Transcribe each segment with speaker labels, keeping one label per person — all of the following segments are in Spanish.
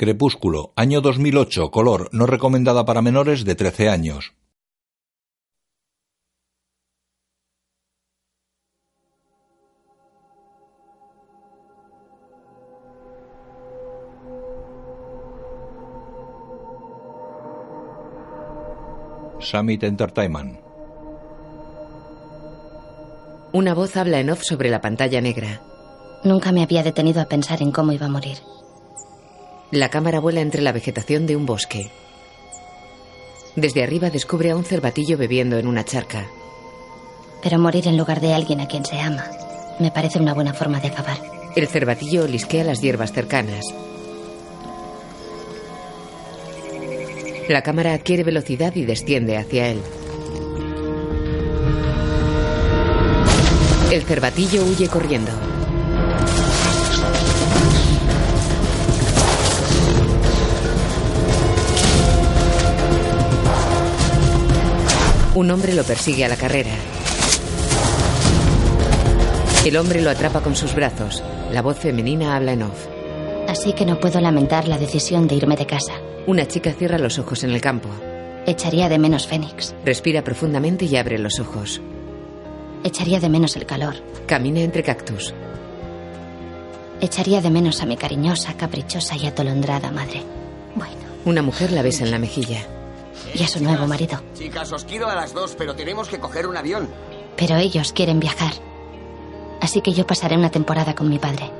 Speaker 1: Crepúsculo, año dos mil ocho, color, no recomendada para menores de trece años. Summit Entertainment.
Speaker 2: Una voz habla en off sobre la pantalla negra.
Speaker 3: Nunca me había detenido a pensar en cómo iba a morir.
Speaker 2: La cámara vuela entre la vegetación de un bosque. Desde arriba descubre a un cervatillo bebiendo en una charca.
Speaker 3: Pero morir en lugar de alguien a quien se ama me parece una buena forma de acabar.
Speaker 2: El cervatillo lisquea las hierbas cercanas. La cámara adquiere velocidad y desciende hacia él. El cervatillo huye corriendo. Un hombre lo persigue a la carrera. El hombre lo atrapa con sus brazos. La voz femenina habla en off.
Speaker 3: Así que no puedo lamentar la decisión de irme de casa.
Speaker 2: Una chica cierra los ojos en el campo.
Speaker 3: Echaría de menos Fénix.
Speaker 2: Respira profundamente y abre los ojos.
Speaker 3: Echaría de menos el calor.
Speaker 2: Camina entre cactus.
Speaker 3: Echaría de menos a mi cariñosa, caprichosa y atolondrada madre. Bueno.
Speaker 2: Una mujer la besa en la mejilla.
Speaker 3: Y a su nuevo marido.
Speaker 4: Chicas, os quiero a las dos, pero tenemos que coger un avión.
Speaker 3: Pero ellos quieren viajar. Así que yo pasaré una temporada con mi padre.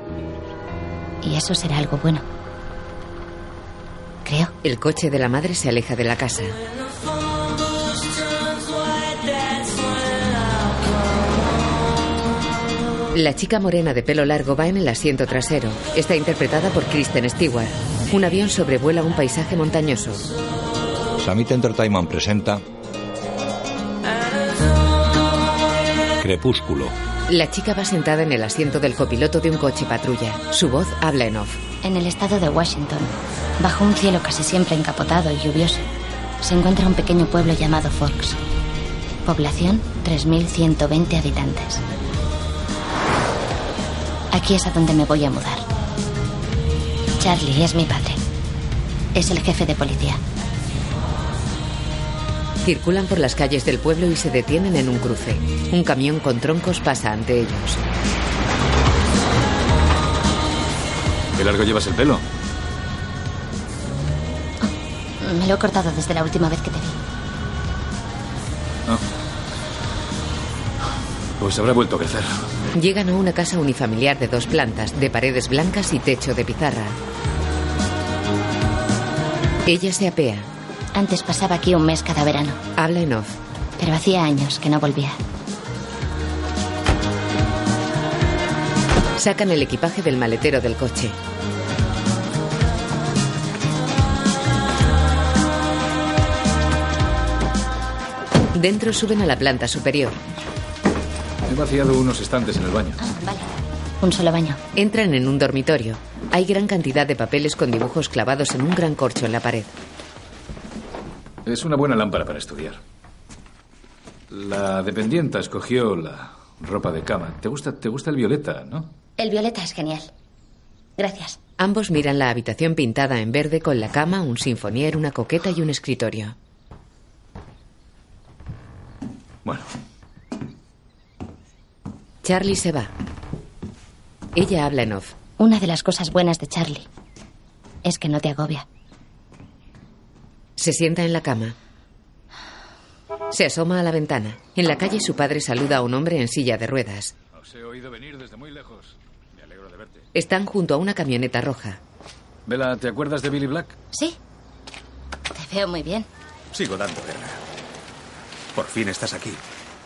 Speaker 3: Y eso será algo bueno. Creo.
Speaker 2: El coche de la madre se aleja de la casa. La chica morena de pelo largo va en el asiento trasero. Está interpretada por Kristen Stewart. Un avión sobrevuela un paisaje montañoso.
Speaker 1: Summit Entertainment presenta Crepúsculo.
Speaker 2: La chica va sentada en el asiento del copiloto de un coche patrulla. Su voz habla en off.
Speaker 3: En el estado de Washington, bajo un cielo casi siempre encapotado y lluvioso, se encuentra un pequeño pueblo llamado Forks. Población 3.120 habitantes. Aquí es a donde me voy a mudar. Charlie es mi padre. Es el jefe de policía.
Speaker 2: Circulan por las calles del pueblo y se detienen en un cruce. Un camión con troncos pasa ante ellos.
Speaker 5: ¿Qué largo llevas el pelo?
Speaker 3: Oh, me lo he cortado desde la última vez que te vi.
Speaker 5: No. Pues habrá vuelto a crecer.
Speaker 2: Llegan a una casa unifamiliar de dos plantas, de paredes blancas y techo de pizarra. Ella se apea.
Speaker 3: Antes pasaba aquí un mes cada verano.
Speaker 2: Habla en off.
Speaker 3: Pero hacía años que no volvía.
Speaker 2: Sacan el equipaje del maletero del coche. Dentro suben a la planta superior.
Speaker 5: He vaciado unos estantes en el baño.
Speaker 3: Ah, vale. Un solo baño.
Speaker 2: Entran en un dormitorio. Hay gran cantidad de papeles con dibujos clavados en un gran corcho en la pared.
Speaker 5: Es una buena lámpara para estudiar. La dependienta escogió la ropa de cama. ¿Te gusta, te gusta el violeta, no?
Speaker 3: El violeta es genial. Gracias.
Speaker 2: Ambos miran la habitación pintada en verde con la cama, un sinfonier, una coqueta y un escritorio.
Speaker 5: Bueno.
Speaker 2: Charlie se va. Ella habla en off.
Speaker 3: Una de las cosas buenas de Charlie es que no te agobia.
Speaker 2: Se sienta en la cama. Se asoma a la ventana. En la calle su padre saluda a un hombre en silla de ruedas.
Speaker 5: Os he oído venir desde muy lejos. Me alegro de verte.
Speaker 2: Están junto a una camioneta roja.
Speaker 5: Vela, ¿te acuerdas de Billy Black?
Speaker 3: Sí. Te veo muy bien.
Speaker 6: Sigo dando guerra. Por fin estás aquí.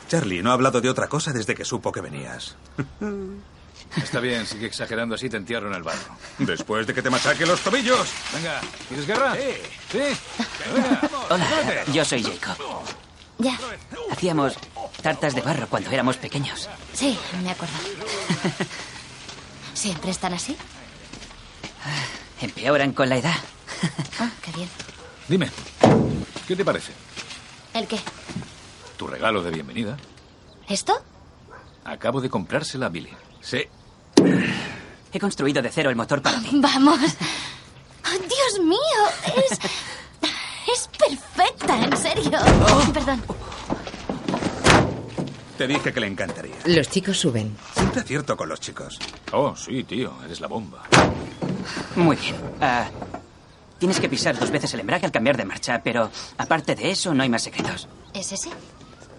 Speaker 6: Charlie no ha hablado de otra cosa desde que supo que venías.
Speaker 5: Está bien, sigue exagerando así, te entierro en el barro.
Speaker 6: Después de que te machaque los tobillos.
Speaker 5: Venga, ¿quieres guerra?
Speaker 6: Sí.
Speaker 5: ¿Sí? Venga, vamos,
Speaker 7: Hola,
Speaker 5: date.
Speaker 7: yo soy Jacob.
Speaker 3: Ya.
Speaker 7: Hacíamos tartas de barro cuando éramos pequeños.
Speaker 3: Sí, me acuerdo. ¿Siempre están así?
Speaker 7: Empeoran con la edad.
Speaker 3: Ah, qué bien.
Speaker 5: Dime, ¿qué te parece?
Speaker 3: ¿El qué?
Speaker 5: Tu regalo de bienvenida.
Speaker 3: ¿Esto?
Speaker 5: Acabo de comprársela a Billy.
Speaker 6: Sí.
Speaker 7: He construido de cero el motor para ti.
Speaker 3: Vamos. ¡Oh, ¡Dios mío! Es. Es perfecta, en serio.
Speaker 2: Oh.
Speaker 3: Perdón.
Speaker 6: Te dije que le encantaría.
Speaker 2: Los chicos suben.
Speaker 6: Siempre acierto con los chicos.
Speaker 5: Oh, sí, tío, eres la bomba.
Speaker 7: Muy bien. Ah, tienes que pisar dos veces el embrague al cambiar de marcha, pero aparte de eso no hay más secretos.
Speaker 3: ¿Es ese?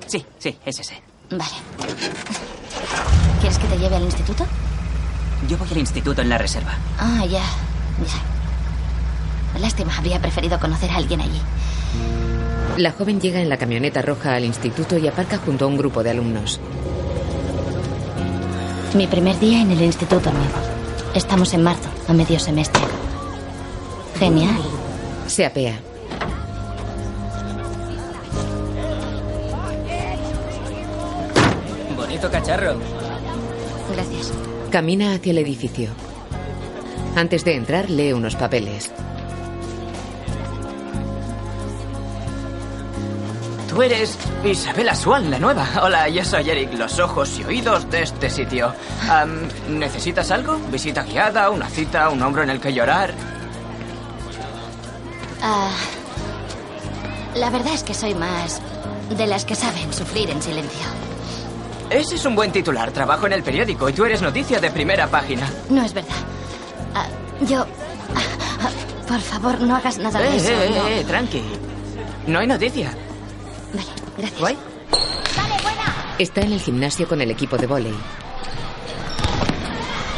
Speaker 7: Sí, sí, es ese.
Speaker 3: Vale. ¿Quieres que te lleve al instituto?
Speaker 7: Yo voy al instituto en la reserva.
Speaker 3: Ah, ya. Ya. Lástima, habría preferido conocer a alguien allí.
Speaker 2: La joven llega en la camioneta roja al instituto y aparca junto a un grupo de alumnos.
Speaker 3: Mi primer día en el instituto nuevo. Estamos en marzo, a medio semestre. Genial.
Speaker 2: Se apea.
Speaker 7: Bonito cacharro.
Speaker 3: Gracias.
Speaker 2: Camina hacia el edificio. Antes de entrar, lee unos papeles.
Speaker 7: Tú eres Isabela Swan, la nueva. Hola, yo soy Eric, los ojos y oídos de este sitio. Am, ¿Necesitas algo? ¿Visita guiada? ¿Una cita? ¿Un hombro en el que llorar?
Speaker 3: Ah, la verdad es que soy más de las que saben sufrir en silencio.
Speaker 7: Ese es un buen titular. Trabajo en el periódico y tú eres noticia de primera página.
Speaker 3: No es verdad. Ah, yo... ah, ah, por favor, no hagas nada de
Speaker 7: Eh,
Speaker 3: eso.
Speaker 7: eh,
Speaker 3: no.
Speaker 7: eh, eh, tranqui. No hay noticia.
Speaker 3: Vale, gracias.
Speaker 7: ¿Guay?
Speaker 3: Vale, buena.
Speaker 2: Está en el gimnasio con el equipo de vóley.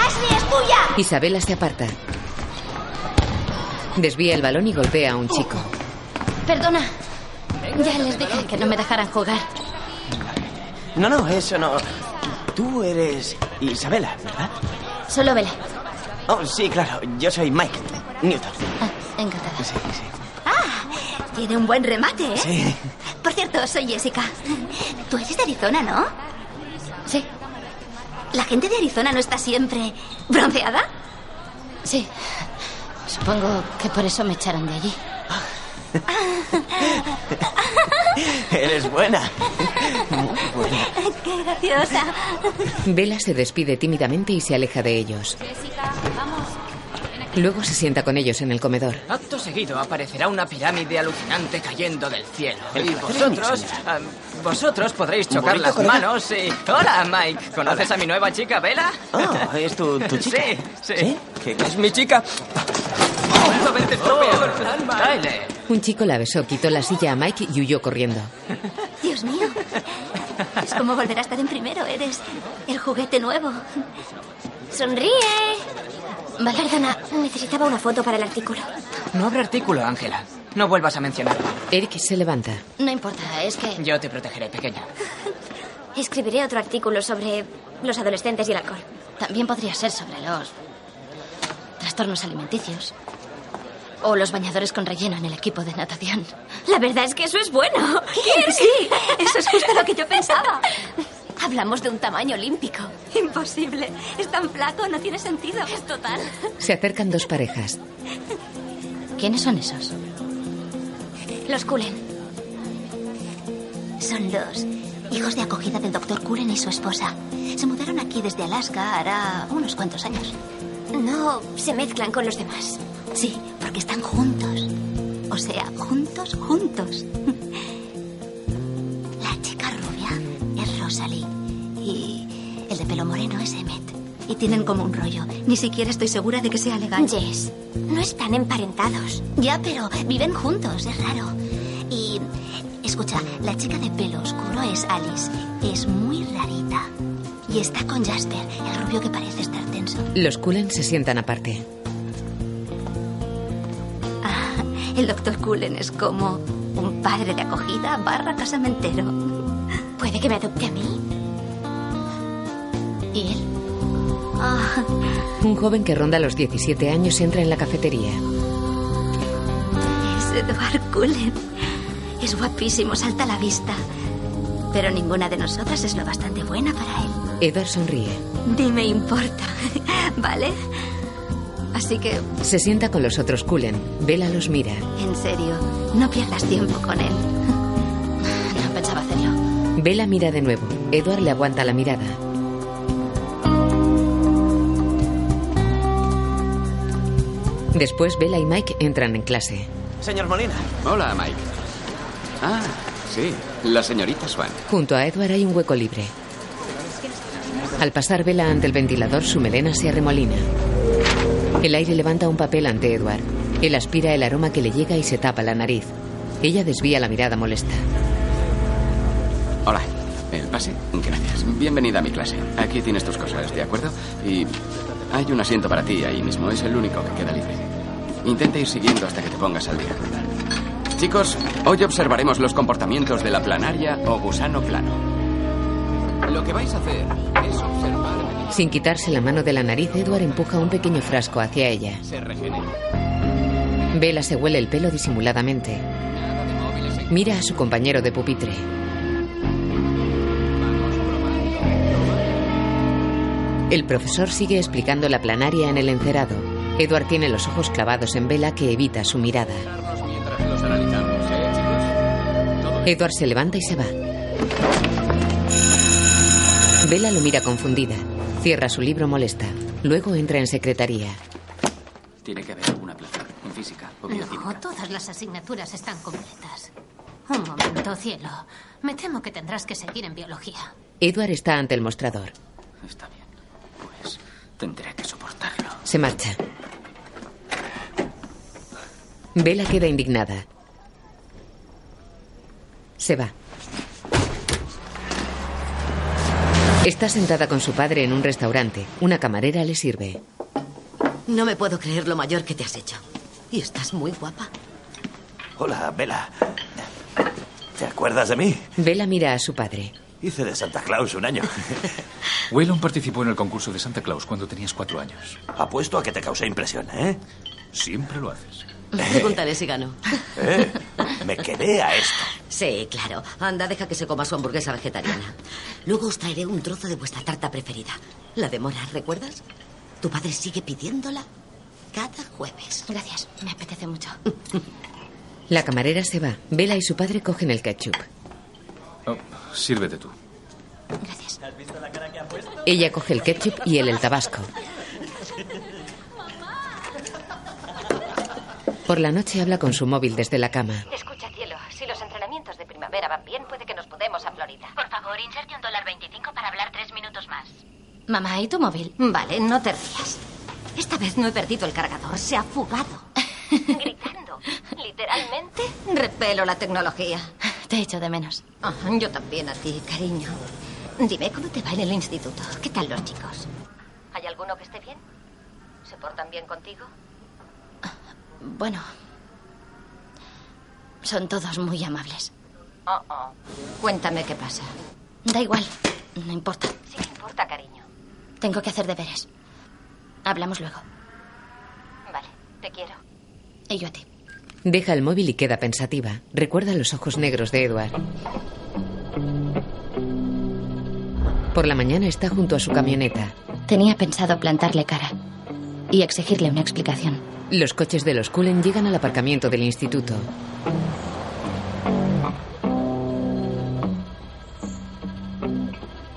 Speaker 3: Ashley es tuya.
Speaker 2: Isabela se aparta. Desvía el balón y golpea a un chico.
Speaker 3: Perdona. Ya les dije que no me dejaran jugar.
Speaker 8: No, no, eso no. Tú eres Isabela, ¿verdad?
Speaker 3: Solo vela.
Speaker 8: Oh, sí, claro. Yo soy Mike Newton.
Speaker 3: Ah, encantada.
Speaker 8: Sí, sí.
Speaker 9: Ah, Tiene un buen remate, ¿eh?
Speaker 8: Sí.
Speaker 9: Por cierto, soy Jessica. Tú eres de Arizona, ¿no?
Speaker 3: Sí,
Speaker 9: La gente de Arizona no está siempre bronceada.
Speaker 3: sí. Supongo que por eso me echaron de allí.
Speaker 8: Eres buena.
Speaker 9: Qué graciosa.
Speaker 2: Vela se despide tímidamente y se aleja de ellos. Luego se sienta con ellos en el comedor.
Speaker 7: Acto seguido aparecerá una pirámide alucinante cayendo del cielo. Y
Speaker 8: El placer es mío,
Speaker 7: vosotros,
Speaker 8: señora.
Speaker 7: ah, vosotros podréis chocar
Speaker 8: bonito
Speaker 7: las
Speaker 8: colega.
Speaker 7: manos y... Hola, Mike. ¿Conoces a mi nueva chica, Vela?
Speaker 8: Oh, es tu, tu chica.
Speaker 7: Sí, sí.
Speaker 8: ¿Qué?
Speaker 7: Es mi chica. ¡Puedo haberte estropeado el plan, Mike. Dale.
Speaker 2: Un chico la besó, quitó la silla a Mike y huyó corriendo.
Speaker 9: Dios mío. Es como volver a estar en primero. Eres el juguete nuevo. Sonríe. Vale, perdona. Necesitaba una foto para el artículo.
Speaker 7: No habrá artículo, Ángela. No vuelvas a mencionarlo.
Speaker 2: Eric se levanta.
Speaker 3: No importa, es que...
Speaker 7: Yo te protegeré, pequeña.
Speaker 9: Escribiré otro artículo sobre los adolescentes y el alcohol.
Speaker 3: También podría ser sobre los trastornos alimenticios. O los bañadores con relleno en el equipo de natación.
Speaker 9: La verdad es que eso es bueno. Sí, eso es justo lo que yo pensaba. Hablamos de un tamaño olímpico. Imposible. Es tan flaco, no tiene sentido. Es total.
Speaker 2: Se acercan dos parejas.
Speaker 3: ¿Quiénes son esos?
Speaker 9: Los Cullen. Son los hijos de acogida del doctor Cullen y su esposa. Se mudaron aquí desde Alaska hará unos cuantos años. No se mezclan con los demás. Sí, porque están juntos. O sea, juntos, juntos. La chica rubia es Rosalie y el de pelo moreno es Emmett. Y tienen como un rollo. Ni siquiera estoy segura de que sea legal. Jess, no están emparentados. Ya, pero viven juntos, es raro. Y escucha, la chica de pelo oscuro es Alice. Es muy rarita. Y está con Jasper, el rubio que parece estar tenso.
Speaker 2: Los Cullen se sientan aparte.
Speaker 9: Ah, el doctor Cullen es como un padre de acogida barra casamentero. ¿Puede que me adopte a mí?
Speaker 3: ¿Y él?
Speaker 9: Ah,
Speaker 2: Un joven que ronda los 17 años entra en la cafetería.
Speaker 9: es Edward Cullen. Es guapísimo, salta a la vista. Pero ninguna de nosotras es lo bastante buena para él.
Speaker 2: Edward sonríe.
Speaker 9: Ni me importa, ¿vale? Así que,
Speaker 2: Se sienta con los otros Cullen. Vela los mira.
Speaker 9: en serio, no pierdas tiempo con él.
Speaker 3: No pensaba hacerlo.
Speaker 2: Vela mira de nuevo. Edward le aguanta la mirada. Después, Bella y Mike entran en clase.
Speaker 10: Señor Molina.
Speaker 11: Hola, Mike. Ah, sí, la señorita Swan.
Speaker 2: Junto a Edward hay un hueco libre. Al pasar Vela ante el ventilador, su melena se arremolina. El aire levanta un papel ante Edward. Él aspira el aroma que le llega y se tapa la nariz. Ella desvía la mirada molesta.
Speaker 11: Hola. Eh, pase. Gracias. Bienvenida a mi clase. Aquí tienes tus cosas, ¿de acuerdo? Y hay un asiento para ti ahí mismo. Es el único que queda libre. Intenta ir siguiendo hasta que te pongas al día. Chicos, hoy observaremos los comportamientos de la planaria o gusano plano. Lo que vais a hacer es observar...
Speaker 2: Sin quitarse la mano de la nariz, Edward empuja un pequeño frasco hacia ella.
Speaker 11: Se regenera.
Speaker 2: Vela se huele el pelo disimuladamente. Mira a su compañero de pupitre. El profesor sigue explicando la planaria en el encerado. Edward tiene los ojos clavados en Vela que evita su mirada.
Speaker 11: Mientras los analizamos, ¿eh, chicos? Todo bien.
Speaker 2: Edward se levanta y se va. Vela lo mira confundida. Cierra su libro molesta. Luego entra en secretaría.
Speaker 11: Tiene que haber alguna plaza en física o
Speaker 12: No,
Speaker 11: bioquímica.
Speaker 12: todas las asignaturas están completas. Un momento, cielo. Me temo que tendrás que seguir en biología.
Speaker 2: Edward está ante el mostrador.
Speaker 11: Está bien. Pues tendré que soportarlo.
Speaker 2: Se marcha. Vela queda indignada. Se va. Está sentada con su padre en un restaurante. Una camarera le sirve.
Speaker 3: No me puedo creer lo mayor que te has hecho. Y estás muy guapa.
Speaker 5: Hola, Vela. ¿Te acuerdas de mí?
Speaker 2: Vela mira a su padre.
Speaker 5: Hice de Santa Claus un año.
Speaker 13: Waylon participó en el concurso de Santa Claus cuando tenías cuatro años.
Speaker 5: Apuesto a que te causé impresión, ¿eh?
Speaker 13: Siempre lo haces.
Speaker 3: Pregúntale si ganó.
Speaker 5: Eh, Me quedé a esto.
Speaker 3: Sí, claro. Anda, deja que se coma su hamburguesa vegetariana. Luego os traeré un trozo de vuestra tarta preferida. La de mora, ¿recuerdas? Tu padre sigue pidiéndola cada jueves.
Speaker 12: Gracias, me apetece mucho.
Speaker 2: La camarera se va. Vela y su padre cogen el ketchup.
Speaker 13: Oh, sírvete tú.
Speaker 2: Ella coge el ketchup y él el tabasco. Por la noche habla con su móvil desde la cama.
Speaker 14: Escucha, cielo, si los entrenamientos de primavera van bien, puede que nos mudemos a Florida. Por favor, inserte un dólar 25 para hablar tres minutos más.
Speaker 12: Mamá, ¿y tu móvil? Vale, no te rías. Esta vez no he perdido el cargador, se ha fugado.
Speaker 14: Gritando, literalmente.
Speaker 12: Repelo la tecnología. Te echo de menos. yo también a ti, cariño. Dime, ¿cómo te va en el instituto? ¿Qué tal los chicos?
Speaker 14: ¿Hay alguno que esté bien? ¿Se portan bien contigo?
Speaker 12: Bueno.
Speaker 15: Son todos muy amables.
Speaker 14: Oh, oh.
Speaker 12: Cuéntame qué pasa.
Speaker 15: Da igual, no importa.
Speaker 14: Sí que importa, cariño.
Speaker 15: Tengo que hacer deberes. Hablamos luego.
Speaker 14: Vale, te quiero.
Speaker 15: Y yo a ti.
Speaker 2: Deja el móvil y queda pensativa. Recuerda los ojos negros de Edward. Por la mañana está junto a su camioneta.
Speaker 15: Tenía pensado plantarle cara y exigirle una explicación.
Speaker 2: Los coches de los Cullen llegan al aparcamiento del instituto.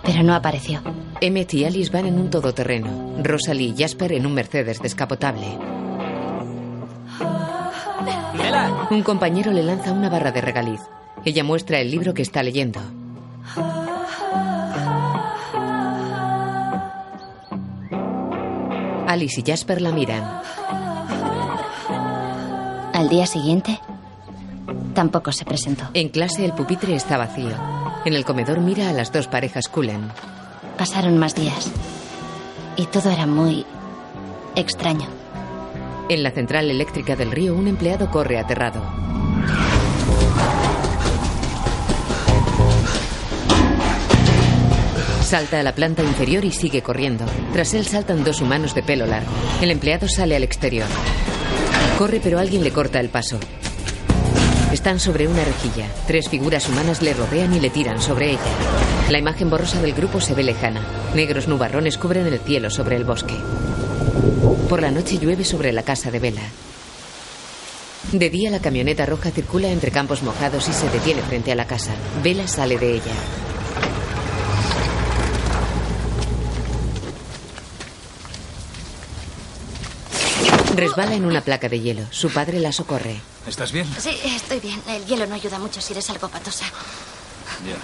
Speaker 15: Pero no apareció.
Speaker 2: Emmett y Alice van en un todoterreno. Rosalie y Jasper en un Mercedes descapotable. Un compañero le lanza una barra de regaliz. Ella muestra el libro que está leyendo. Alice y Jasper la miran.
Speaker 15: Al día siguiente, tampoco se presentó.
Speaker 2: En clase el pupitre está vacío. En el comedor mira a las dos parejas Cullen.
Speaker 15: Pasaron más días y todo era muy extraño.
Speaker 2: En la central eléctrica del río un empleado corre aterrado. Salta a la planta inferior y sigue corriendo. Tras él saltan dos humanos de pelo largo. El empleado sale al exterior. Corre pero alguien le corta el paso. Están sobre una rejilla. Tres figuras humanas le rodean y le tiran sobre ella. La imagen borrosa del grupo se ve lejana. Negros nubarrones cubren el cielo sobre el bosque. Por la noche llueve sobre la casa de Vela. De día la camioneta roja circula entre campos mojados y se detiene frente a la casa. Vela sale de ella. Resbala en una placa de hielo. Su padre la socorre.
Speaker 5: ¿Estás bien?
Speaker 16: Sí, estoy bien. El hielo no ayuda mucho si eres algo patosa.
Speaker 5: Ya.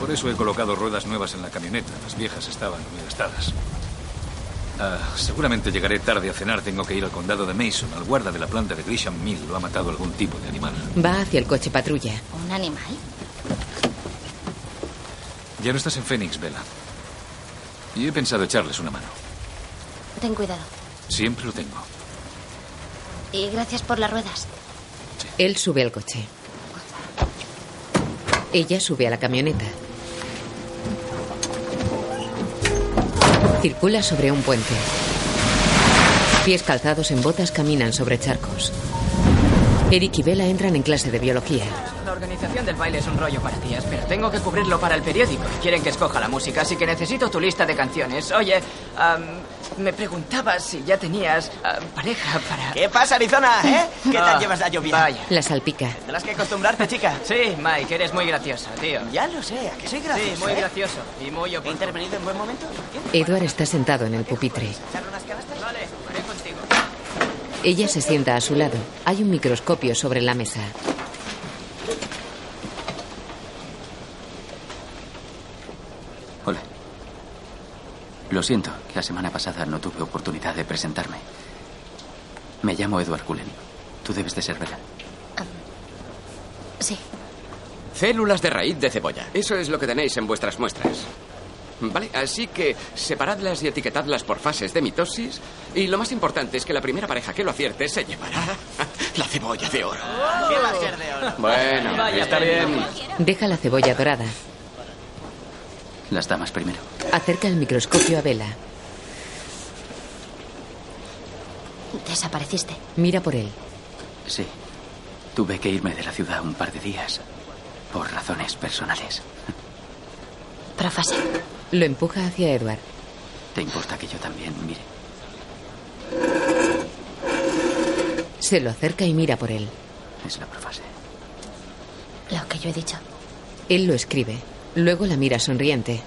Speaker 5: Por eso he colocado ruedas nuevas en la camioneta. Las viejas estaban muy gastadas. Ah, seguramente llegaré tarde a cenar. Tengo que ir al condado de Mason, al guarda de la planta de Grisham Mill. Lo ha matado algún tipo de animal.
Speaker 2: Va hacia el coche patrulla.
Speaker 3: ¿Un animal?
Speaker 5: Ya no estás en Phoenix, Vela. Y he pensado echarles una mano.
Speaker 3: Ten cuidado.
Speaker 5: Siempre lo tengo.
Speaker 3: Y gracias por las ruedas.
Speaker 2: Él sube al coche. Ella sube a la camioneta. Circula sobre un puente. Pies calzados en botas caminan sobre charcos. Eric y Bella entran en clase de biología.
Speaker 17: La organización del baile es un rollo para días, pero tengo que cubrirlo para el periódico. Quieren que escoja la música, así que necesito tu lista de canciones. Oye, am, me preguntaba si ya tenías am, pareja para...
Speaker 8: ¿Qué pasa, Arizona, eh? ¿Qué tal
Speaker 17: Ah,
Speaker 8: llevas la lluvia?
Speaker 17: Vaya.
Speaker 2: La salpica.
Speaker 17: Tendrás que acostumbrarte, chica. Sí, Mike, eres muy gracioso, tío.
Speaker 8: Ya lo sé, ¿a que soy gracioso,
Speaker 17: Sí, muy
Speaker 8: eh?
Speaker 17: gracioso y muy
Speaker 8: ¿He intervenido en buen momento?
Speaker 2: Edward está sentado en el pupitre. Ella se sienta a su lado. Hay un microscopio sobre la mesa.
Speaker 11: Hola. Lo siento, la semana pasada no tuve oportunidad de presentarme. Me llamo Edward Cullen. Tú debes de ser Bella.
Speaker 3: Sí.
Speaker 11: Células de raíz de cebolla. Eso es lo que tenéis en vuestras muestras. Vale, así que separadlas y etiquetadlas por fases de mitosis. Y lo más importante es que la primera pareja que lo acierte se llevará la cebolla de oro.
Speaker 8: ¿Qué va a ser de oro?
Speaker 11: Bueno, está bien.
Speaker 2: Deja la cebolla dorada.
Speaker 11: Las damas primero.
Speaker 2: Acerca el microscopio a Vela.
Speaker 3: Desapareciste.
Speaker 2: Mira por él.
Speaker 11: Sí. Tuve que irme de la ciudad un par de días. Por razones personales.
Speaker 3: Profase.
Speaker 2: Lo empuja hacia Edward.
Speaker 11: ¿Te importa que yo también mire?
Speaker 2: Se lo acerca y mira por él.
Speaker 11: Es la profase.
Speaker 3: Lo que yo he dicho.
Speaker 2: Él lo escribe. Luego la mira sonriente.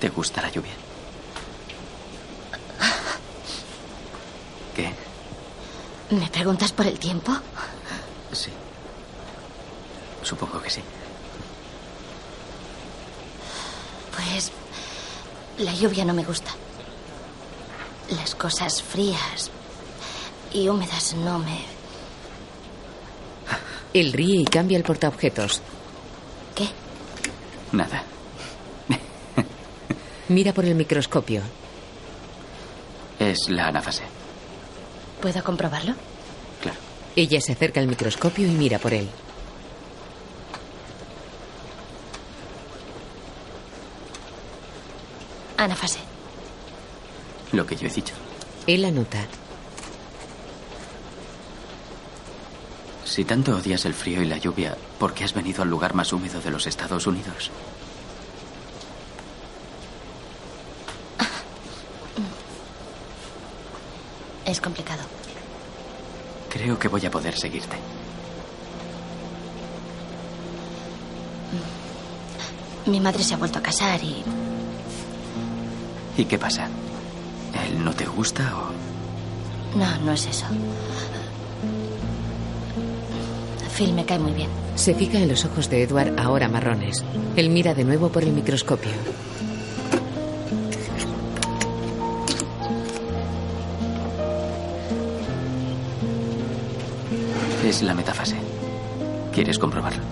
Speaker 11: ¿Te gusta la lluvia? ¿Qué?
Speaker 3: ¿Me preguntas por el tiempo?
Speaker 11: Sí. Supongo que sí.
Speaker 3: Pues la lluvia no me gusta. Las cosas frías y húmedas no me...
Speaker 2: Él ríe y cambia el portaobjetos.
Speaker 11: Nada.
Speaker 2: Mira por el microscopio.
Speaker 11: Es la anafase.
Speaker 3: ¿Puedo comprobarlo?
Speaker 2: Ella se acerca al microscopio y mira por él.
Speaker 3: Anafase.
Speaker 11: Lo que yo he dicho.
Speaker 2: Él anota.
Speaker 11: Si tanto odias el frío y la lluvia, ¿por qué has venido al lugar más húmedo de los Estados Unidos?
Speaker 3: Es complicado.
Speaker 11: Creo que voy a poder seguirte.
Speaker 3: Mi madre se ha vuelto a casar y
Speaker 11: ¿Y qué pasa? ¿Él no te gusta o...?
Speaker 3: No, no es eso. Phil me cae muy bien.
Speaker 2: Se fija en los ojos de Edward ahora marrones. Él mira de nuevo por el microscopio.
Speaker 11: Es la metafase. ¿Quieres comprobarlo?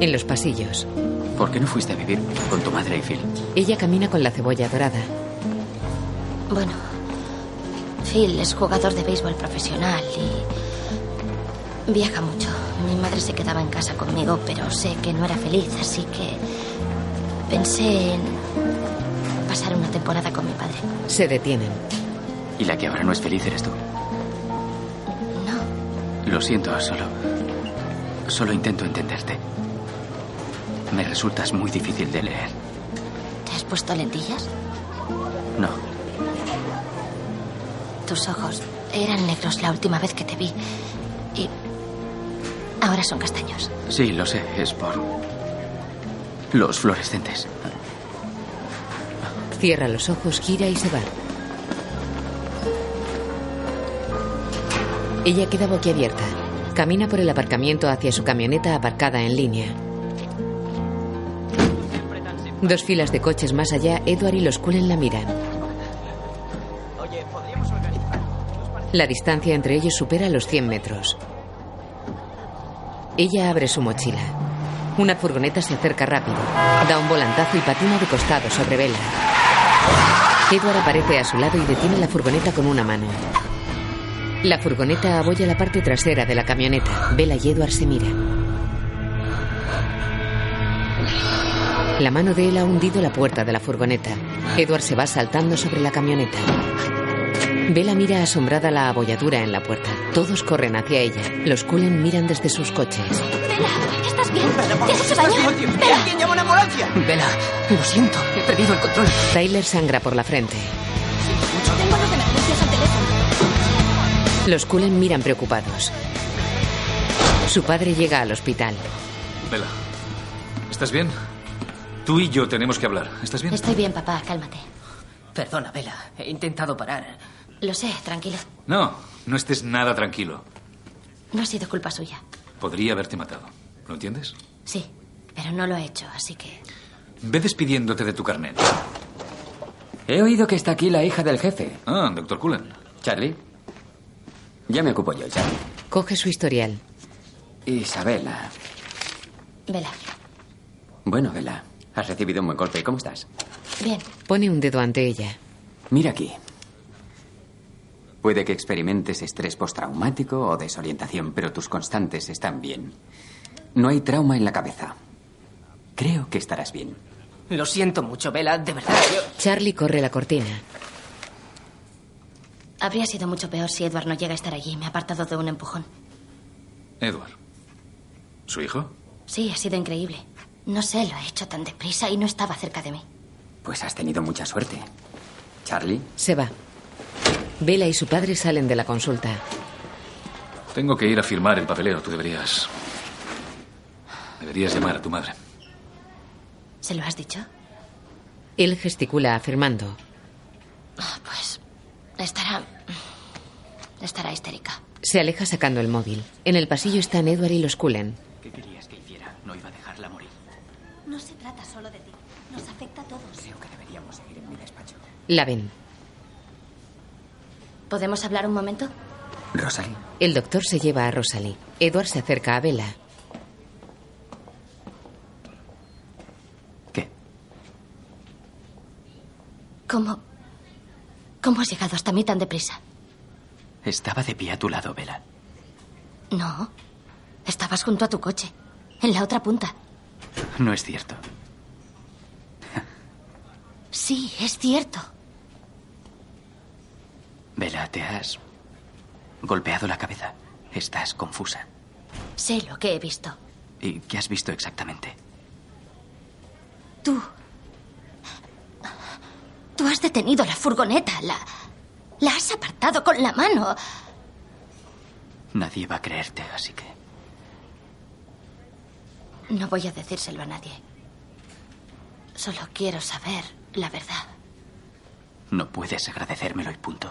Speaker 2: En los pasillos.
Speaker 11: ¿Por qué no fuiste a vivir con tu madre y Phil?
Speaker 2: Ella camina con la cebolla dorada.
Speaker 3: Bueno, Phil es jugador de béisbol profesional y viaja mucho. Mi madre se quedaba en casa conmigo, pero sé que no era feliz, así que pensé en pasar una temporada con mi padre.
Speaker 2: Se detienen.
Speaker 11: Y la que ahora no es feliz eres tú.
Speaker 3: No,
Speaker 11: Lo siento, solo... Solo intento entenderte. Me resultas muy difícil de leer.
Speaker 3: ¿te has puesto lentillas?
Speaker 11: No,
Speaker 3: Tus ojos eran negros la última vez que te vi y ahora son castaños.
Speaker 11: sí, lo sé, es por... Los fluorescentes.
Speaker 2: Cierra los ojos, gira y se va. Ella queda boquiabierta. Camina por el aparcamiento hacia su camioneta aparcada en línea. Dos filas de coches más allá, Edward y los Cullen la miran. La distancia entre ellos supera los 100 metros. Ella abre su mochila. Una furgoneta se acerca rápido, da un volantazo y patina de costado sobre Vela. Edward aparece a su lado y detiene la furgoneta con una mano. La furgoneta aboya la parte trasera de la camioneta. Vela y Edward se miran. La mano de él ha hundido la puerta de la furgoneta. Edward se va saltando sobre la camioneta. Vela mira asombrada la abolladura en la puerta. Todos corren hacia ella. Los Cullen miran desde sus coches.
Speaker 9: ¿Estás bien?
Speaker 7: ¿Te has hecho daño? ¿Alguien llama a una ambulancia? Vela, lo siento, he perdido el control.
Speaker 2: Tyler sangra por la frente. Los Cullen miran preocupados. Su padre llega al hospital.
Speaker 5: Vela, ¿estás bien? Tú y yo tenemos que hablar. ¿Estás bien?
Speaker 3: Estoy bien, papá, cálmate.
Speaker 7: Perdona, Vela, he intentado parar.
Speaker 3: Lo sé, tranquilo.
Speaker 5: No, no estés nada tranquilo.
Speaker 3: No ha sido culpa suya.
Speaker 5: Podría haberte matado. ¿Lo entiendes?
Speaker 3: Sí, pero no lo ha hecho, así que...
Speaker 5: Ve despidiéndote de tu carnet.
Speaker 11: He oído que está aquí la hija del jefe.
Speaker 5: Ah, doctor Cullen.
Speaker 11: Charlie. Ya me ocupo yo, Charlie.
Speaker 2: Coge su historial.
Speaker 11: Isabela.
Speaker 3: Vela,
Speaker 11: Bueno, Vela, has recibido un buen golpe. ¿Cómo estás?
Speaker 3: bien.
Speaker 2: Pone un dedo ante ella.
Speaker 11: Mira aquí. Puede que experimentes estrés postraumático o desorientación, pero tus constantes están bien. No hay trauma en la cabeza. Creo que estarás bien.
Speaker 7: Lo siento mucho, Vela, de verdad. yo-
Speaker 2: Charlie corre la cortina.
Speaker 3: Habría sido mucho peor si Edward no llega a estar allí. Me ha apartado de un empujón.
Speaker 5: Edward. ¿Su hijo?
Speaker 3: Sí, ha sido increíble. No sé, lo he hecho tan deprisa y no estaba cerca de mí.
Speaker 11: Pues has tenido mucha suerte. Charlie,
Speaker 2: Se va. Vela y su padre salen de la consulta.
Speaker 5: Tengo que ir a firmar el papeleo. Tú deberías. Deberías llamar a tu madre.
Speaker 3: ¿Se lo has dicho?
Speaker 2: Él gesticula afirmando.
Speaker 3: Ah, Pues estará... Estará histérica.
Speaker 2: Se aleja sacando el móvil. En el pasillo están Edward y los Cullen.
Speaker 8: ¿Qué querías que hiciera? No iba a dejarla morir.
Speaker 9: No se trata solo de ti. Nos afecta a todos.
Speaker 8: Creo que deberíamos seguir en mi despacho.
Speaker 2: La ven.
Speaker 3: ¿Podemos hablar un momento?
Speaker 11: Rosalie.
Speaker 2: El doctor se lleva a Rosalie. Edward se acerca a Vela.
Speaker 3: ¿Cómo... ¿Cómo has llegado hasta mí tan deprisa?
Speaker 11: Estaba de pie a tu lado, Vela.
Speaker 3: No. Estabas junto a tu coche. En la otra punta.
Speaker 11: No es cierto.
Speaker 3: Sí, es cierto.
Speaker 11: Vela, te has golpeado la cabeza. Estás confusa.
Speaker 3: Sé lo que he visto.
Speaker 11: ¿Y qué has visto exactamente?
Speaker 3: Tú. Tú has detenido la furgoneta. La. La has apartado con la mano.
Speaker 11: Nadie va a creerte, así que...
Speaker 3: No voy a decírselo a nadie. Solo quiero saber la verdad.
Speaker 11: No puedes agradecérmelo y punto.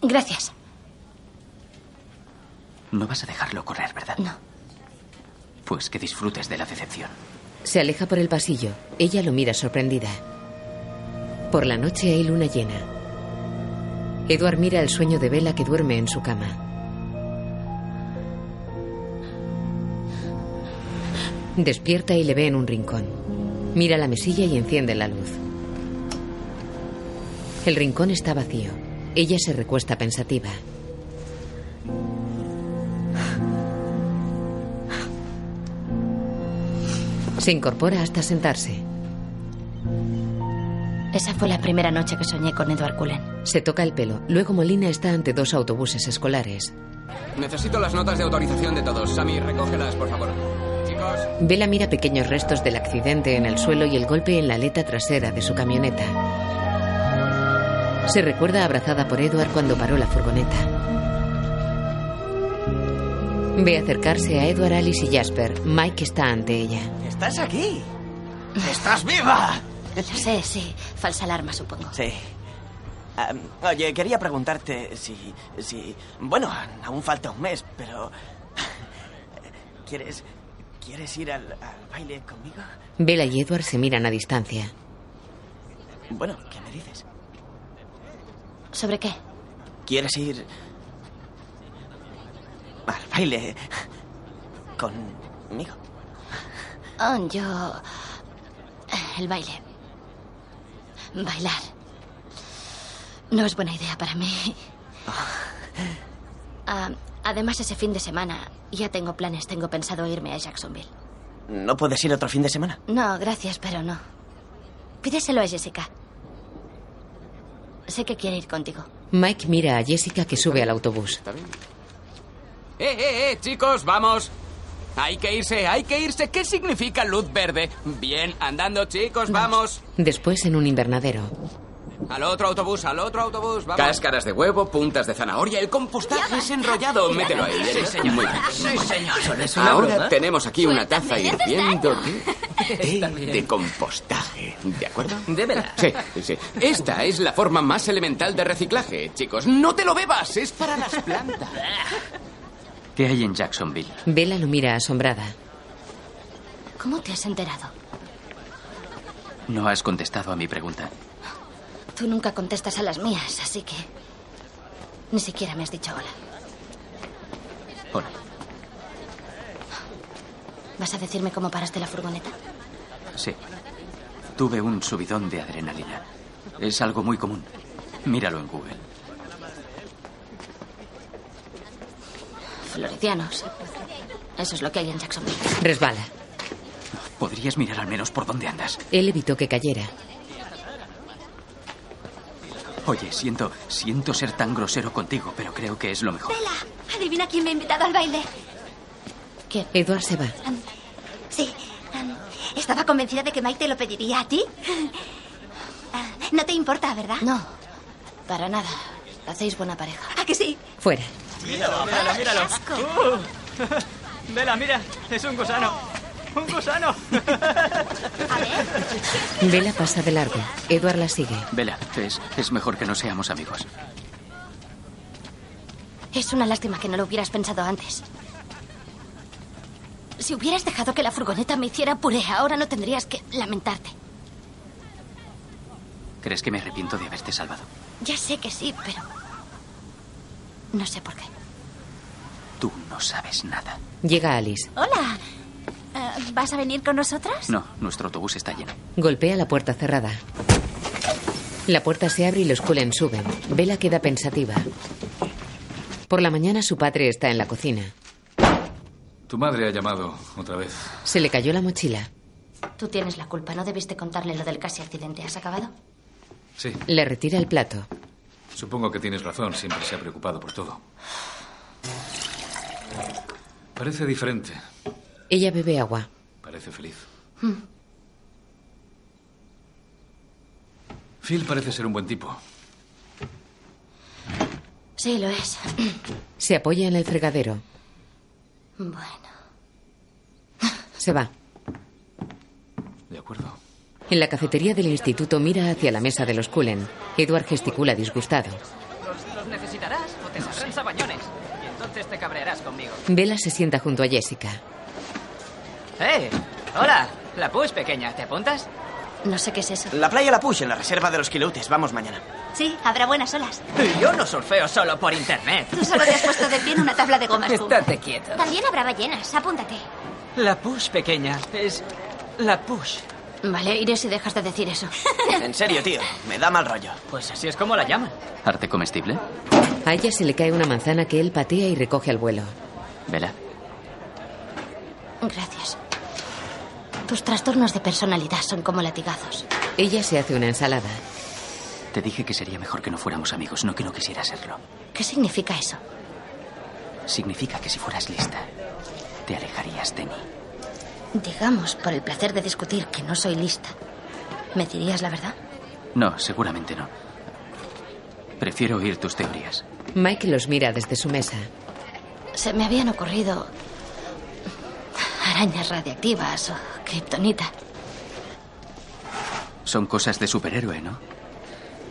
Speaker 3: Gracias.
Speaker 11: No vas a dejarlo correr, ¿verdad?
Speaker 3: No.
Speaker 11: Pues que disfrutes de la decepción.
Speaker 2: Se aleja por el pasillo. Ella lo mira sorprendida. Por la noche hay luna llena. Edward mira el sueño de Vela que duerme en su cama. Despierta y le ve en un rincón. Mira la mesilla y enciende la luz. El rincón está vacío. Ella se recuesta pensativa. Se incorpora hasta sentarse.
Speaker 3: Esa fue la primera noche que soñé con Edward Cullen.
Speaker 2: Se toca el pelo. Luego Molina está ante dos autobuses escolares.
Speaker 18: Necesito las notas de autorización de todos. Sammy, recógelas, por favor. Chicos.
Speaker 2: Vela mira pequeños restos del accidente en el suelo y el golpe en la aleta trasera de su camioneta. Se recuerda abrazada por Edward cuando paró la furgoneta. Ve acercarse a Edward, Alice y Jasper. Mike está ante ella.
Speaker 8: ¡Estás aquí! ¡Estás viva!
Speaker 3: Lo sé, sí. Falsa alarma, supongo.
Speaker 8: Sí. Am, oye, quería preguntarte si, si... Bueno, aún falta un mes, pero... ¿Quieres, ¿Quieres ir al, al baile conmigo?
Speaker 2: Bella y Edward se miran a distancia.
Speaker 8: Bueno, ¿qué me dices?
Speaker 3: ¿Sobre qué?
Speaker 8: ¿Quieres ir al baile conmigo?
Speaker 3: Oh, yo... eh, El baile. Bailar. No es buena idea para mí. Ah, además, ese fin de semana ya tengo planes. Tengo pensado irme a Jacksonville.
Speaker 8: ¿No puedes ir otro fin de semana?
Speaker 3: No, gracias, pero no. Pídeselo a Jessica. Sé que quiere ir contigo.
Speaker 2: Mike mira a Jessica que sube al autobús.
Speaker 18: ¡Eh, eh, eh, chicos, vamos! Hay que irse, hay que irse. ¿Qué significa luz verde? Bien, andando, chicos, vamos.
Speaker 2: Después en un invernadero.
Speaker 18: Al otro autobús, al otro autobús, vamos.
Speaker 19: Cáscaras de huevo, puntas de zanahoria, el compostaje es enrollado. Mételo ahí.
Speaker 18: Sí,
Speaker 19: ¿verdad?
Speaker 18: señor.
Speaker 19: Muy bien.
Speaker 18: Sí, señor.
Speaker 19: Solo es una
Speaker 18: Ahora
Speaker 19: broma. tenemos aquí una
Speaker 18: Suéltame,
Speaker 19: taza
Speaker 18: me haces
Speaker 19: hirviendo
Speaker 18: daño.
Speaker 19: de
Speaker 18: Está
Speaker 19: té
Speaker 18: bien.
Speaker 19: Este de compostaje. ¿De acuerdo?
Speaker 18: Débela.
Speaker 19: Sí, sí. Esta es la forma más elemental de reciclaje, chicos. ¡No te lo bebas! Es para las plantas.
Speaker 11: ¿Qué hay en Jacksonville?
Speaker 2: Bella lo mira asombrada.
Speaker 3: ¿Cómo te has enterado?
Speaker 11: No has contestado a mi pregunta.
Speaker 3: Tú nunca contestas a las mías, así que... Ni siquiera me has dicho hola.
Speaker 11: Hola.
Speaker 3: ¿Vas a decirme cómo paraste la furgoneta?
Speaker 11: Sí. Tuve un subidón de adrenalina. Es algo muy común. Míralo en Google.
Speaker 3: Florecianos. Eso es lo que hay en Jacksonville.
Speaker 2: Resbala.
Speaker 11: ¿Podrías mirar al menos por dónde andas?
Speaker 2: Él evitó que cayera.
Speaker 11: Oye, siento, siento ser tan grosero contigo, pero creo que es lo mejor.
Speaker 9: Adivina quién me ha invitado al baile.
Speaker 2: Edward se va.
Speaker 9: Sí. am, estaba convencida de que Mike te lo pediría a ti. Ah, No te importa, ¿verdad?
Speaker 3: No, para nada. Hacéis buena pareja.
Speaker 9: ¿A que sí?
Speaker 2: Fuera.
Speaker 7: Míralo, míralo, míralo. Uh, Vela, mira, es un gusano. Un gusano.
Speaker 2: Bella pasa de largo. Edward la sigue.
Speaker 11: Vela, es, es mejor que no seamos amigos.
Speaker 3: Es una lástima que no lo hubieras pensado antes. Si hubieras dejado que la furgoneta me hiciera puré, ahora no tendrías que lamentarte.
Speaker 11: ¿Crees que me arrepiento de haberte salvado?
Speaker 3: Ya sé que sí, pero... No sé por qué.
Speaker 11: Tú no sabes nada.
Speaker 2: Llega Alice.
Speaker 9: Hola. Ah, ¿Vas a venir con nosotras?
Speaker 11: No, nuestro autobús está lleno.
Speaker 2: Golpea la puerta cerrada. La puerta se abre y los Cullen suben. Bella queda pensativa. Por la mañana su padre está en la cocina.
Speaker 5: Tu madre ha llamado otra vez.
Speaker 2: Se le cayó la mochila.
Speaker 3: Tú tienes la culpa. No debiste contarle lo del casi accidente. ¿Has acabado?
Speaker 5: Sí,
Speaker 2: Le retira el plato.
Speaker 5: supongo que tienes razón. Siempre se ha preocupado por todo. Parece diferente.
Speaker 2: Ella bebe agua.
Speaker 5: Parece feliz.
Speaker 2: Hmm.
Speaker 5: Phil parece ser un buen tipo.
Speaker 3: Sí, lo es.
Speaker 2: Se apoya en el fregadero.
Speaker 3: Bueno.
Speaker 2: Se va.
Speaker 5: De acuerdo.
Speaker 2: En la cafetería del instituto mira hacia la mesa de los Cullen. Edward gesticula disgustado.
Speaker 7: Los, los necesitarás o te saldrán sabañones. Y entonces te cabrearás conmigo.
Speaker 2: Bella se sienta junto a Jessica.
Speaker 7: ¡Eh! ¡Hola! La push pequeña, ¿te apuntas?
Speaker 3: No sé qué es eso.
Speaker 8: La playa La Push, en la reserva de los Quileutes. Vamos mañana.
Speaker 9: Sí, habrá buenas olas.
Speaker 7: Yo no surfeo solo por internet.
Speaker 9: Tú solo te has puesto de pie en una tabla de gomas. tú.
Speaker 7: Estate quieto.
Speaker 9: También habrá ballenas, apúntate.
Speaker 7: La push pequeña es la push.
Speaker 3: Vale, iré si dejas de decir eso.
Speaker 8: En serio, tío. Me da mal rollo.
Speaker 7: Pues así es como la llaman.
Speaker 11: ¿Arte comestible?
Speaker 2: A ella se le cae una manzana que él patea y recoge al vuelo.
Speaker 11: Vela.
Speaker 3: Gracias. Tus trastornos de personalidad son como latigazos.
Speaker 2: Ella se hace una ensalada.
Speaker 11: Te dije que sería mejor que no fuéramos amigos, no que no quisiera serlo.
Speaker 3: ¿Qué significa eso?
Speaker 11: Significa que si fueras lista, te alejarías de mí.
Speaker 3: Digamos, por el placer de discutir que no soy lista. ¿Me dirías la verdad?
Speaker 11: No, seguramente no. Prefiero oír tus teorías.
Speaker 2: Mike los mira desde su mesa.
Speaker 3: Se me habían ocurrido arañas radiactivas o kriptonita.
Speaker 19: Son cosas de superhéroe, ¿no?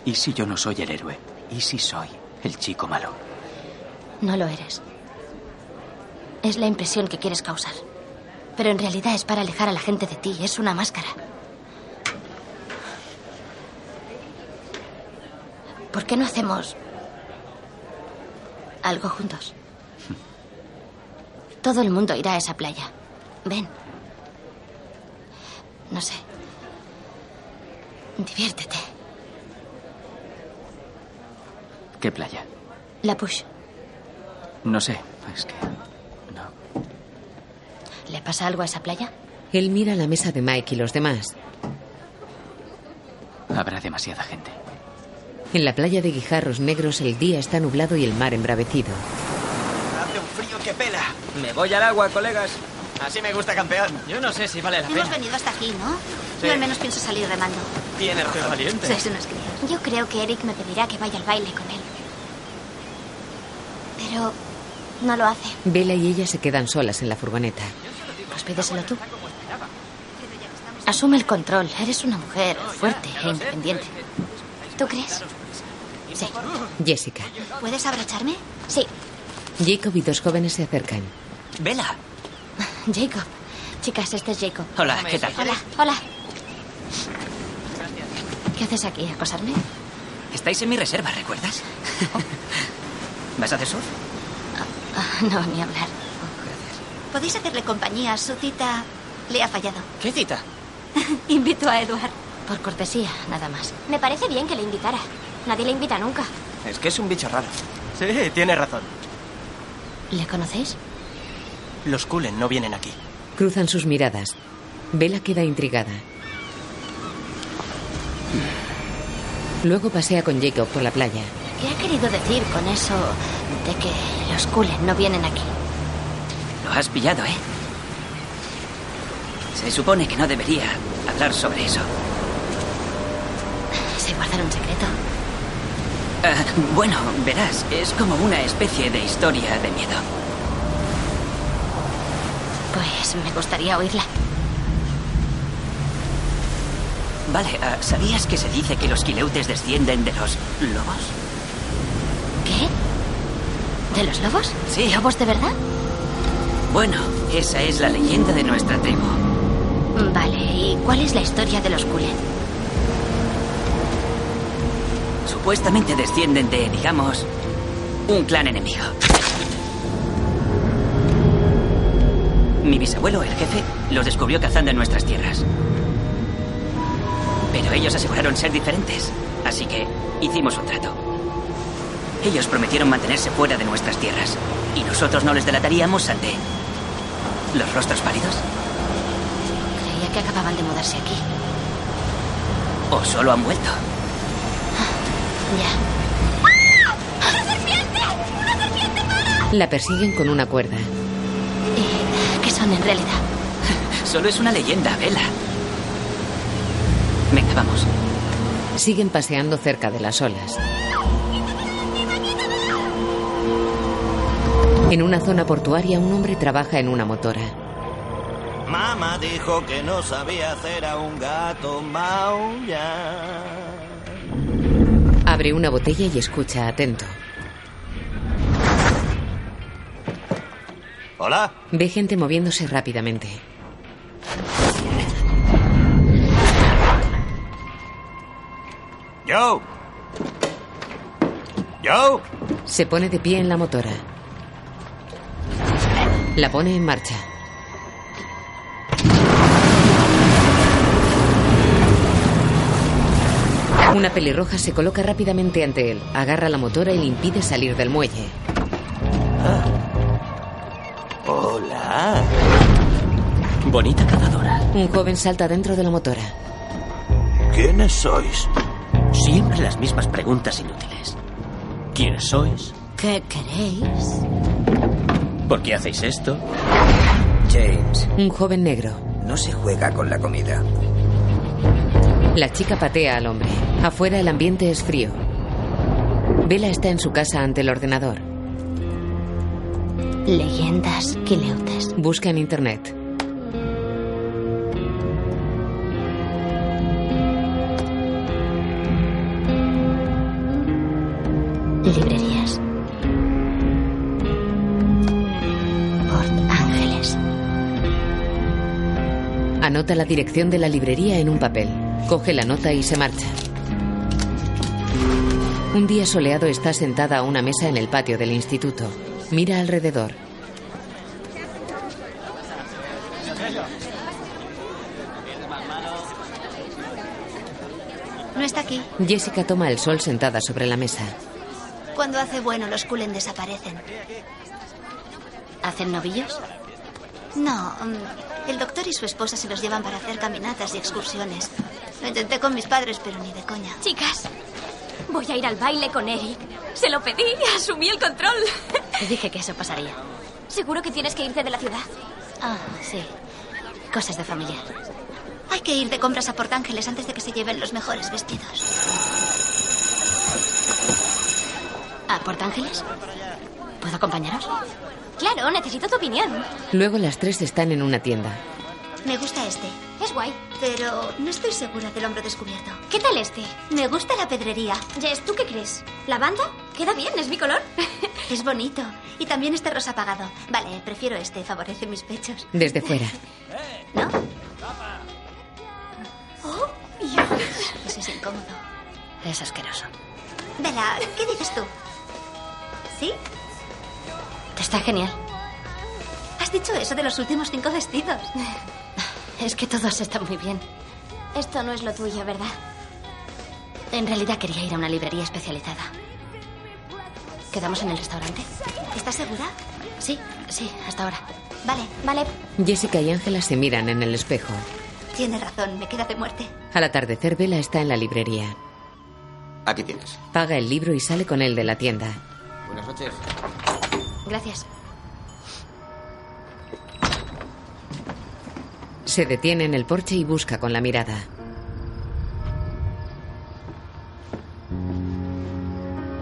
Speaker 19: ¿Y si yo no soy el héroe? ¿Y si soy el chico malo?
Speaker 3: No lo eres. Es la impresión que quieres causar. Pero en realidad es para alejar a la gente de ti, es una máscara. ¿Por qué no hacemos algo juntos? Todo el mundo irá a esa playa. Ven. No sé. Diviértete.
Speaker 19: ¿Qué playa?
Speaker 3: La push.
Speaker 19: No sé, es que...
Speaker 3: ¿Le pasa algo a esa playa?
Speaker 2: Él mira la mesa de Mike y los demás.
Speaker 19: Habrá demasiada gente.
Speaker 2: En la playa de Guijarros Negros el día está nublado y el mar embravecido.
Speaker 8: Hace un frío que pela.
Speaker 7: Me voy al agua, colegas.
Speaker 8: Así me gusta, campeón.
Speaker 7: Yo no sé si vale la
Speaker 9: Hemos
Speaker 7: pena.
Speaker 9: venido hasta aquí, ¿no?
Speaker 7: Sí.
Speaker 9: Yo al menos pienso salir remando.
Speaker 8: Tienes razón. valiente.
Speaker 9: Sois unos críos. Yo creo que Eric me pedirá que vaya al baile con él. Pero no lo hace.
Speaker 2: Vela y ella se quedan solas en la furgoneta.
Speaker 3: Pues pídeselo tú. Asume el control. Eres una mujer fuerte e independiente.
Speaker 9: ¿Tú crees?
Speaker 3: Sí.
Speaker 2: Jessica,
Speaker 9: ¿Puedes abrocharme? Sí.
Speaker 2: Jacob y dos jóvenes se acercan.
Speaker 8: Vela.
Speaker 3: Jacob. Chicas, este es Jacob.
Speaker 8: Hola, ¿qué tal?
Speaker 3: Hola, hola. ¿Qué haces aquí? ¿Acosarme?
Speaker 7: Estáis en mi reserva, ¿recuerdas? ¿Vas a hacer surf?
Speaker 9: Ah,
Speaker 3: No, ni hablar.
Speaker 9: Podéis hacerle compañía. Su cita le ha fallado.
Speaker 7: ¿Qué cita?
Speaker 9: Invito a Eduard.
Speaker 3: Por cortesía, nada más.
Speaker 9: Me parece bien que le invitara. Nadie le invita nunca.
Speaker 8: Es que es un bicho raro. Sí, tiene razón.
Speaker 3: ¿Le conocéis?
Speaker 8: Los Cullen no vienen aquí.
Speaker 2: Cruzan sus miradas. Vela queda intrigada. Luego pasea con Jacob por la playa.
Speaker 3: ¿Qué ha querido decir con eso de que los Cullen no vienen aquí?
Speaker 7: Lo has pillado, ¿eh? Se supone que no debería hablar sobre eso.
Speaker 3: Se guardan un secreto.
Speaker 7: Ah, bueno, verás, es como una especie de historia de miedo.
Speaker 3: Pues me gustaría oírla.
Speaker 7: Vale, ah, ¿sabías que se dice que los quileutes descienden de los lobos?
Speaker 3: ¿Qué? ¿De los lobos?
Speaker 7: Sí.
Speaker 3: ¿Lobos de verdad?
Speaker 7: Bueno, esa es la leyenda de nuestra tribu.
Speaker 3: Vale, ¿y cuál es la historia de los Cullen?
Speaker 7: Supuestamente descienden de, digamos, un clan enemigo. Mi bisabuelo, el jefe, los descubrió cazando en nuestras tierras. Pero ellos aseguraron ser diferentes, así que hicimos un trato. Ellos prometieron mantenerse fuera de nuestras tierras, y nosotros no les delataríamos ante los rostros pálidos,
Speaker 3: Creía que acababan de mudarse aquí.
Speaker 7: o solo han vuelto.
Speaker 3: Ya.
Speaker 2: La persiguen con una cuerda.
Speaker 3: ¿Qué son en realidad?
Speaker 7: Solo es una leyenda, Vela. Venga, vamos.
Speaker 2: Siguen paseando cerca de las olas. En una zona portuaria un hombre trabaja en una motora.
Speaker 20: Mamá dijo que no sabía hacer a un gato maullar.
Speaker 2: Abre una botella y escucha atento.
Speaker 20: Hola.
Speaker 2: Ve gente moviéndose rápidamente.
Speaker 20: Yo. Yo.
Speaker 2: Se pone de pie en la motora. La pone en marcha. Una pelirroja se coloca rápidamente ante él, agarra la motora y le impide salir del muelle.
Speaker 20: Hola.
Speaker 8: Bonita cazadora.
Speaker 2: Un joven salta dentro de la motora.
Speaker 20: ¿Quiénes sois?
Speaker 8: Siempre las mismas preguntas inútiles. ¿Quiénes sois?
Speaker 9: ¿Qué queréis?
Speaker 8: ¿Por qué hacéis esto?
Speaker 21: James,
Speaker 2: Un joven negro.
Speaker 21: no se juega con la comida.
Speaker 2: La chica patea al hombre. Afuera el ambiente es frío. Vela está en su casa ante el ordenador.
Speaker 3: Leyendas quileutes.
Speaker 2: Busca en internet.
Speaker 3: Librerías. Port Ángeles.
Speaker 2: Anota la dirección de la librería en un papel. Coge la nota y se marcha. Un día soleado está sentada a una mesa en el patio del instituto. Mira alrededor.
Speaker 9: No está aquí.
Speaker 2: Jessica toma el sol sentada sobre la mesa.
Speaker 9: Cuando hace bueno, los culen desaparecen.
Speaker 3: ¿Hacen novillos?
Speaker 9: No, mm, el doctor y su esposa se los llevan para hacer caminatas y excursiones. Lo intenté con mis padres, pero ni de coña.
Speaker 22: Chicas, voy a ir al baile con Eric. Se lo pedí, asumí el control.
Speaker 3: Dije que eso pasaría.
Speaker 22: Seguro que tienes que irte de la ciudad.
Speaker 3: Ah, sí. Cosas de familia.
Speaker 9: Hay que ir de compras a Port Ángeles antes de que se lleven los mejores vestidos.
Speaker 3: ¿A Port Ángeles? ¿Puedo acompañaros?
Speaker 22: Claro, necesito tu opinión.
Speaker 2: Luego las tres están en una tienda.
Speaker 9: Me gusta este.
Speaker 22: Es guay.
Speaker 9: Pero no estoy segura del hombro descubierto.
Speaker 22: ¿Qué tal este?
Speaker 9: Me gusta la pedrería.
Speaker 22: Jess, ¿tú qué crees? ¿La banda? Queda bien, es mi color.
Speaker 9: Es bonito. Y también este rosa apagado. Vale, prefiero este, favorece mis pechos.
Speaker 2: Desde fuera.
Speaker 9: Oh, Dios. Eso es incómodo.
Speaker 3: Es asqueroso.
Speaker 9: Bella, ¿qué dices tú? ¿Sí?
Speaker 3: Está genial.
Speaker 9: Has dicho eso de los últimos cinco vestidos.
Speaker 3: Es que todos están muy bien.
Speaker 22: Esto no es lo tuyo, ¿verdad?
Speaker 3: En realidad quería ir a una librería especializada. ¿Quedamos en el restaurante?
Speaker 9: ¿Estás segura?
Speaker 3: Sí, sí, hasta ahora.
Speaker 9: Vale, vale.
Speaker 2: Jessica y Ángela se miran en el espejo.
Speaker 9: Tienes razón, me queda de muerte.
Speaker 2: Al atardecer, Vela está en la librería.
Speaker 23: Aquí tienes.
Speaker 2: Paga el libro y sale con él de la tienda.
Speaker 23: Buenas noches.
Speaker 3: Gracias.
Speaker 2: Se detiene en el porche y busca con la mirada.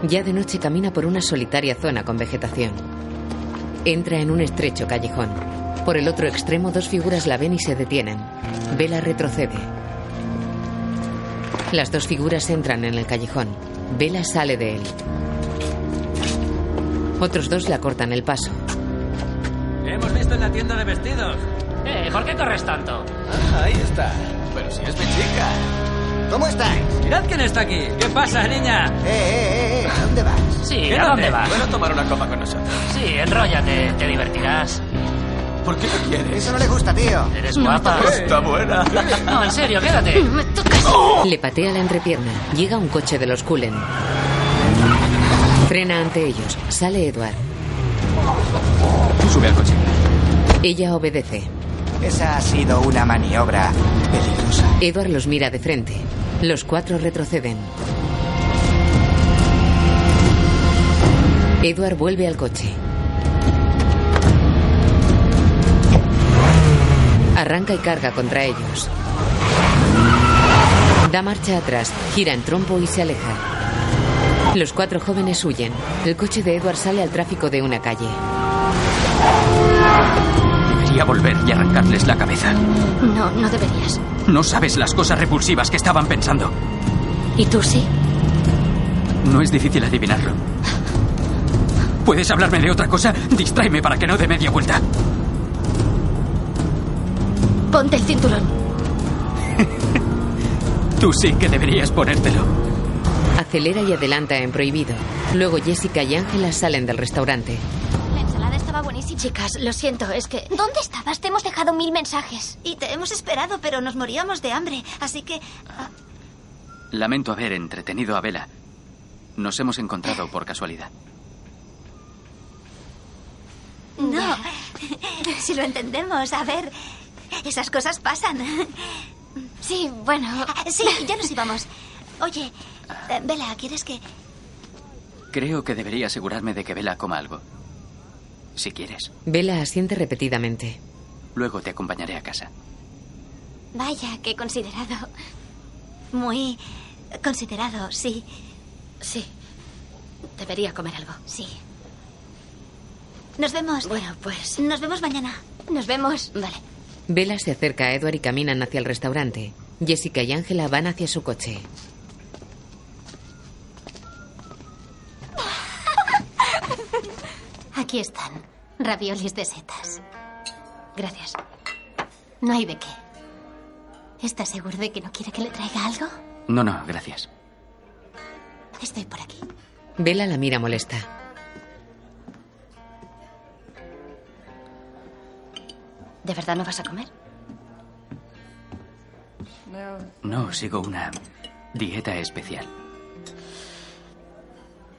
Speaker 2: Ya de noche camina por una solitaria zona con vegetación. Entra en un estrecho callejón. Por el otro extremo, dos figuras la ven y se detienen. Vela retrocede. Las dos figuras entran en el callejón. Vela sale de él. Otros dos la cortan el paso.
Speaker 24: Hemos visto en la tienda de vestidos. Eh, ¿por qué corres tanto? ahí está. Pero si es mi chica.
Speaker 21: ¿Cómo estáis?
Speaker 24: Mirad quién está aquí. ¿Qué pasa, niña?
Speaker 21: Eh, eh, eh, ¿a dónde vas?
Speaker 24: Sí, ¿a dónde vas?
Speaker 19: ¿Puedo tomar una copa con nosotros?
Speaker 24: Sí, enróllate, te divertirás.
Speaker 19: ¿Por qué no quieres?
Speaker 21: Eso no le gusta, tío.
Speaker 24: Eres guapa.
Speaker 19: Está buena.
Speaker 24: No, en serio, quédate.
Speaker 2: Le patea la entrepierna. Llega un coche de los Cullen. Frena ante ellos. Sale Edward.
Speaker 19: Sube al coche.
Speaker 2: Ella obedece.
Speaker 21: Esa ha sido una maniobra peligrosa.
Speaker 2: Edward los mira de frente. Los cuatro retroceden. Edward vuelve al coche. Arranca y carga contra ellos. Da marcha atrás, gira en trompo y se aleja. Los cuatro jóvenes huyen. El coche de Edward sale al tráfico de una calle.
Speaker 19: Debería volver y arrancarles la cabeza.
Speaker 3: No, no deberías.
Speaker 19: No sabes las cosas repulsivas que estaban pensando.
Speaker 3: ¿Y tú sí?
Speaker 19: No es difícil adivinarlo. ¿Puedes hablarme de otra cosa? Distráeme para que no dé media vuelta.
Speaker 3: Ponte el cinturón.
Speaker 19: Tú sí que deberías ponértelo.
Speaker 2: Acelera y adelanta en prohibido. Luego Jessica y Ángela salen del restaurante.
Speaker 22: La ensalada estaba buenísima.
Speaker 3: Chicas, lo siento, es que...
Speaker 22: ¿Dónde estabas? Te hemos dejado mil mensajes.
Speaker 9: Y te hemos esperado, pero nos moríamos de hambre. Así que... ah,
Speaker 11: Lamento haber entretenido a Vela. Nos hemos encontrado por casualidad.
Speaker 9: no. si lo entendemos, a ver. Esas cosas pasan.
Speaker 22: Sí, bueno.
Speaker 9: Sí, ya nos íbamos. Oye, eh, Bella, ¿quieres que...?
Speaker 11: Creo que debería asegurarme de que Vela coma algo. Si quieres.
Speaker 2: Vela asiente repetidamente.
Speaker 11: Luego te acompañaré a casa.
Speaker 22: Vaya, qué considerado.
Speaker 9: Muy considerado, sí.
Speaker 3: Sí. Debería comer algo.
Speaker 22: Sí.
Speaker 9: Nos vemos.
Speaker 3: Bueno, pues...
Speaker 9: Nos vemos mañana.
Speaker 22: Nos vemos.
Speaker 3: Vale.
Speaker 2: Vela se acerca a Edward y caminan hacia el restaurante. Jessica y Ángela van hacia su coche.
Speaker 3: Aquí están. Raviolis de setas. Gracias. No hay de qué. ¿Está seguro de que no quiere que le traiga algo?
Speaker 11: No, no, gracias.
Speaker 3: Estoy por aquí.
Speaker 2: Vela la mira molesta.
Speaker 3: ¿De verdad no vas a comer?
Speaker 11: No, sigo una dieta especial.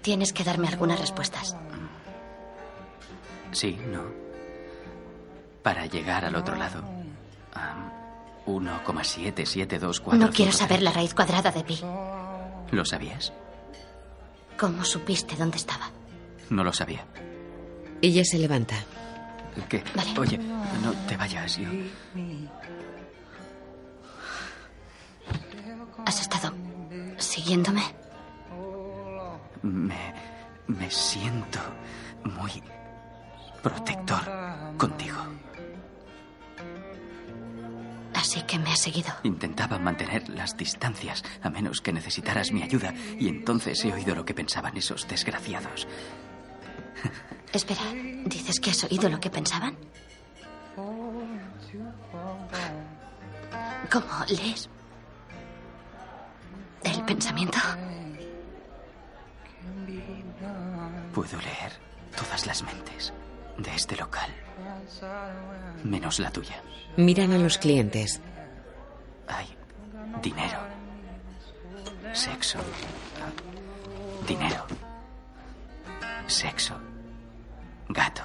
Speaker 3: Tienes que darme algunas respuestas.
Speaker 11: Sí, no. Para llegar al otro lado. Am, 1,7724.
Speaker 3: no quiero saber la raíz cuadrada de pi.
Speaker 11: ¿Lo sabías?
Speaker 3: ¿Cómo supiste dónde estaba?
Speaker 11: No lo sabía.
Speaker 2: Ella se levanta.
Speaker 11: ¿Qué?
Speaker 3: Vale.
Speaker 11: Oye, no te vayas. yo-
Speaker 3: ¿Has estado siguiéndome?
Speaker 11: Me, me siento muy protector contigo.
Speaker 3: Así que me has seguido.
Speaker 11: Intentaba mantener las distancias a menos que necesitaras mi ayuda y entonces he oído lo que pensaban esos desgraciados.
Speaker 3: Espera, ¿dices que has oído lo que pensaban? ¿Cómo lees? ¿El pensamiento?
Speaker 11: Puedo leer todas las mentes de este local, menos la tuya.
Speaker 2: Miran a los clientes.
Speaker 11: Dinero. Sexo. Dinero. Sexo. Gato.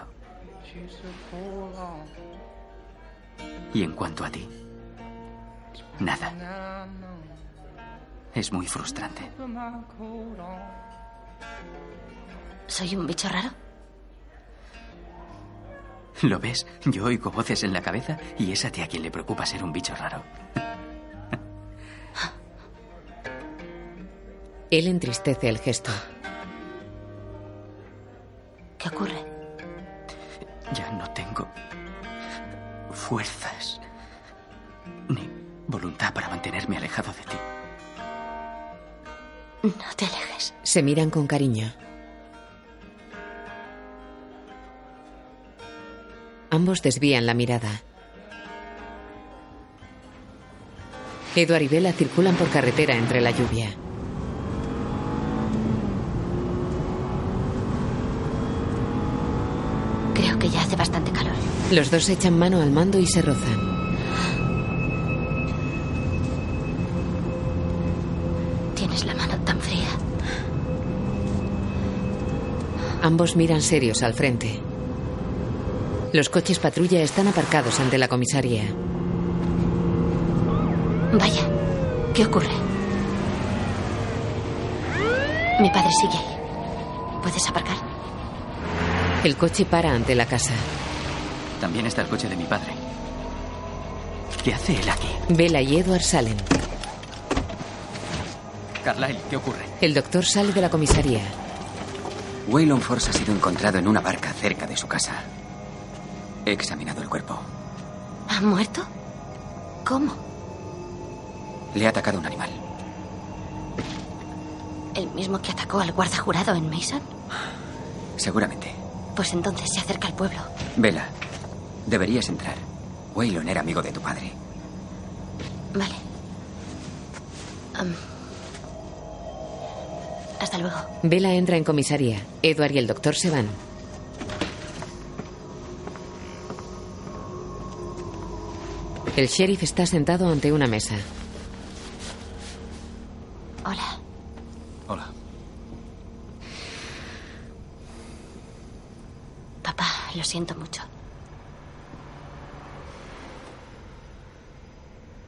Speaker 11: Y en cuanto a ti, nada. Es muy frustrante.
Speaker 3: ¿Soy un bicho raro?
Speaker 11: ¿Lo ves? Yo oigo voces en la cabeza y es a ti a quien le preocupa ser un bicho raro.
Speaker 2: Él entristece el gesto.
Speaker 3: ¿Qué ocurre?
Speaker 11: Ya no tengo fuerzas ni voluntad para mantenerme alejado de ti.
Speaker 3: No te alejes.
Speaker 2: Se miran con cariño. Ambos desvían la mirada. Eduard y Vela circulan por carretera entre la lluvia.
Speaker 3: Creo que ya hace bastante calor.
Speaker 2: Los dos echan mano al mando y se rozan.
Speaker 3: Tienes la mano tan fría.
Speaker 2: Ambos miran serios al frente. Los coches patrulla están aparcados ante la comisaría.
Speaker 3: Vaya, ¿qué ocurre? Mi padre sigue ahí. ¿Puedes aparcar?
Speaker 2: El coche para ante la casa.
Speaker 11: También está el coche de mi padre. ¿Qué hace él aquí?
Speaker 2: Vela y Edward salen.
Speaker 11: Carlyle, ¿qué ocurre?
Speaker 2: El doctor sale de la comisaría.
Speaker 11: Waylon Force ha sido encontrado en una barca cerca de su casa. He examinado el cuerpo.
Speaker 3: ¿Ha muerto? ¿Cómo?
Speaker 11: Le ha atacado un animal.
Speaker 3: ¿El mismo que atacó al guarda jurado en Mason?
Speaker 11: Seguramente.
Speaker 3: Pues entonces se acerca al pueblo.
Speaker 11: Vela, deberías entrar. Waylon era amigo de tu padre.
Speaker 3: Vale. Am. Hasta luego.
Speaker 2: Vela entra en comisaría. Edward y el doctor se van. El sheriff está sentado ante una mesa.
Speaker 3: Hola.
Speaker 5: Hola.
Speaker 3: Papá, lo siento mucho.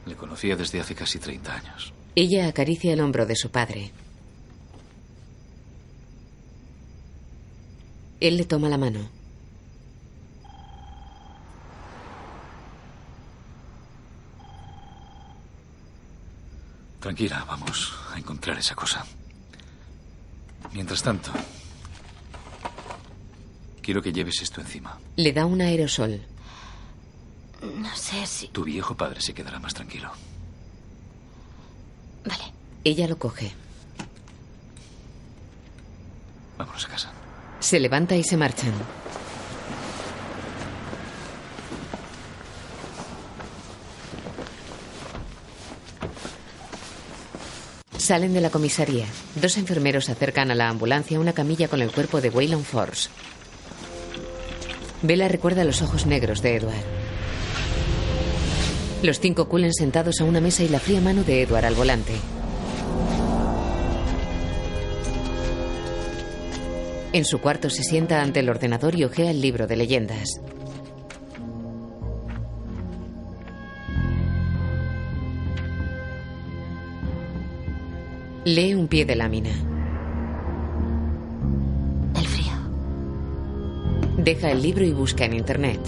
Speaker 5: Le conocía desde hace casi 30 años.
Speaker 2: Ella acaricia el hombro de su padre. Él le toma la mano.
Speaker 5: Tranquila, vamos a encontrar esa cosa. Mientras tanto, quiero que lleves esto encima.
Speaker 2: Le da un aerosol.
Speaker 3: No sé si...
Speaker 5: Tu viejo padre se quedará más tranquilo.
Speaker 2: Ella lo coge.
Speaker 5: Vámonos a casa.
Speaker 2: Se levanta y se marchan. Salen de la comisaría. Dos enfermeros acercan a la ambulancia una camilla con el cuerpo de Waylon Force. Bella recuerda los ojos negros de Edward. Los cinco culen sentados a una mesa y la fría mano de Edward al volante. En su cuarto se sienta ante el ordenador y ojea el libro de leyendas. Lee un pie de lámina.
Speaker 3: El frío.
Speaker 2: Deja el libro y busca en internet.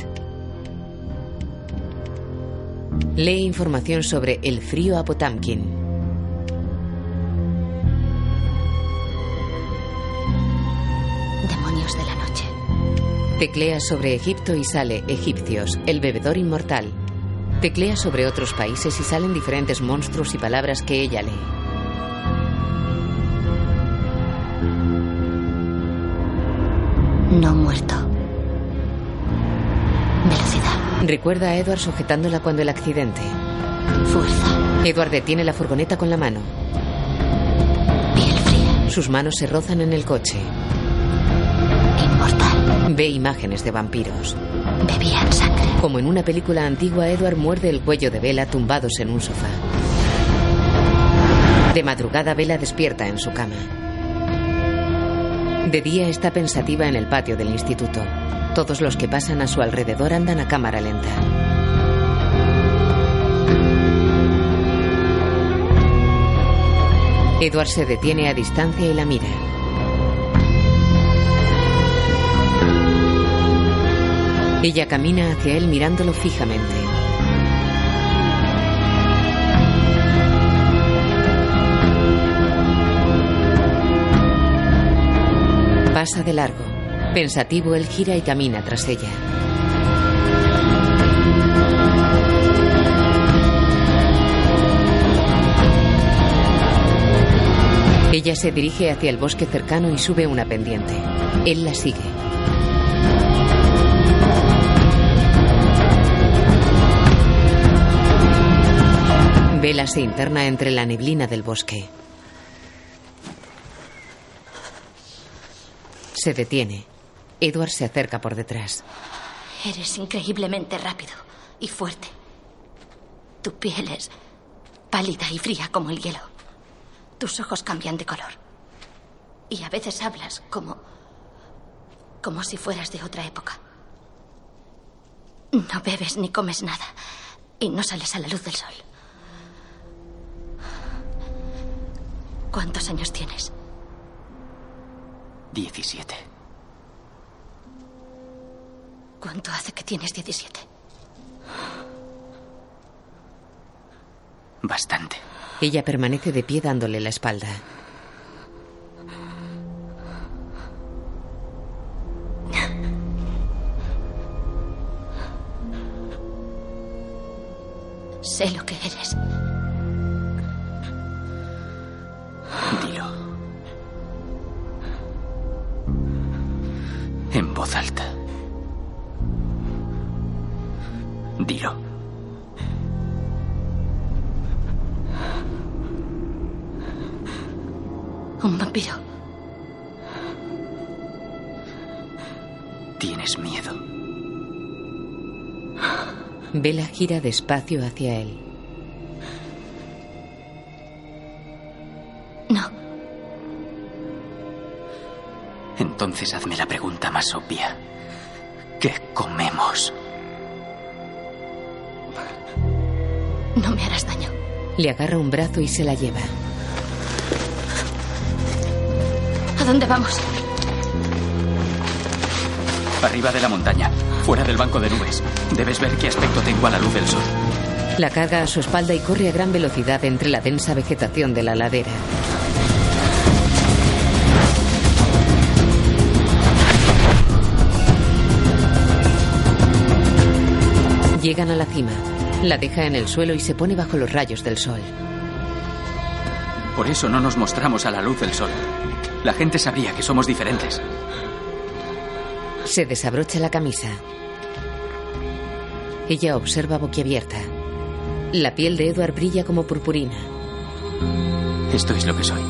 Speaker 2: Lee información sobre el frío a Potamkin.
Speaker 3: Demonios de la noche.
Speaker 2: Teclea sobre Egipto y sale Egipcios, el bebedor inmortal. Teclea sobre otros países y salen diferentes monstruos y palabras que ella lee.
Speaker 3: No muerto. Velocidad.
Speaker 2: Recuerda a Edward sujetándola cuando el accidente. Fuerza. Edward detiene la furgoneta con la mano. Piel fría. Sus manos se rozan en el coche. Inmortal. Ve imágenes de vampiros. Bebían sangre. Como en una película antigua, Edward muerde el cuello de Vela tumbados en un sofá. De madrugada, Vela despierta en su cama. De día está pensativa en el patio del instituto. Todos los que pasan a su alrededor andan a cámara lenta. Edward se detiene a distancia y la mira. Ella camina hacia él mirándolo fijamente. Pasa de largo. Pensativo, él gira y camina tras ella. Ella se dirige hacia el bosque cercano y sube una pendiente. Él la sigue. Vela se interna entre la neblina del bosque. Se detiene. Edward se acerca por detrás.
Speaker 3: Eres increíblemente rápido y fuerte. Tu piel es pálida y fría como el hielo. Tus ojos cambian de color. Y a veces hablas como. como si fueras de otra época. No bebes ni comes nada. Y no sales a la luz del sol. ¿Cuántos años tienes?
Speaker 11: 17.
Speaker 3: ¿Cuánto hace que tienes 17?
Speaker 11: Bastante.
Speaker 2: Ella permanece de pie dándole la espalda.
Speaker 3: Sé lo que eres.
Speaker 11: Dilo. En voz alta. Dilo.
Speaker 3: Un vampiro.
Speaker 11: Tienes miedo.
Speaker 2: Vela gira despacio hacia él.
Speaker 11: Entonces hazme la pregunta más obvia. ¿Qué comemos?
Speaker 3: No me harás daño.
Speaker 2: Le agarra un brazo y se la lleva.
Speaker 3: ¿A dónde vamos?
Speaker 11: Arriba de la montaña, fuera del banco de nubes. Debes ver qué aspecto tengo a la luz del sol.
Speaker 2: La carga a su espalda y corre a gran velocidad entre la densa vegetación de la ladera. Llegan a la cima. La deja en el suelo y se pone bajo los rayos del sol.
Speaker 11: Por eso no nos mostramos a la luz del sol. La gente sabría que somos diferentes.
Speaker 2: Se desabrocha la camisa. Ella observa boquiabierta. La piel de Edward brilla como purpurina.
Speaker 25: Esto es lo que soy.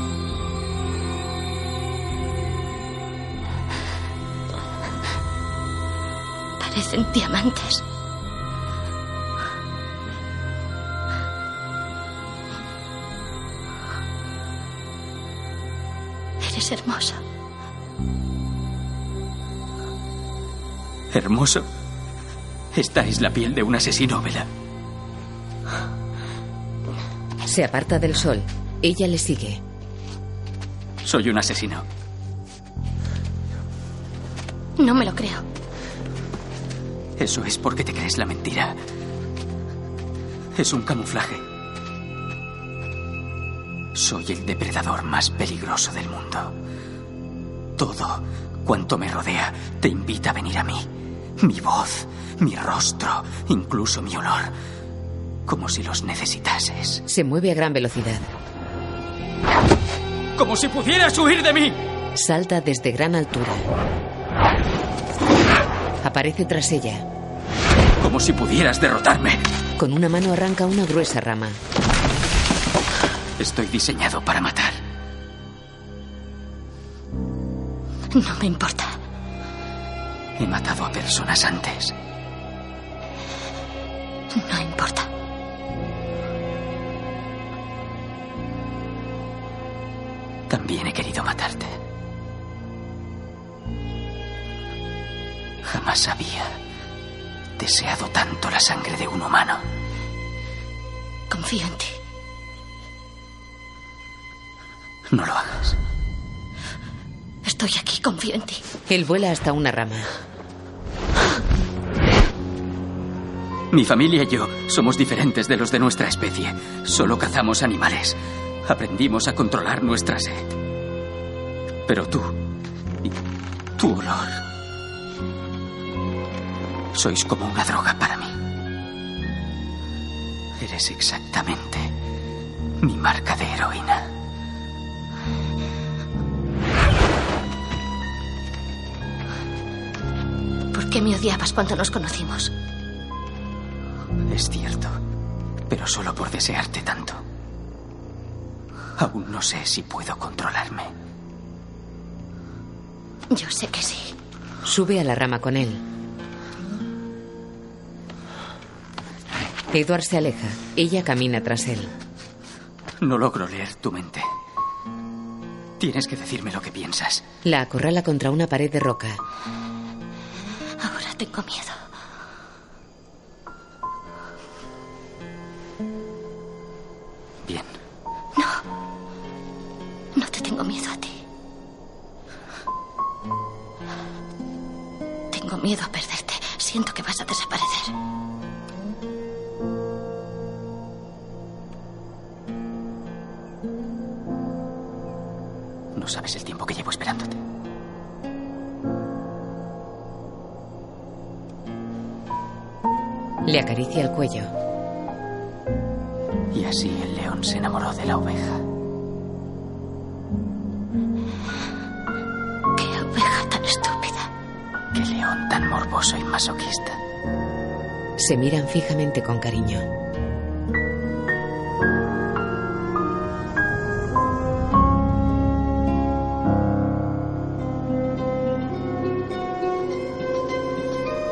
Speaker 3: Parecen diamantes. Eres hermosa.
Speaker 11: Hermoso. Esta es la piel de un asesino a vela.
Speaker 2: Se aparta del sol. Ella le sigue.
Speaker 11: Soy un asesino.
Speaker 3: No me lo creo.
Speaker 11: Eso es porque te crees la mentira. Es un camuflaje. Soy el depredador más peligroso del mundo. Todo cuanto me rodea te invita a venir a mí. Mi voz, mi rostro, incluso mi olor. Como si los necesitases.
Speaker 2: Se mueve a gran velocidad.
Speaker 11: Como si pudieras huir de mí.
Speaker 2: Salta desde gran altura. Aparece tras ella.
Speaker 11: Como si pudieras derrotarme.
Speaker 2: Con una mano arranca una gruesa rama.
Speaker 11: Estoy diseñado para matar.
Speaker 3: No me importa.
Speaker 11: He matado a personas antes.
Speaker 3: No importa.
Speaker 11: También he querido matarte. Jamás había deseado tanto la sangre de un humano.
Speaker 3: Confío en ti.
Speaker 11: No lo hagas.
Speaker 3: Estoy aquí, confío en ti.
Speaker 2: Él vuela hasta una rama.
Speaker 11: Mi familia y yo somos diferentes de los de nuestra especie. Solo cazamos animales. Aprendimos a controlar nuestra sed. Pero tú... y Tu olor... Sois como una droga para mí. Eres exactamente mi marca de heroína.
Speaker 3: ¿Por qué me odiabas cuando nos conocimos?
Speaker 11: Es cierto, pero solo por desearte tanto. Aún no sé si puedo controlarme.
Speaker 3: Yo sé que sí.
Speaker 2: Sube a la rama con él. Edward se aleja. Ella camina tras él.
Speaker 11: No logro leer tu mente. Tienes que decirme lo que piensas.
Speaker 2: La acorrala contra una pared de roca.
Speaker 3: Ahora tengo miedo.
Speaker 11: Bien.
Speaker 3: No. No te tengo miedo a ti. Tengo miedo a perderte. Siento que vas a desaparecer.
Speaker 11: No sabes el tiempo que llevo esperándote.
Speaker 2: Le acaricia el cuello.
Speaker 11: Y así el león se enamoró de la oveja.
Speaker 3: Qué oveja tan estúpida.
Speaker 11: Qué león tan morboso y masoquista.
Speaker 2: Se miran fijamente con cariño.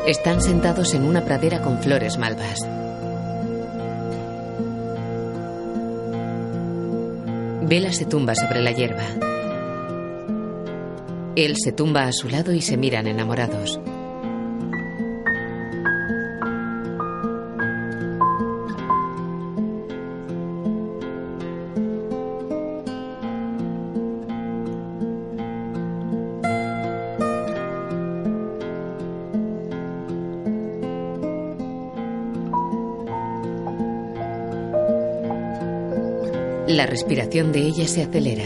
Speaker 2: Están sentados en una pradera con flores malvas. Vela se tumba sobre la hierba. Él se tumba a su lado y se miran enamorados. La respiración de ella se acelera.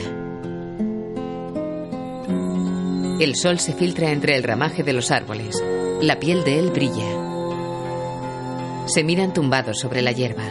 Speaker 2: El sol se filtra entre el ramaje de los árboles. La piel de él brilla. Se miran tumbados sobre la hierba.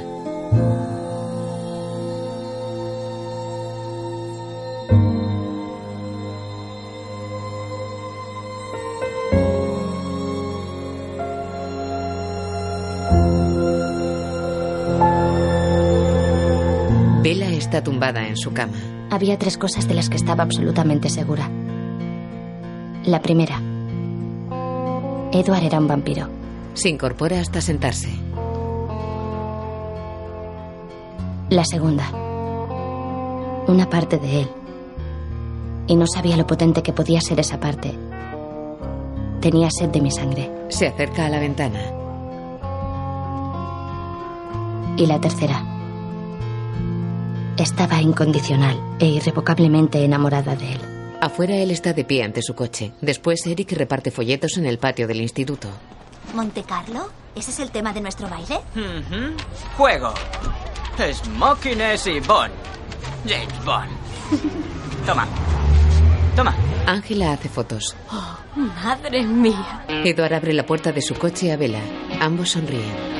Speaker 2: está tumbada en su cama.
Speaker 3: Había tres cosas de las que estaba absolutamente segura. La primera. Edward era un vampiro.
Speaker 2: Se incorpora hasta sentarse.
Speaker 3: La segunda. Una parte de él. Y no sabía lo potente que podía ser esa parte. Tenía sed de mi sangre.
Speaker 2: Se acerca a la ventana.
Speaker 3: Y la tercera. Estaba incondicional e irrevocablemente enamorada de él.
Speaker 2: Afuera él está de pie ante su coche. Después Eric reparte folletos en el patio del instituto.
Speaker 26: ¿Monte Carlo? ¿Ese es el tema de nuestro baile?
Speaker 27: Ujú. Juego. Smokines y Bond. James Bond. Toma. Toma.
Speaker 2: Ángela hace fotos.
Speaker 28: Oh, Madre mía.
Speaker 2: Edward abre la puerta de su coche a Vela. Ambos sonríen.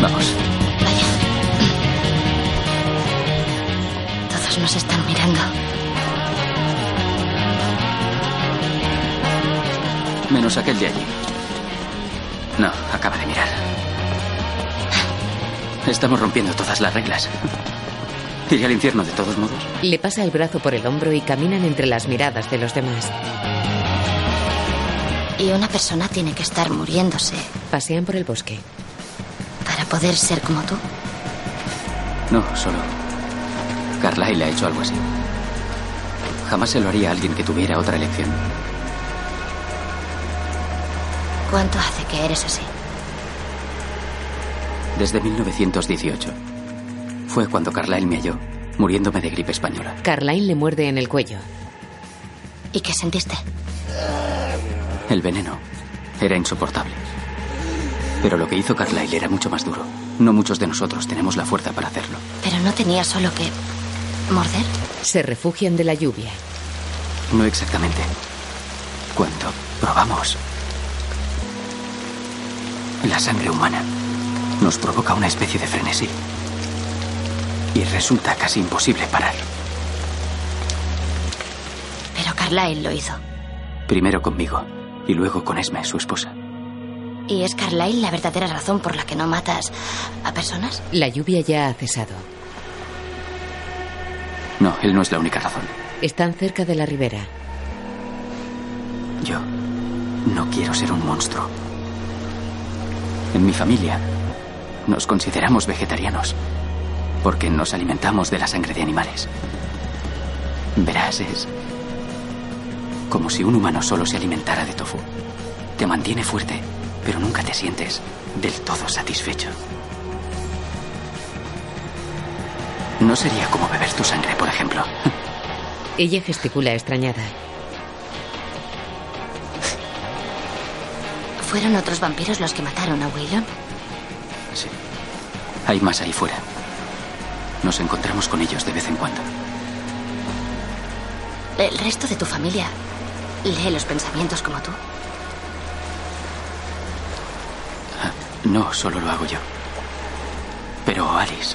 Speaker 11: Vamos.
Speaker 3: Todos nos están mirando.
Speaker 11: Menos aquel de allí. No, acaba de mirar. Estamos rompiendo todas las reglas. Iré al infierno de todos modos.
Speaker 2: Le pasa el brazo por el hombro y caminan entre las miradas de los demás.
Speaker 3: Y una persona tiene que estar muriéndose
Speaker 2: Pasean por el bosque.
Speaker 3: para poder ser como tú.
Speaker 11: No, solo. Carlyle ha hecho algo así. Jamás se lo haría a alguien que tuviera otra elección.
Speaker 3: ¿Cuánto hace que eres así?
Speaker 11: Desde 1918. Fue cuando Carlyle me halló, muriéndome de gripe española.
Speaker 2: Carline le muerde en el cuello.
Speaker 3: ¿Y qué sentiste?
Speaker 11: El veneno era insoportable. Pero lo que hizo Carlyle era mucho más duro. No muchos de nosotros tenemos la fuerza para hacerlo.
Speaker 3: Pero no tenía solo que morder.
Speaker 2: Se refugian de la lluvia.
Speaker 11: No exactamente. Cuando probamos la sangre humana, nos provoca una especie de frenesí. Y resulta casi imposible parar.
Speaker 3: Pero Carlyle lo hizo.
Speaker 11: Primero conmigo y luego con Esme, su esposa.
Speaker 3: ¿Y es Carlyle la verdadera razón por la que no matas a personas?
Speaker 2: La lluvia ya ha cesado.
Speaker 11: No, él no es la única razón.
Speaker 2: Están cerca de la ribera.
Speaker 11: Yo no quiero ser un monstruo. En mi familia nos consideramos vegetarianos porque nos alimentamos de la sangre de animales. Verás, es como si un humano solo se alimentara de tofu. Te mantiene fuerte, pero nunca te sientes del todo satisfecho. No sería como beber tu sangre, por ejemplo.
Speaker 2: Ella gesticula extrañada.
Speaker 3: ¿Fueron otros vampiros los que mataron a Waylon?
Speaker 11: Sí. Hay más ahí fuera. Nos encontramos con ellos de vez en cuando.
Speaker 3: El resto de tu familia lee los pensamientos como tú.
Speaker 11: No, solo lo hago yo. Pero Alice,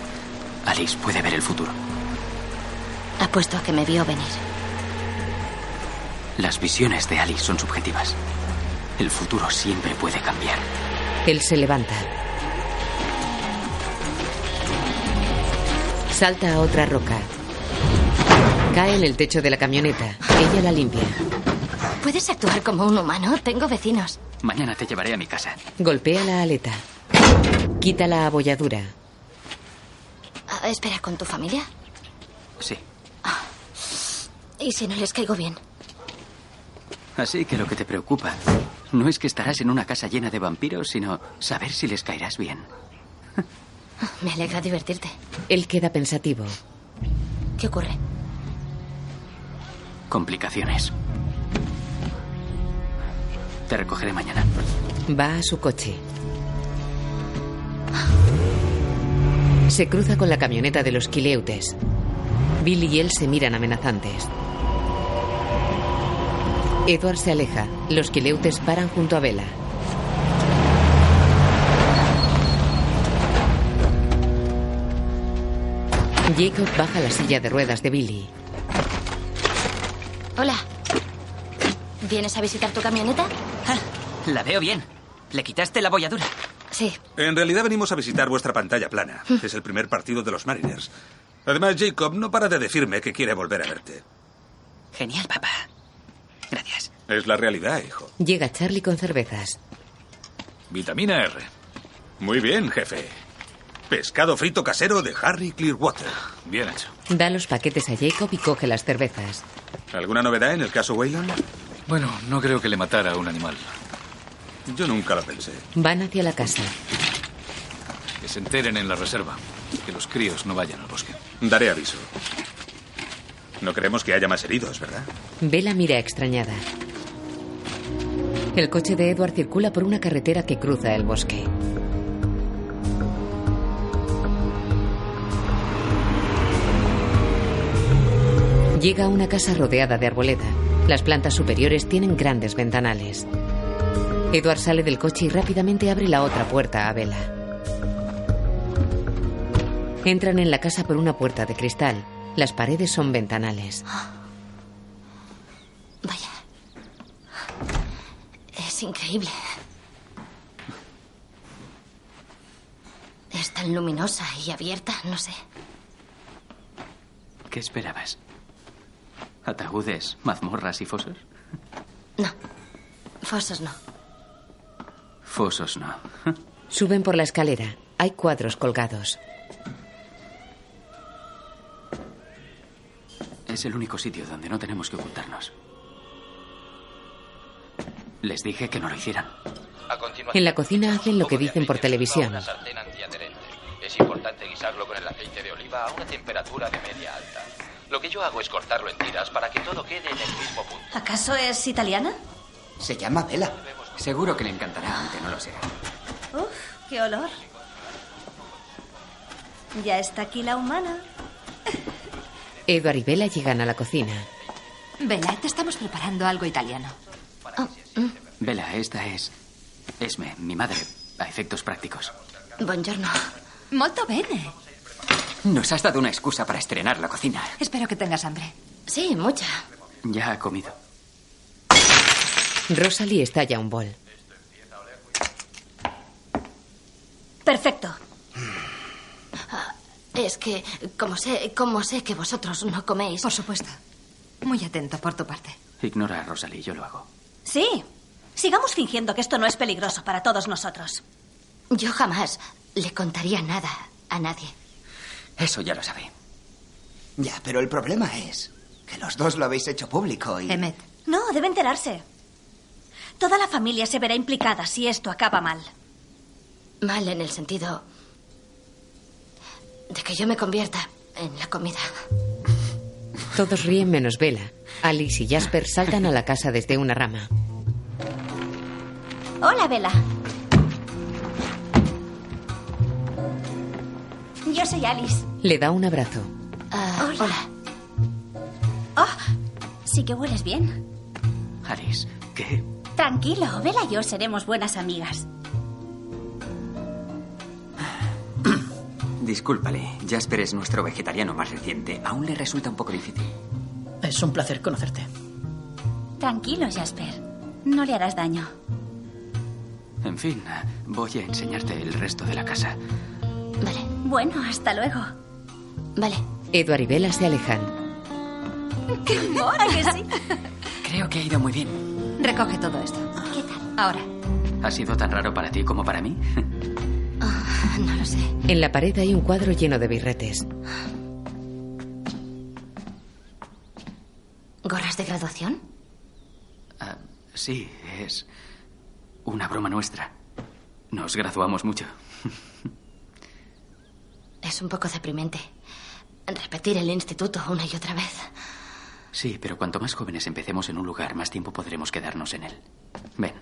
Speaker 11: Alice puede ver el futuro.
Speaker 3: Apuesto a que me vio venir.
Speaker 11: Las visiones de Alice son subjetivas. El futuro siempre puede cambiar.
Speaker 2: Él se levanta. Salta a otra roca. Cae en el techo de la camioneta. Ella la limpia.
Speaker 3: ¿Puedes actuar como un humano? Tengo vecinos.
Speaker 11: Mañana te llevaré a mi casa.
Speaker 2: Golpea la aleta. Quita la abolladura.
Speaker 3: Ah, espera, ¿con tu familia? Ah.
Speaker 11: Sí.
Speaker 3: ¿Y si no les caigo bien?
Speaker 11: Así que lo que te preocupa no es que estarás en una casa llena de vampiros, sino saber si les caerás bien.
Speaker 3: Ah, Me alegra divertirte.
Speaker 2: Él queda pensativo.
Speaker 3: ¿Qué ocurre?
Speaker 11: Complicaciones. Te recogeré mañana.
Speaker 2: Va a su coche. Se cruza con la camioneta de los Quileutes. Bill y él se miran amenazantes. Edward se aleja. Los Quileutes paran junto a Vela. Jacob baja la silla de ruedas de Billy.
Speaker 3: Hola. ¿Vienes a visitar tu camioneta?
Speaker 29: La veo bien. Le quitaste la bolladura.
Speaker 3: Sí.
Speaker 6: En realidad venimos a visitar vuestra pantalla plana. Es el primer partido de los Mariners. Además, Jacob no para de decirme que quiere volver a verte.
Speaker 2: Genial, papá.
Speaker 6: Es la realidad, hijo.
Speaker 2: Llega Charlie con cervezas.
Speaker 6: Vitamina R. Muy bien, jefe. Pescado frito casero de Harry Clearwater. Bien hecho.
Speaker 2: Da los paquetes a Jacob y coge las cervezas.
Speaker 6: ¿Alguna novedad en el caso Wayland?
Speaker 5: Bueno, no creo que le matara a un animal.
Speaker 6: Yo nunca lo pensé.
Speaker 2: Van hacia la casa.
Speaker 5: Que se enteren en la reserva. Que los críos no vayan al bosque.
Speaker 6: Daré aviso. No queremos que haya más heridos, ¿verdad?
Speaker 2: Bella mira extrañada. El coche de Edward circula por una carretera que cruza el bosque. Llega a una casa rodeada de arboleda. Las plantas superiores tienen grandes ventanales. Edward sale del coche y rápidamente abre la otra puerta a Bella. Entran en la casa por una puerta de cristal. Las paredes son ventanales.
Speaker 3: Es increíble. Es tan luminosa y abierta, no sé.
Speaker 11: ¿Qué esperabas? ¿Ataúdes, mazmorras y fosos?
Speaker 3: Fosos no.
Speaker 11: Fosos no.
Speaker 2: Suben por la escalera. Hay cuadros colgados.
Speaker 11: Es el único sitio donde no tenemos que ocultarnos. Les dije que no lo hicieran.
Speaker 2: En la cocina hacen lo que dicen por televisión.
Speaker 30: Una sartén antiadherente. Es importante guisarlo con el aceite de oliva a una temperatura de media alta. Lo que yo hago es cortarlo en tiras para que todo quede en el mismo punto.
Speaker 9: ¿Acaso es italiana?
Speaker 11: Se llama Vela. Seguro que le encantará, aunque no lo sea.
Speaker 9: Uf, qué olor. Ya está aquí la humana.
Speaker 2: Edward y Bella llegan a la cocina.
Speaker 12: Venga, te estamos preparando algo italiano.
Speaker 11: Vela, esta es. Esme, mi madre, a efectos prácticos.
Speaker 3: Buongiorno.
Speaker 12: Molto bene.
Speaker 11: Nos has dado una excusa para estrenar la cocina.
Speaker 12: Espero que tengas hambre.
Speaker 3: Sí, mucha.
Speaker 11: Ya ha comido.
Speaker 2: Rosalie estalla un bol.
Speaker 3: Perfecto.
Speaker 31: Ah,
Speaker 3: Es que, como sé, como sé que vosotros no coméis. Por
Speaker 12: supuesto. Muy atento por tu parte.
Speaker 11: Ignora a Rosalie, yo lo hago.
Speaker 31: Sí. Sigamos fingiendo que esto no es peligroso para todos nosotros.
Speaker 3: Yo jamás le contaría nada a nadie.
Speaker 11: Eso ya lo sabe.
Speaker 21: Ya, pero el problema es que los dos lo habéis hecho público y...
Speaker 12: Emmet.
Speaker 31: No, debe enterarse. Toda la familia se verá implicada si esto acaba mal.
Speaker 3: Mal en el sentido de que yo me convierta en la comida.
Speaker 2: Todos ríen menos Bella. Alice y Jasper saltan a la casa desde una rama.
Speaker 31: Hola, Vela. Yo soy Alice.
Speaker 2: Le da un abrazo.
Speaker 31: hola. Oh, sí que hueles bien.
Speaker 11: Alice, ¿qué?
Speaker 31: Tranquilo, Vela y yo seremos buenas amigas.
Speaker 11: Discúlpale, Jasper es nuestro vegetariano más reciente. Aún le resulta un poco difícil.
Speaker 32: Es un placer conocerte.
Speaker 31: Tranquilo, Jasper. No le harás daño.
Speaker 11: En fin, voy a enseñarte el resto de la casa.
Speaker 31: Bueno, hasta luego.
Speaker 3: Vale.
Speaker 2: Edward y Bella se alejan.
Speaker 12: ¡Qué mona que sí!
Speaker 11: Creo que ha ido muy bien.
Speaker 12: Recoge todo esto. ¿Qué tal? Ahora.
Speaker 11: ¿Ha sido tan raro para ti como para mí?
Speaker 3: Ah, No lo sé.
Speaker 2: En la pared hay un cuadro lleno de birretes.
Speaker 3: ¿Gorras de graduación?
Speaker 11: Ah, sí, es una broma nuestra. Nos graduamos mucho.
Speaker 3: Es un poco deprimente. Repetir el instituto una y otra vez.
Speaker 11: Sí, pero cuanto más jóvenes empecemos en un lugar, más tiempo podremos quedarnos en él. Ven,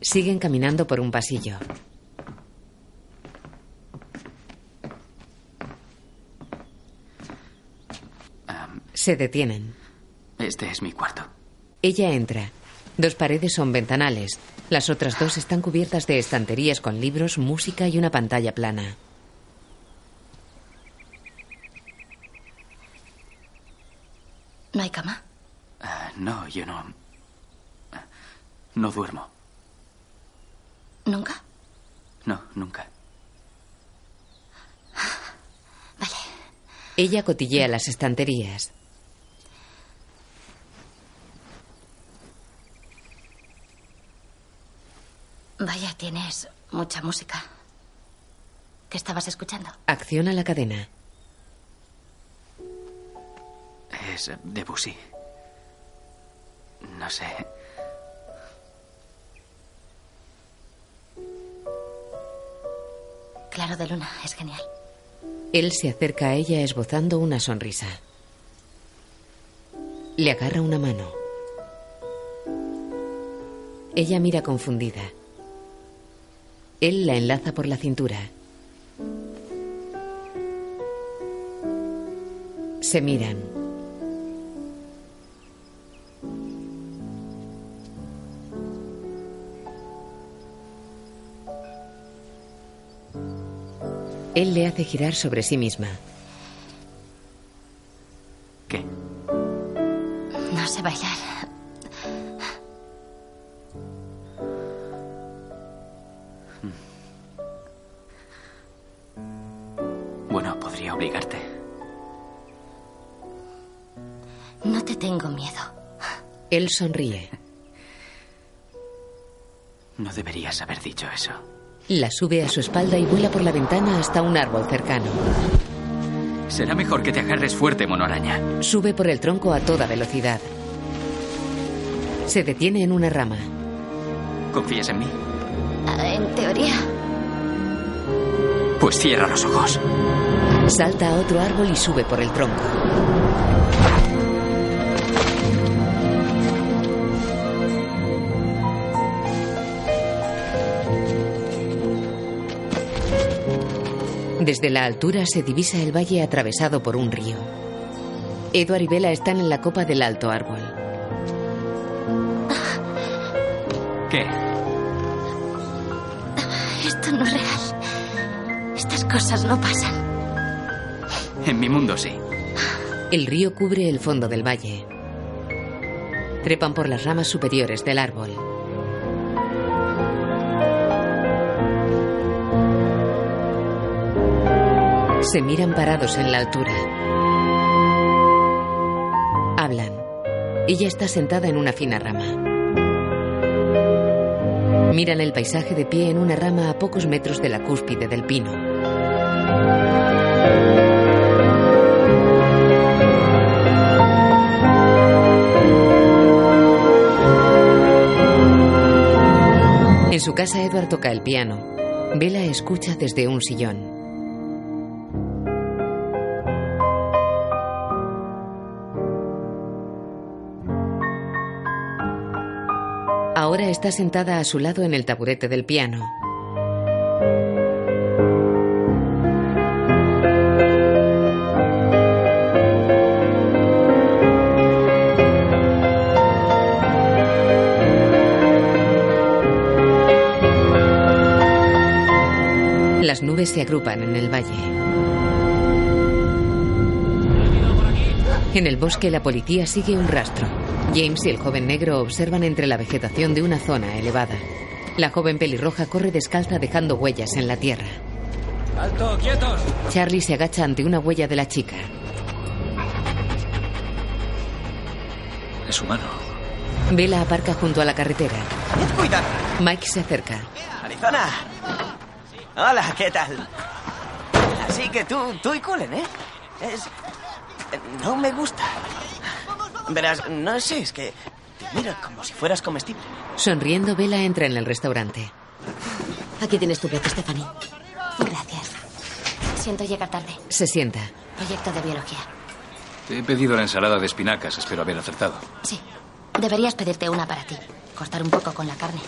Speaker 2: Siguen caminando por un pasillo. Se detienen.
Speaker 11: este es mi cuarto.
Speaker 2: Ella entra. Dos paredes son ventanales. Las otras dos están cubiertas de estanterías con libros, música y una pantalla plana.
Speaker 3: ¿No hay cama?
Speaker 11: Ah, no, yo no. No duermo.
Speaker 3: ¿Nunca?
Speaker 23: No, nunca.
Speaker 2: Ella cotillea las estanterías.
Speaker 3: Vaya, tienes mucha música. ¿Qué estabas escuchando?
Speaker 2: Acciona la cadena.
Speaker 23: Es Debussy. No sé.
Speaker 3: Claro de luna, es genial.
Speaker 2: Él se acerca a ella esbozando una sonrisa. Le agarra una mano. Ella mira confundida. Él la enlaza por la cintura. Se miran. Él le hace girar sobre sí misma.
Speaker 3: No sé bailar.
Speaker 23: Bueno, podría obligarte.
Speaker 3: No te tengo miedo.
Speaker 2: Él sonríe.
Speaker 23: No deberías haber dicho eso.
Speaker 2: La sube a su espalda y vuela por la ventana hasta un árbol cercano.
Speaker 23: Será mejor que te agarres fuerte, monoaraña.
Speaker 2: Sube por el tronco a toda velocidad. Se detiene en una rama.
Speaker 23: ¿Confías en mí?
Speaker 3: En teoría.
Speaker 23: Pues cierra los ojos.
Speaker 2: Salta a otro árbol y sube por el tronco. Desde la altura se divisa el valle atravesado por un río. Edward y Bella están en la copa del alto árbol.
Speaker 23: ¿Qué?
Speaker 3: Esto no es real. Estas cosas no pasan.
Speaker 23: En mi mundo sí.
Speaker 2: El río cubre el fondo del valle. Trepan por las ramas superiores del árbol. Se miran parados en la altura. Hablan. Ella está sentada en una fina rama. Miran el paisaje de pie en una rama a pocos metros de la cúspide del pino. En su casa, Edward toca el piano. Bella escucha desde un sillón. Ahora está sentada a su lado en el taburete del piano. Las nubes se agrupan en el valle. En el bosque la policía sigue un rastro. James y el joven negro observan entre la vegetación de una zona elevada. La joven pelirroja corre descalza dejando huellas en la tierra.
Speaker 24: ¡Alto, quietos!
Speaker 2: Charlie se agacha ante una huella de la chica.
Speaker 5: Es humano.
Speaker 2: Vela aparca junto a la carretera.
Speaker 8: Cuidado.
Speaker 2: Mike se acerca.
Speaker 8: Arizona. Hola, ¿qué tal? Así que tú, tú y Cullen, ¿eh? Es... No me gusta. Verás, no sé, es que... Te miro como si fueras comestible.
Speaker 2: Sonriendo, Vela entra en el restaurante.
Speaker 3: Aquí tienes tu plato, Stephanie. Gracias. Siento llegar tarde.
Speaker 2: Se sienta.
Speaker 3: Proyecto de biología.
Speaker 5: Te he pedido la ensalada de espinacas, espero haber acertado.
Speaker 3: Sí. Deberías pedirte una para ti. Cortar un poco con la carne.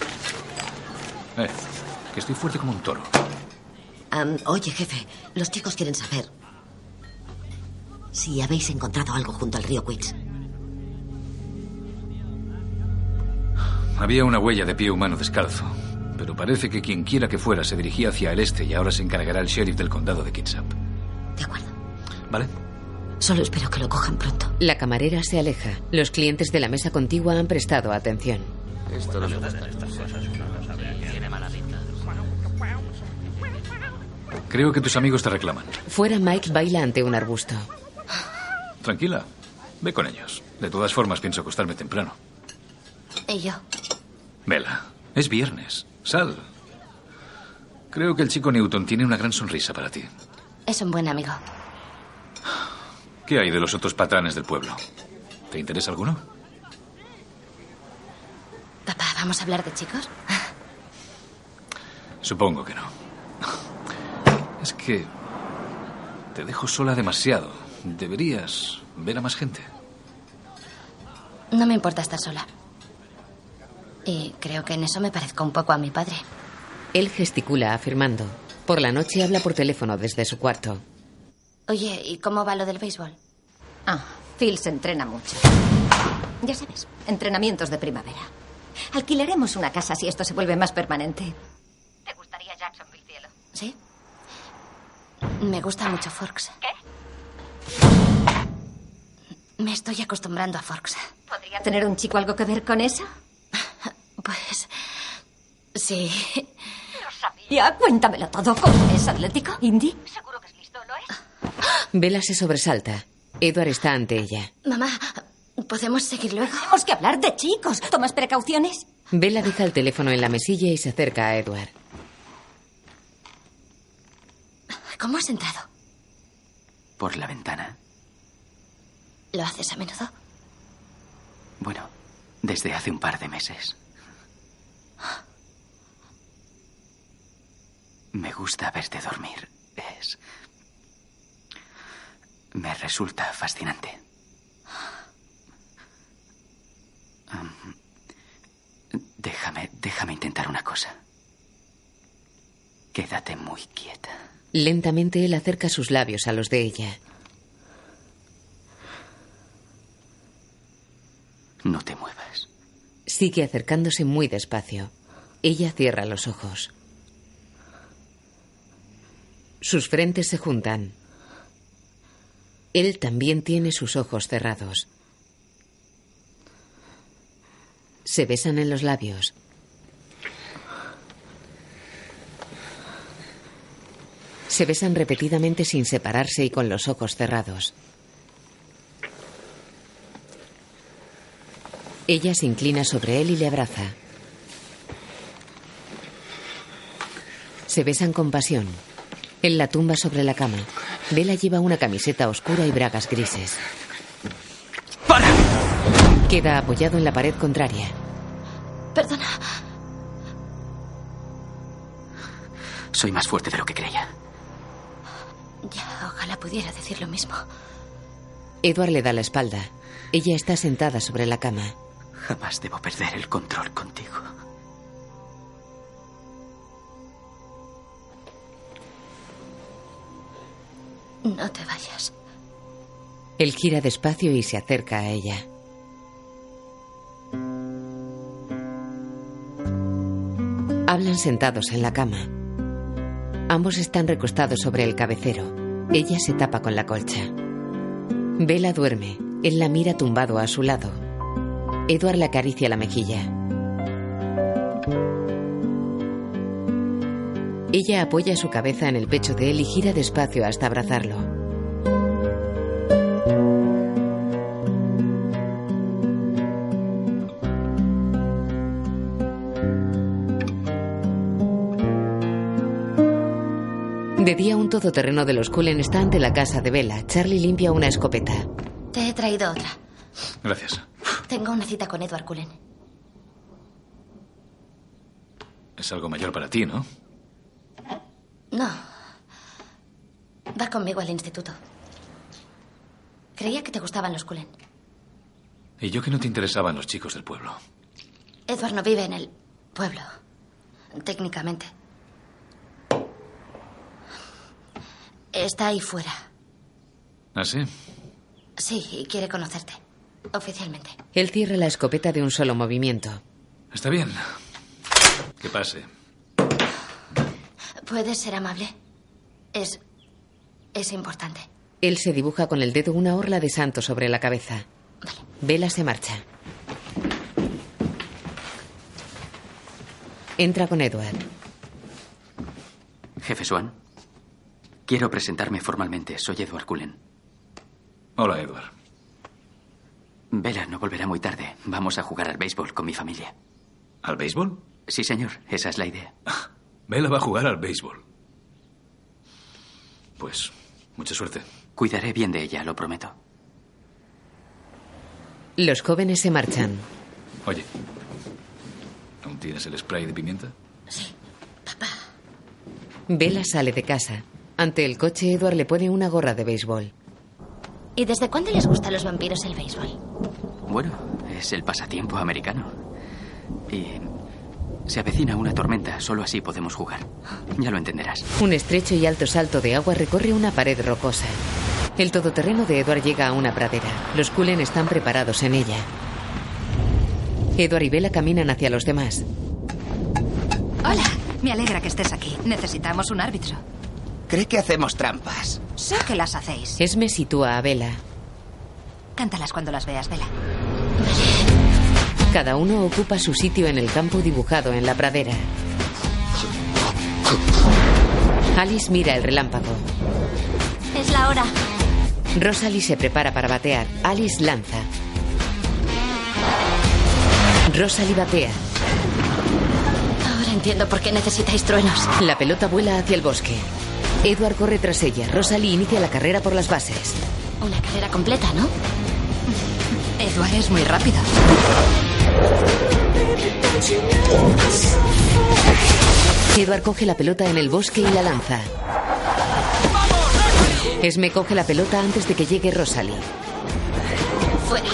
Speaker 5: Eh, que estoy fuerte como un toro.
Speaker 1: Am, oye, jefe, los chicos quieren saber si habéis encontrado algo junto al río Queens.
Speaker 5: Había una huella de pie humano descalzo, pero parece que quien quiera que fuera se dirigía hacia el este y ahora se encargará el sheriff del condado de Kitsap.
Speaker 1: De acuerdo.
Speaker 5: ¿Vale?
Speaker 1: Solo espero que lo cojan pronto.
Speaker 2: La camarera se aleja. Los clientes de la mesa contigua han prestado atención.
Speaker 23: Esto no me gusta.
Speaker 5: Creo que tus amigos te reclaman.
Speaker 2: Fuera Mike baila ante un arbusto.
Speaker 5: Tranquila, ve con ellos. De todas formas, pienso acostarme temprano.
Speaker 3: Y yo.
Speaker 5: Vela, es viernes. Sal. Creo que el chico Newton tiene una gran sonrisa para ti.
Speaker 3: Es un buen amigo.
Speaker 5: ¿Qué hay de los otros patanes del pueblo? ¿Te interesa alguno?
Speaker 3: Papá, ¿vamos a hablar de chicos?
Speaker 5: Supongo que no. Es que te dejo sola demasiado. Deberías ver a más gente.
Speaker 3: No me importa estar sola. Y creo que en eso me parezco un poco a mi padre.
Speaker 2: Él gesticula afirmando. Por la noche habla por teléfono desde su cuarto.
Speaker 3: Oye, ¿y cómo va lo del béisbol?
Speaker 12: Ah, Phil se entrena mucho. Ya sabes, entrenamientos de primavera. Alquilaremos una casa si esto se vuelve más permanente.
Speaker 22: ¿Te gustaría Jacksonville, cielo?
Speaker 3: ¿Sí? Me gusta mucho Forks. Me estoy acostumbrando a Forks.
Speaker 12: ¿Podría tener un chico algo que ver con eso?
Speaker 3: Pues. Sí.
Speaker 12: Ya, cuéntamelo todo. ¿Cómo es Atlético? ¿Indy?
Speaker 22: Seguro que es listo, ¿lo es?
Speaker 2: Vela se sobresalta. Edward está ante ella.
Speaker 3: Mamá, ¿podemos seguir luego?
Speaker 12: Tenemos que hablar de chicos. ¿Tomas precauciones?
Speaker 2: Vela deja el teléfono en la mesilla y se acerca a Edward.
Speaker 3: ¿Cómo has entrado?
Speaker 19: Por la ventana.
Speaker 3: ¿Lo haces a menudo?
Speaker 19: Bueno, desde hace un par de meses. Me gusta verte dormir. Es. Me resulta fascinante. Am, déjame, déjame intentar una cosa. Quédate muy quieta.
Speaker 2: Lentamente él acerca sus labios a los de ella.
Speaker 19: No te muevas.
Speaker 2: Sigue acercándose muy despacio. Ella cierra los ojos. Sus frentes se juntan. Él también tiene sus ojos cerrados. Se besan en los labios. Se besan repetidamente sin separarse y con los ojos cerrados. Ella se inclina sobre él y le abraza. Se besan con pasión. Él la tumba sobre la cama. Vela lleva una camiseta oscura y bragas grises. ¡Para! Queda apoyado en la pared contraria.
Speaker 3: Perdona.
Speaker 19: Soy más fuerte de lo que creía.
Speaker 3: Ya, ojalá pudiera decir lo mismo.
Speaker 2: Edward le da la espalda. Ella está sentada sobre la cama.
Speaker 19: Jamás debo perder el control contigo.
Speaker 3: No te vayas.
Speaker 2: Él gira despacio y se acerca a ella. Hablan sentados en la cama. Ambos están recostados sobre el cabecero. Ella se tapa con la colcha. Vela duerme. Él la mira tumbado a su lado. Edward le acaricia la mejilla. Ella apoya su cabeza en el pecho de él y gira despacio hasta abrazarlo. De día, un todoterreno de los Cullen está ante la casa de Bella. Charlie limpia una escopeta.
Speaker 3: Te he traído otra.
Speaker 5: Gracias.
Speaker 3: Tengo una cita con Edward Cullen.
Speaker 5: Es algo mayor para ti, ¿no?
Speaker 3: No. Va conmigo al instituto. Creía que te gustaban los Cullen.
Speaker 5: Y yo que no te interesaban los chicos del pueblo.
Speaker 3: Edward no vive en el pueblo, técnicamente. Está ahí fuera.
Speaker 5: ¿Ah, sí?
Speaker 3: Sí, y quiere conocerte. Oficialmente.
Speaker 2: Él cierra la escopeta de un solo movimiento.
Speaker 5: Está bien. Que pase.
Speaker 3: ¿Puedes ser amable? Es. es importante.
Speaker 2: Él se dibuja con el dedo una orla de santo sobre la cabeza. Vela se marcha. Entra con Edward.
Speaker 19: Jefe Swan,
Speaker 11: Quiero presentarme formalmente. Soy Edward Cullen.
Speaker 5: Hola, Edward.
Speaker 11: Vera no volverá muy tarde. Vamos a jugar al béisbol con mi familia.
Speaker 5: ¿Al béisbol?
Speaker 11: Sí, señor. Esa es la idea.
Speaker 5: Vela va a jugar al béisbol. Pues, mucha suerte.
Speaker 11: Cuidaré bien de ella, lo prometo.
Speaker 2: Los jóvenes se marchan.
Speaker 5: Oye, ¿aún tienes el spray de pimienta?
Speaker 2: Bella sale de casa. Ante el coche, Edward le pone una gorra de béisbol.
Speaker 3: ¿Y desde cuándo les gusta a los vampiros el béisbol?
Speaker 11: Bueno, es el pasatiempo americano. Y se avecina una tormenta. Solo así podemos jugar. Ya lo entenderás.
Speaker 2: Un estrecho y alto salto de agua recorre una pared rocosa. El todoterreno de Edward llega a una pradera. Los Cullen están preparados en ella. Edward y Bella caminan hacia los demás.
Speaker 12: Hola, me alegra que estés aquí. Necesitamos un árbitro.
Speaker 33: Cree que hacemos trampas.
Speaker 12: Sé que las hacéis.
Speaker 2: Esme sitúa a Bella.
Speaker 12: Cántalas cuando las veas, Vela.
Speaker 2: Cada uno ocupa su sitio en el campo dibujado en la pradera. Alice mira el relámpago.
Speaker 9: Es la hora.
Speaker 2: Rosalie se prepara para batear. Alice lanza. Rosalie batea.
Speaker 3: Ahora entiendo por qué necesitáis truenos.
Speaker 2: La pelota vuela hacia el bosque. Edward corre tras ella. Rosalie inicia la carrera por las bases.
Speaker 3: Una carrera completa, ¿no?
Speaker 12: Edward es muy rápido.
Speaker 2: Edward coge la pelota en el bosque y la lanza. Esme coge la pelota antes de que llegue Rosalie.
Speaker 3: Fuera.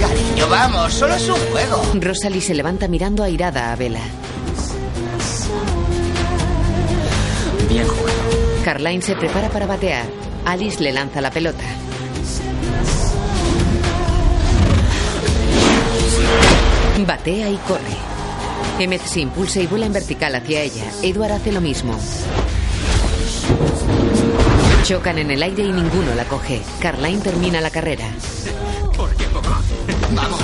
Speaker 8: Cariño, vamos, solo es un juego.
Speaker 2: Rosalie se levanta mirando airada a Bella.
Speaker 11: Bien jugado.
Speaker 2: Carline se prepara para batear. Alice le lanza la pelota. Batea y corre. Emmet se impulsa y vuela en vertical hacia ella. Edward hace lo mismo. Chocan en el aire y ninguno la coge. Carline termina la carrera.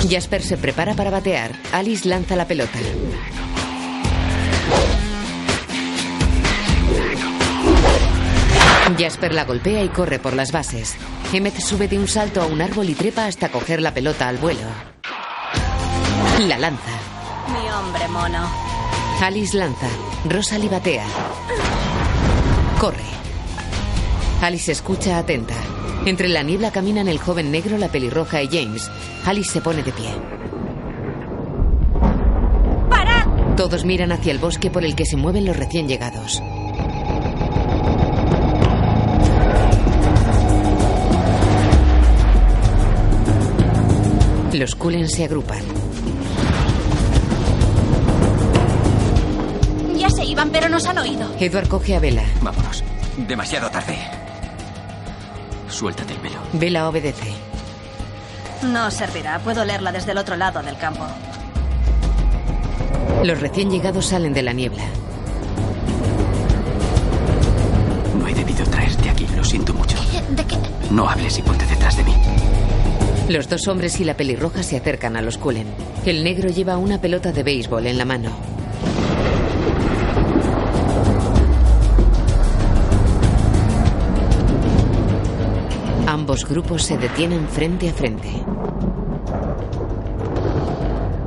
Speaker 2: Jasper se prepara para batear. Alice lanza la pelota. Jasper la golpea y corre por las bases. Emmet sube de un salto a un árbol y trepa hasta coger la pelota al vuelo. La lanza.
Speaker 7: Mi hombre mono.
Speaker 2: Alice lanza. Rosalie batea. Corre. Alice escucha atenta. Entre la niebla caminan el joven negro, la pelirroja y James. Alice se pone de pie. ¡Para! Todos miran hacia el bosque por el que se mueven los recién llegados. Los Cullen se agrupan.
Speaker 9: Ya se iban, pero nos han oído.
Speaker 2: Edward coge a Vela.
Speaker 11: Vámonos. Demasiado tarde. Suéltate el pelo.
Speaker 2: Vela obedece.
Speaker 7: No os servirá. Puedo leerla desde el otro lado del campo.
Speaker 2: Los recién llegados salen de la niebla.
Speaker 11: No he debido traerte aquí. Lo siento mucho.
Speaker 9: ¿De qué?
Speaker 11: No hables y ponte detrás de mí.
Speaker 2: Los dos hombres y la pelirroja se acercan a los Cullen. El negro lleva una pelota de béisbol en la mano. Ambos grupos se detienen frente a frente.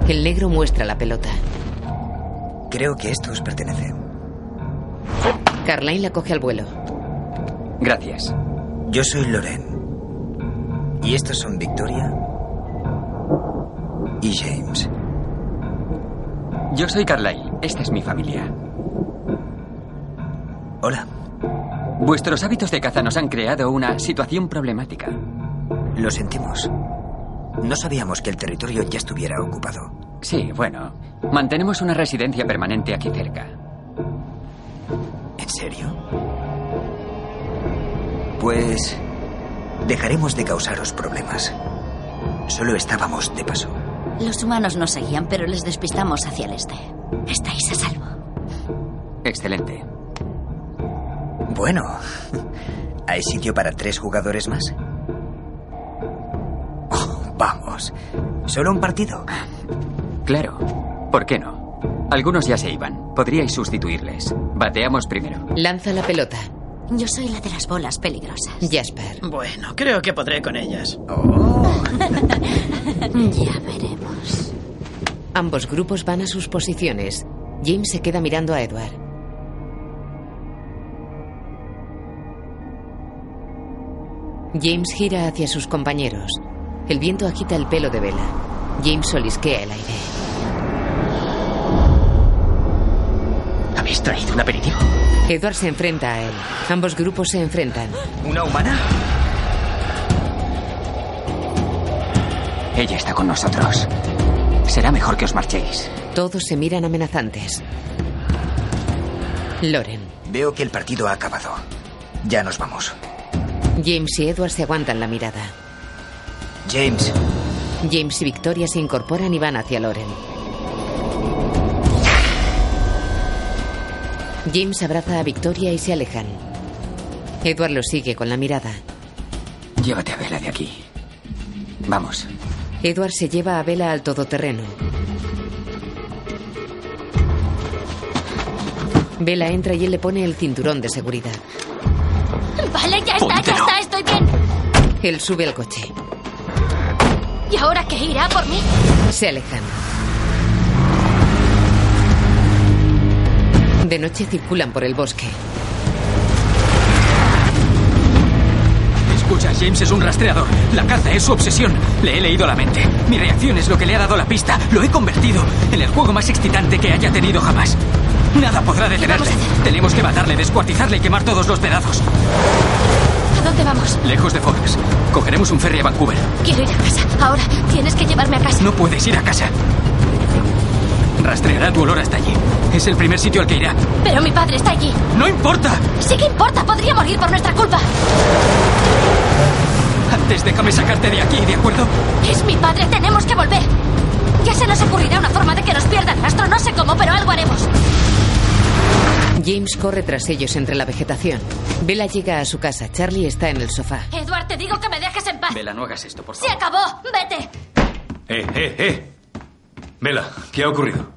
Speaker 2: El negro muestra la pelota.
Speaker 33: Creo que esto os pertenece.
Speaker 2: Carline la coge al vuelo.
Speaker 33: Gracias. Yo soy Loren. Y estos son Victoria y James.
Speaker 11: Yo soy Carlyle. Esta es mi familia.
Speaker 33: Hola.
Speaker 11: Vuestros hábitos de caza nos han creado una situación problemática.
Speaker 33: Lo sentimos. No sabíamos que el territorio ya estuviera ocupado.
Speaker 11: Sí, bueno. Mantenemos una residencia permanente aquí cerca.
Speaker 33: ¿En serio? Pues dejaremos de causaros problemas. Solo estábamos de paso.
Speaker 12: Los humanos nos seguían, pero les despistamos hacia el este. Estáis a salvo.
Speaker 11: Excelente.
Speaker 33: Bueno, ¿hay sitio para tres jugadores más? Oh, vamos, ¿solo un partido?
Speaker 11: Claro. ¿Por qué no? Algunos ya se iban.
Speaker 34: Podríais sustituirles. Bateamos primero.
Speaker 2: Lanza la pelota.
Speaker 35: Yo soy la de las bolas peligrosas.
Speaker 2: Jasper.
Speaker 36: Bueno, creo que podré con ellas.
Speaker 35: ya veremos.
Speaker 2: Ambos grupos van a sus posiciones. James se queda mirando a Edward. James gira hacia sus compañeros. El viento agita el pelo de Vela. James solisquea el aire.
Speaker 11: ¿Habéis traído un aperitivo?
Speaker 2: Edward se enfrenta a él. Ambos grupos se enfrentan.
Speaker 11: ¿Una humana? Ella está con nosotros. Será mejor que os marchéis.
Speaker 2: Todos se miran amenazantes. Loren.
Speaker 37: Veo que el partido ha acabado. Ya nos vamos.
Speaker 2: James y Edward se aguantan la mirada.
Speaker 37: James.
Speaker 2: James y Victoria se incorporan y van hacia Loren. James abraza a Victoria y se alejan. Edward lo sigue con la mirada.
Speaker 34: Llévate a Vela de aquí. Vamos.
Speaker 2: Edward se lleva a Vela al todoterreno. Vela entra y él le pone el cinturón de seguridad.
Speaker 3: Vale, ya está, ya está, estoy bien.
Speaker 2: Él sube al coche.
Speaker 3: ¿Y ahora qué irá por mí?
Speaker 2: Se alejan. De noche circulan por el bosque.
Speaker 11: Escucha, James es un rastreador. La caza es su obsesión. Le he leído la mente. Mi reacción es lo que le ha dado la pista. Lo he convertido en el juego más excitante que haya tenido jamás. Nada podrá detenerle. Tenemos que matarle, descuartizarle y quemar todos los pedazos.
Speaker 3: ¿A dónde vamos?
Speaker 11: Lejos de Forbes. Cogeremos un ferry a Vancouver.
Speaker 3: Quiero ir a casa. Ahora tienes que llevarme a casa.
Speaker 11: No puedes ir a casa. Rastreará tu olor hasta allí. Es el primer sitio al que irá.
Speaker 3: Pero mi padre está allí.
Speaker 11: ¡No importa!
Speaker 3: Sí que importa, podría morir por nuestra culpa.
Speaker 11: Antes déjame sacarte de aquí, ¿de acuerdo?
Speaker 3: Es mi padre, tenemos que volver. Ya se nos ocurrirá una forma de que nos pierdan rastro, no sé cómo, pero algo haremos.
Speaker 2: James corre tras ellos entre la vegetación. Vela llega a su casa. Charlie está en el sofá.
Speaker 3: Edward, te digo que me dejes en paz.
Speaker 11: Vela, no hagas esto, por
Speaker 3: Se acabó, vete.
Speaker 5: Eh, eh, eh. Vela, ¿qué ha ocurrido?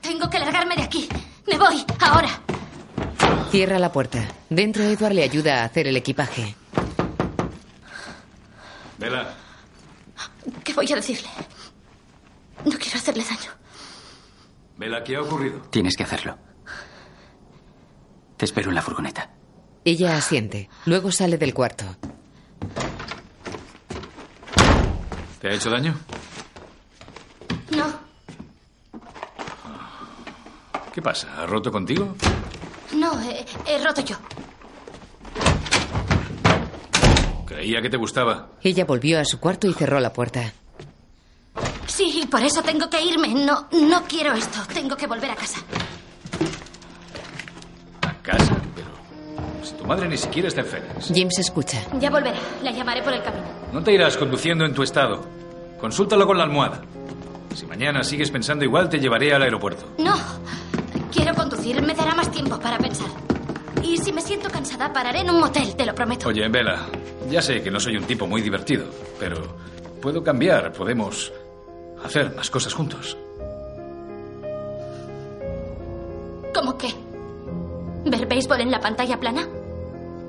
Speaker 3: Tengo que largarme de aquí. Me voy, ahora.
Speaker 2: Cierra la puerta. Dentro Edward le ayuda a hacer el equipaje.
Speaker 5: Vela.
Speaker 3: ¿Qué voy a decirle? No quiero hacerle daño.
Speaker 5: Vela, ¿qué ha ocurrido?
Speaker 11: Tienes que hacerlo. Te espero en la furgoneta.
Speaker 2: Ella asiente. Luego sale del cuarto.
Speaker 5: ¿Te ha hecho daño?
Speaker 3: No,
Speaker 5: ¿Qué pasa? ¿Ha roto contigo?
Speaker 3: no, he, he roto yo.
Speaker 5: Creía que te gustaba.
Speaker 2: Ella volvió a su cuarto y cerró la puerta.
Speaker 3: Sí, por eso tengo que irme. No, no quiero esto. Tengo que volver a casa.
Speaker 5: A casa, pero. Si tu madre ni siquiera está enferma.
Speaker 2: James escucha.
Speaker 3: Ya volveré. La llamaré por el camino.
Speaker 5: No te irás conduciendo en tu estado. Consúltalo con la almohada. Si mañana sigues pensando igual, te llevaré al aeropuerto.
Speaker 3: No, quiero conducir. Me dará más tiempo para pensar. Y si me siento cansada, pararé en un motel, te lo prometo.
Speaker 5: Oye, Vela, ya sé que no soy un tipo muy divertido, pero puedo cambiar, podemos hacer más cosas juntos.
Speaker 3: ¿Cómo qué? ¿Ver béisbol en la pantalla plana?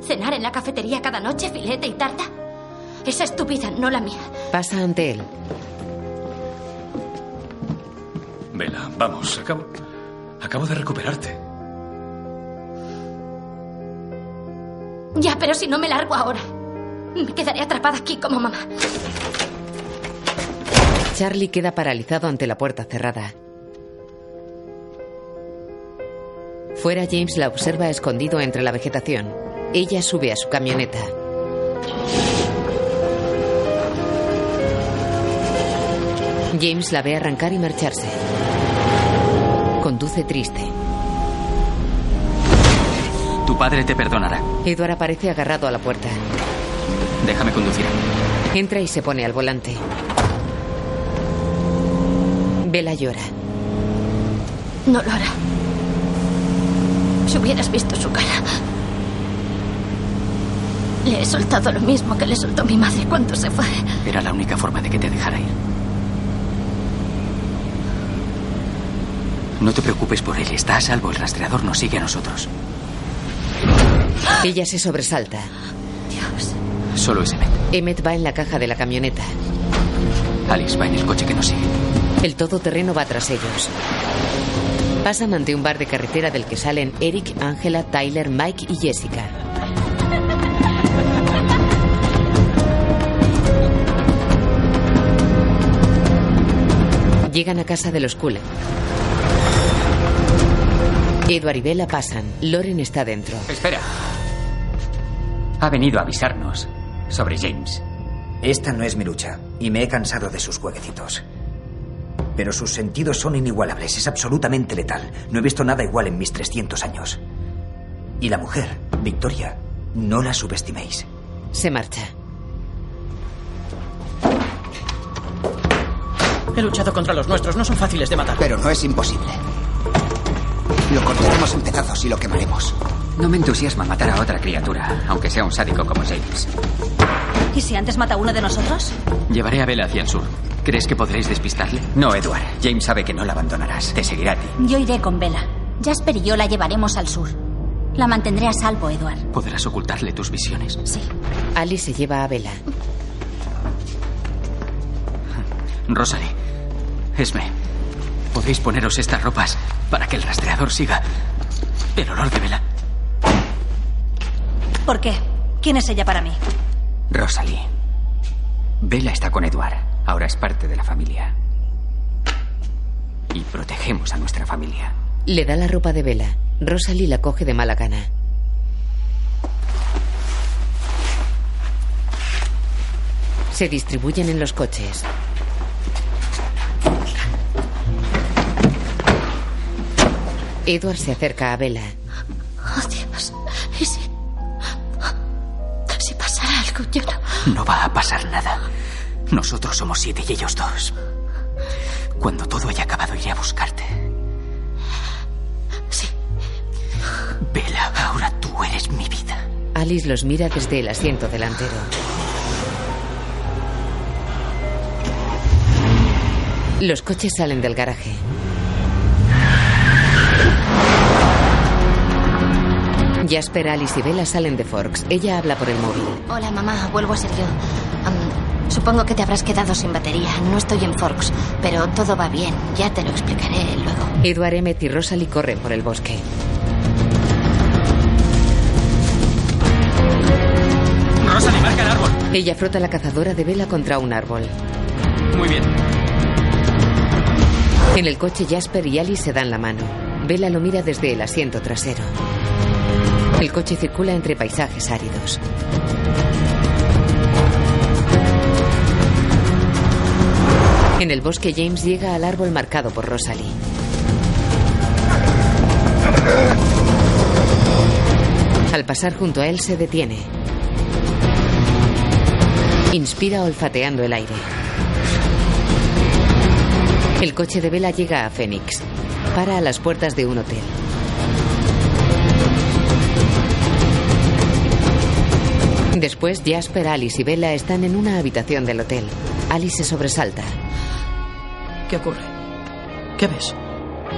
Speaker 3: ¿Cenar en la cafetería cada noche, filete y tarta? Esa es tu vida, no la mía.
Speaker 2: Pasa ante él.
Speaker 5: Vela, vamos, acabo. Acabo de recuperarte.
Speaker 3: Ya, pero si no me largo ahora, me quedaré atrapada aquí como mamá.
Speaker 2: Charlie queda paralizado ante la puerta cerrada. Fuera James la observa escondido entre la vegetación. Ella sube a su camioneta. James la ve arrancar y marcharse. Conduce triste.
Speaker 11: Tu padre te perdonará.
Speaker 2: Edward aparece agarrado a la puerta.
Speaker 11: Déjame conducir.
Speaker 2: Entra y se pone al volante. Vela llora.
Speaker 3: No lo hará. Si hubieras visto su cara. Le he soltado lo mismo que le soltó mi madre cuando se fue.
Speaker 11: Era la única forma de que te dejara ir. No te preocupes por él, está a salvo. El rastreador nos sigue a nosotros.
Speaker 2: Ella se sobresalta. Dios.
Speaker 11: Solo es Emmett.
Speaker 2: Emmet va en la caja de la camioneta.
Speaker 11: Alice va en el coche que nos sigue.
Speaker 2: El todoterreno va tras ellos. Pasan ante un bar de carretera del que salen Eric, Angela, Tyler, Mike y Jessica. Llegan a casa de los Cullen. Edward y Bella pasan. Loren está dentro.
Speaker 38: Espera. Ha venido a avisarnos sobre James.
Speaker 39: Esta no es mi lucha y me he cansado de sus jueguecitos. Pero sus sentidos son inigualables, es absolutamente letal. No he visto nada igual en mis 300 años. Y la mujer, Victoria, no la subestiméis.
Speaker 2: Se marcha.
Speaker 8: He luchado contra los nuestros, no son fáciles de matar.
Speaker 40: Pero no es imposible. Lo cortaremos en pedazos y lo quemaremos.
Speaker 38: No me entusiasma matar a otra criatura, aunque sea un sádico como James.
Speaker 41: ¿Y si antes mata a uno de nosotros?
Speaker 38: Llevaré a Bella hacia el sur. ¿Crees que podréis despistarle? No, Edward. James sabe que no la abandonarás. Te seguirá a ti.
Speaker 9: Yo iré con Vela. Jasper y yo la llevaremos al sur. La mantendré a salvo, Edward.
Speaker 38: ¿Podrás ocultarle tus visiones?
Speaker 9: Sí.
Speaker 2: Alice se lleva a Bella.
Speaker 11: Rosalie, Esme, podéis poneros estas ropas para que el rastreador siga el olor de vela.
Speaker 41: ¿Por qué? ¿Quién es ella para mí?
Speaker 11: Rosalie,
Speaker 38: Bella está con Edward. Ahora es parte de la familia. Y protegemos a nuestra familia.
Speaker 2: Le da la ropa de Vela. Rosalie la coge de mala gana. Se distribuyen en los coches. Edward se acerca a Vela.
Speaker 42: Oh, Dios. ¿Y si... Si pasara algo, yo no...
Speaker 11: No va a pasar nada. Nosotros somos siete y ellos dos. Cuando todo haya acabado, iré a buscarte.
Speaker 42: Sí.
Speaker 11: Vela, ahora tú eres mi vida.
Speaker 2: Alice los mira desde el asiento delantero. Los coches salen del garaje. Jasper, Alice y Bella salen de Forks. Ella habla por el móvil.
Speaker 3: Hola, mamá. Vuelvo a ser yo. Am, supongo que te habrás quedado sin batería. No estoy en Forks, pero todo va bien. Ya te lo explicaré luego.
Speaker 2: Edward, Emmett y Rosalie corren por el bosque.
Speaker 43: Rosalie, marca el árbol.
Speaker 2: Ella frota la cazadora de Bella contra un árbol.
Speaker 43: Muy bien.
Speaker 2: En el coche, Jasper y Alice se dan la mano. Bella lo mira desde el asiento trasero. El coche circula entre paisajes áridos. En el bosque, James llega al árbol marcado por Rosalie. Al pasar junto a él, se detiene. Inspira olfateando el aire. El coche de Vela llega a Phoenix. Para a las puertas de un hotel. Después, Jasper, Alice y Bella están en una habitación del hotel. Alice se sobresalta.
Speaker 8: ¿Qué ocurre? ¿Qué ves?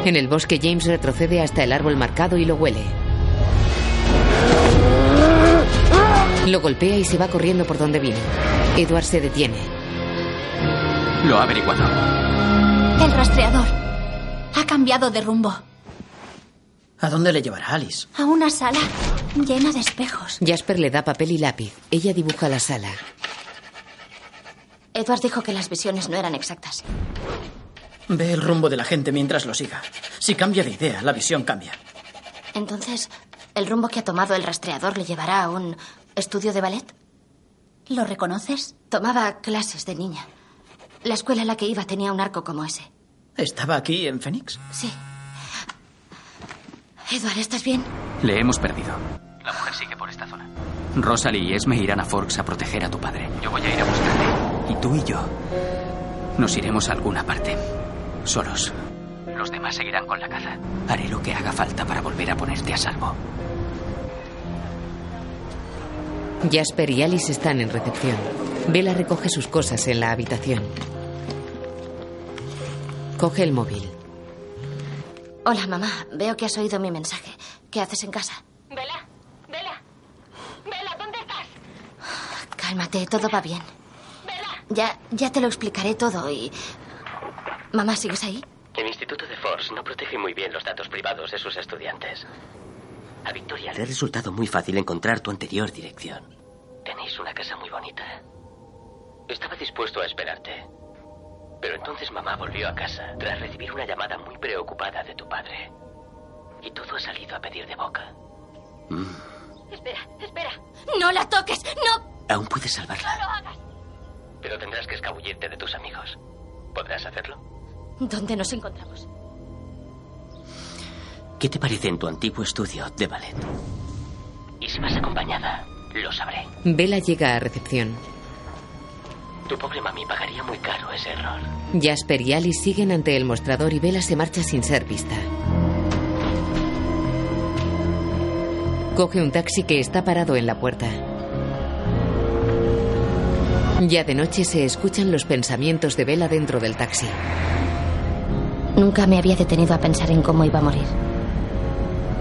Speaker 2: En el bosque, James retrocede hasta el árbol marcado y lo huele. Lo golpea y se va corriendo por donde vino. Edward se detiene.
Speaker 11: Lo ha averiguado.
Speaker 42: El rastreador ha cambiado de rumbo
Speaker 8: ¿A dónde le llevará Alice?
Speaker 42: a una sala llena de espejos.
Speaker 2: Jasper le da papel y lápiz. Ella dibuja la sala.
Speaker 3: Edward dijo que las visiones no eran exactas.
Speaker 8: Ve el rumbo de la gente mientras lo siga. Si cambia de idea, la visión cambia.
Speaker 3: Entonces, ¿el rumbo que ha tomado el rastreador le llevará a un estudio de ballet?
Speaker 9: ¿Lo reconoces?
Speaker 3: Tomaba clases de niña. La escuela a la que iba tenía un arco como ese.
Speaker 8: ¿Estaba aquí en Phoenix?
Speaker 3: Sí. Edward, ¿estás bien?
Speaker 11: Le hemos perdido.
Speaker 38: La mujer sigue por esta zona.
Speaker 11: Rosalie y Esme irán a Forks a proteger a tu padre.
Speaker 38: Yo voy a ir a buscarte.
Speaker 11: Y tú y yo nos iremos a alguna parte. Solos.
Speaker 38: Los demás seguirán con la caza.
Speaker 11: Haré lo que haga falta para volver a ponerte a salvo.
Speaker 2: Jasper y Alice están en recepción. Bella recoge sus cosas en la habitación. Coge el móvil.
Speaker 3: Hola, mamá. Veo que has oído mi mensaje. ¿Qué haces en casa?
Speaker 8: Vela, Vela, Vela, ¿dónde estás?
Speaker 3: Cálmate, todo va bien. Ya, ya te lo explicaré todo y... Mamá, ¿sigues ahí?
Speaker 11: El Instituto de Force no protege muy bien los datos privados de sus estudiantes. A Victoria
Speaker 8: Te ha resultado muy fácil encontrar tu anterior dirección.
Speaker 11: tenéis una casa muy bonita. ¿eh? Estaba dispuesto a esperarte. Pero entonces mamá volvió a casa tras recibir una llamada muy preocupada de tu padre. Y todo ha salido a pedir de boca.
Speaker 8: Espera, espera.
Speaker 19: ¡No la toques! ¡No!
Speaker 11: Aún puedes salvarla,
Speaker 8: No lo hagas.
Speaker 11: pero tendrás que escabullirte de tus amigos. ¿Podrás hacerlo?
Speaker 19: ¿Dónde nos encontramos?
Speaker 8: ¿Qué te parece en tu antiguo estudio de ballet?
Speaker 11: Y si vas acompañada, lo sabré.
Speaker 2: Vela llega a recepción.
Speaker 11: Tu pobre mami pagaría muy caro ese error.
Speaker 2: Jasper y Ali siguen ante el mostrador y Vela se marcha sin ser vista. Coge un taxi que está parado en la puerta. Ya de noche se escuchan los pensamientos de Vela dentro del taxi.
Speaker 3: Nunca me había detenido a pensar en cómo iba a morir.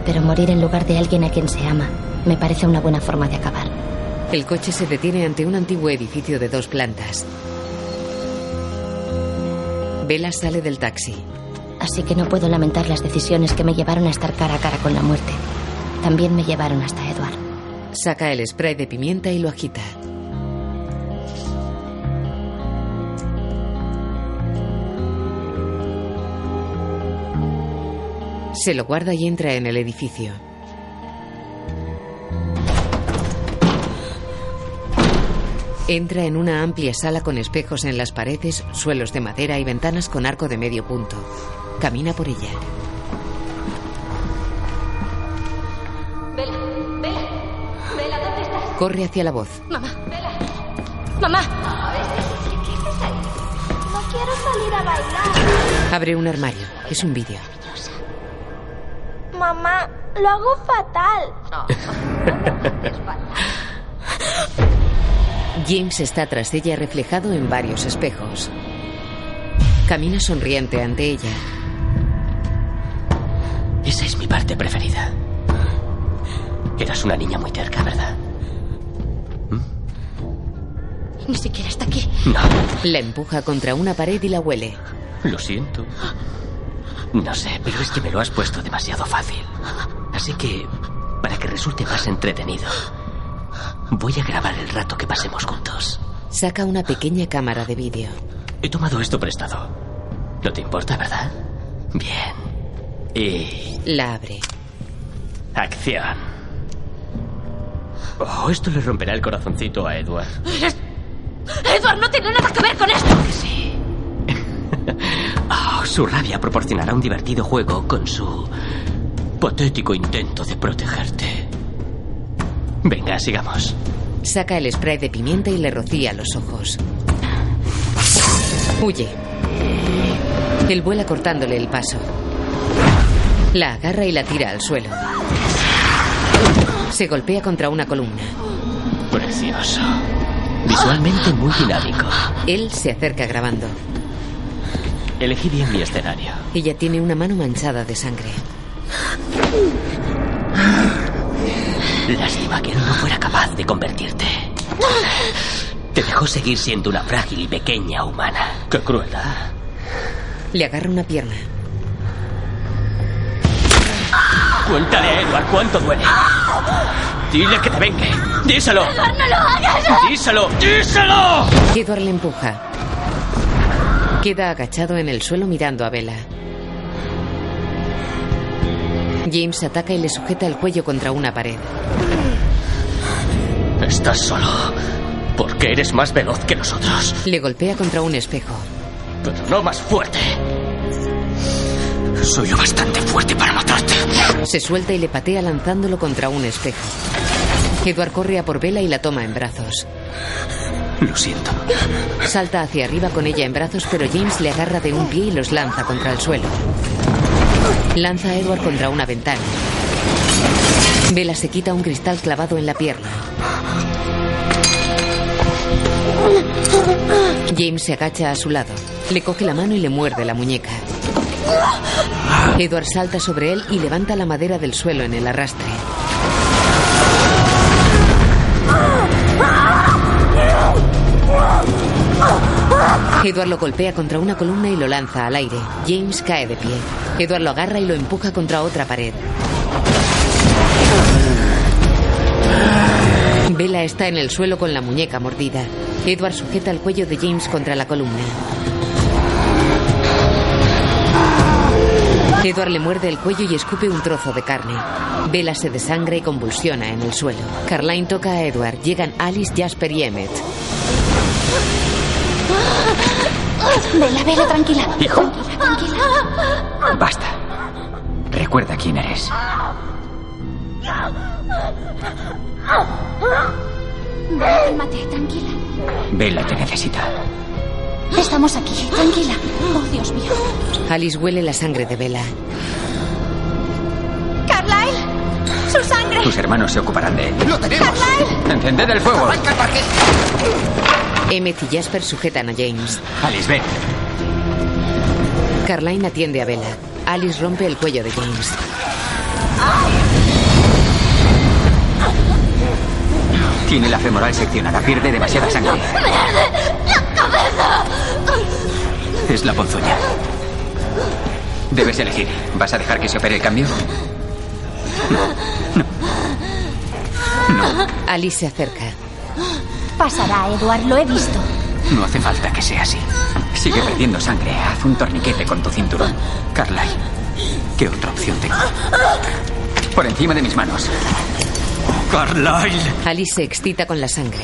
Speaker 3: Pero morir en lugar de alguien a quien se ama me parece una buena forma de acabar.
Speaker 2: El coche se detiene ante un antiguo edificio de dos plantas. Vela sale del taxi.
Speaker 3: Así que no puedo lamentar las decisiones que me llevaron a estar cara a cara con la muerte. También me llevaron hasta Edward.
Speaker 2: Saca el spray de pimienta y lo agita. Se lo guarda y entra en el edificio. Entra en una amplia sala con espejos en las paredes, suelos de madera y ventanas con arco de medio punto. Camina por ella.
Speaker 19: Vela, Vela, Vela, ¿dónde estás?
Speaker 2: Corre hacia la voz.
Speaker 19: Mamá. Mamá.
Speaker 8: ¿Qué haces ahí? No quiero salir a bailar.
Speaker 2: Abre un armario. Es un vídeo.
Speaker 8: Mamá, lo hago fatal.
Speaker 2: James está tras ella reflejado en varios espejos. Camina sonriente ante ella.
Speaker 11: Esa es mi parte preferida. Eras una niña muy terca, ¿verdad?
Speaker 19: Ni siquiera está aquí.
Speaker 2: La empuja contra una pared y la huele.
Speaker 11: Lo siento. No sé, pero es que me lo has puesto demasiado fácil. Así que, para que resulte más entretenido, voy a grabar el rato que pasemos juntos.
Speaker 2: Saca una pequeña cámara de vídeo.
Speaker 11: He tomado esto prestado. No te importa, ¿verdad? Bien. Y...
Speaker 2: La abre.
Speaker 11: Acción. Oh, esto le romperá el corazoncito a Edward.
Speaker 19: Edward no tiene nada que ver con esto.
Speaker 11: Oh, su rabia proporcionará un divertido juego con su patético intento de protegerte. Venga, sigamos.
Speaker 2: Saca el spray de pimienta y le rocía los ojos. Huye. Él vuela cortándole el paso. La agarra y la tira al suelo. Se golpea contra una columna.
Speaker 11: Precioso. Visualmente muy dinámico.
Speaker 2: Él se acerca grabando.
Speaker 11: Elegí bien mi escenario.
Speaker 2: Ella tiene una mano manchada de sangre.
Speaker 11: Lástima que él no fuera capaz de convertirte. Te dejó seguir siendo una frágil y pequeña humana. ¡Qué crueldad!
Speaker 2: Le agarra una pierna.
Speaker 11: Cuéntale a Edward cuánto duele. Dile que te vengue. Díselo.
Speaker 19: ¡No lo hagas!
Speaker 11: Díselo. Díselo.
Speaker 2: Edward le empuja. Queda agachado en el suelo mirando a Vela. James ataca y le sujeta el cuello contra una pared.
Speaker 11: Estás solo. Porque eres más veloz que nosotros.
Speaker 2: Le golpea contra un espejo.
Speaker 11: Pero no más fuerte. Soy lo bastante fuerte para matarte.
Speaker 2: Se suelta y le patea lanzándolo contra un espejo. Edward corre a por Vela y la toma en brazos.
Speaker 11: Lo siento.
Speaker 2: Salta hacia arriba con ella en brazos, pero James le agarra de un pie y los lanza contra el suelo. Lanza a Edward contra una ventana. Vela se quita un cristal clavado en la pierna. James se agacha a su lado, le coge la mano y le muerde la muñeca. Edward salta sobre él y levanta la madera del suelo en el arrastre. Edward lo golpea contra una columna y lo lanza al aire. James cae de pie. Edward lo agarra y lo empuja contra otra pared. Bella está en el suelo con la muñeca mordida. Edward sujeta el cuello de James contra la columna. Edward le muerde el cuello y escupe un trozo de carne. Bella se desangra y convulsiona en el suelo. Carline toca a Edward. Llegan Alice, Jasper y Emmett.
Speaker 12: Vela, vela, tranquila.
Speaker 11: Hijo.
Speaker 12: Tranquila.
Speaker 11: Basta. Recuerda quién eres.
Speaker 12: Vela, cálmate, tranquila.
Speaker 11: Bella te necesita.
Speaker 12: Estamos aquí, tranquila. Oh, Dios mío.
Speaker 2: Alice huele la sangre de Bella.
Speaker 12: ¡Carlyle! ¡Su sangre!
Speaker 11: Tus hermanos se ocuparán de él.
Speaker 44: ¡Lo tenemos!
Speaker 11: ¡Encended el fuego!
Speaker 44: ¡Arranca el parque!
Speaker 2: Emmett y Jasper sujetan a James.
Speaker 11: Alice, ven.
Speaker 2: Carline atiende a Bella. Alice rompe el cuello de James.
Speaker 11: Tiene la femoral seccionada. Pierde demasiada sangre.
Speaker 19: ¡Me arde la cabeza!
Speaker 11: Es la ponzoña. Debes elegir. ¿Vas a dejar que se opere el cambio?
Speaker 2: Alice se acerca.
Speaker 12: Pasará, Edward, lo he visto.
Speaker 11: No hace falta que sea así. Sigue perdiendo sangre. Haz un torniquete con tu cinturón. Carlyle, ¿qué otra opción tengo? Por encima de mis manos. Carlyle.
Speaker 2: Alice se excita con la sangre.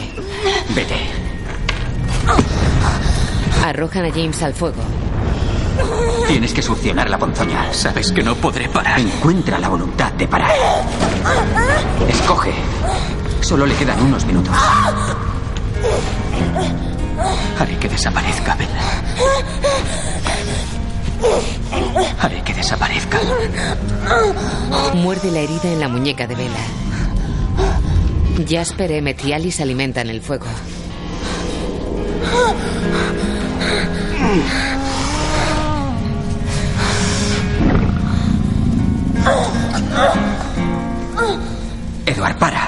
Speaker 11: Vete.
Speaker 2: Arrojan a James al fuego.
Speaker 11: Tienes que succionar la ponzoña. Sabes que no podré parar. Encuentra la voluntad de parar. Escoge. Solo le quedan unos minutos. Haré que desaparezca, Bella. Haré que desaparezca.
Speaker 2: Muerde la herida en la muñeca de Bella. Jasper, Emmett y Alice alimentan el fuego.
Speaker 11: Edward, para.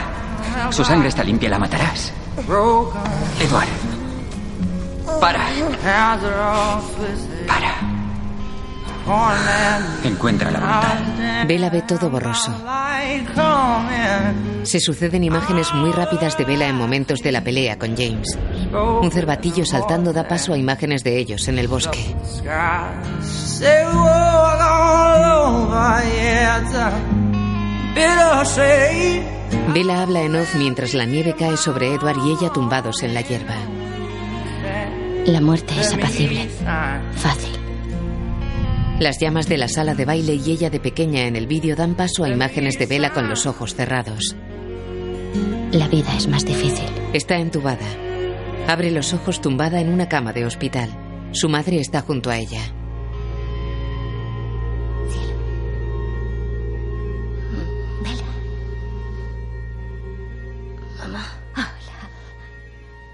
Speaker 11: Su sangre está limpia, la matarás. Edward. Para.
Speaker 45: Para.
Speaker 11: Encuentra la
Speaker 2: Vela ve todo borroso. Se suceden imágenes muy rápidas de Vela en momentos de la pelea con James. Un cervatillo saltando da paso a imágenes de ellos en el bosque. Vela habla en off mientras la nieve cae sobre Edward y ella tumbados en la hierba.
Speaker 3: La muerte es apacible. Fácil.
Speaker 2: Las llamas de la sala de baile y ella de pequeña en el vídeo dan paso a imágenes de Vela con los ojos cerrados.
Speaker 3: La vida es más difícil.
Speaker 2: Está entubada. Abre los ojos tumbada en una cama de hospital. Su madre está junto a ella.
Speaker 3: Mamá.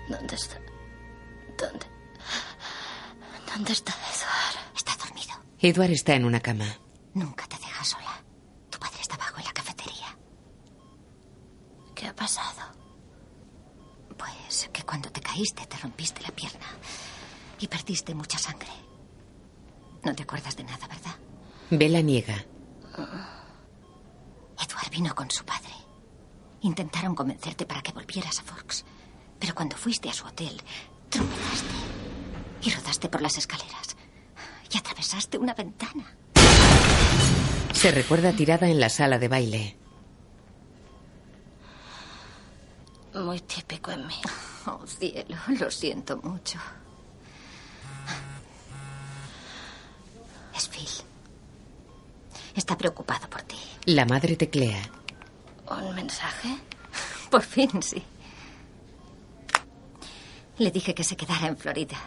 Speaker 3: ¿Dónde está? ¿Dónde? ¿Dónde está Edward? Está dormido.
Speaker 2: Edward está en una cama.
Speaker 3: Nunca te deja sola. Tu padre está abajo en la cafetería. ¿Qué ha pasado?
Speaker 12: Pues que cuando te caíste te rompiste la pierna y perdiste mucha sangre. No te acuerdas de nada, ¿verdad?
Speaker 2: Vela niega.
Speaker 12: Edward vino con su padre. Intentaron convencerte para que volvieras a Forks, pero cuando fuiste a su hotel, tropezaste y rodaste por las escaleras y atravesaste una ventana.
Speaker 2: Se recuerda tirada en la sala de baile.
Speaker 3: Muy típico en mí.
Speaker 12: Oh, cielo, lo siento mucho. Es Phil. Está preocupado por ti.
Speaker 2: La madre teclea.
Speaker 3: ¿Un mensaje?
Speaker 12: Por fin, sí. Le dije que se quedara en Florida.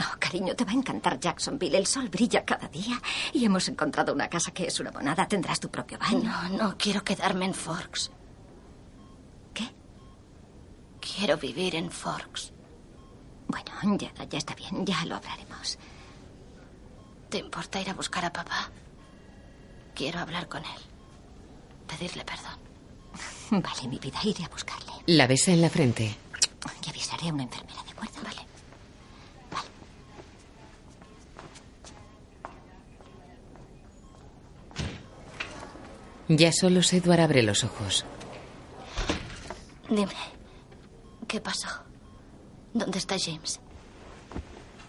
Speaker 12: Oh, cariño, te va a encantar Jacksonville. El sol brilla cada día y hemos encontrado una casa que es una monada. Tendrás tu propio baño.
Speaker 3: No, no quiero quedarme en Forks.
Speaker 12: ¿Qué?
Speaker 3: Quiero vivir en Forks.
Speaker 12: Bueno, ya, ya está bien, ya lo hablaremos.
Speaker 3: ¿Te importa ir a buscar a papá? Quiero hablar con él. Pedirle perdón.
Speaker 12: Vale, mi vida, iré a buscarle.
Speaker 2: La besa en la frente.
Speaker 12: Y avisaré a una enfermera, ¿de acuerdo? Vale.
Speaker 2: Ya solos Edward abre los ojos.
Speaker 3: Dime, ¿qué pasó? ¿Dónde está James?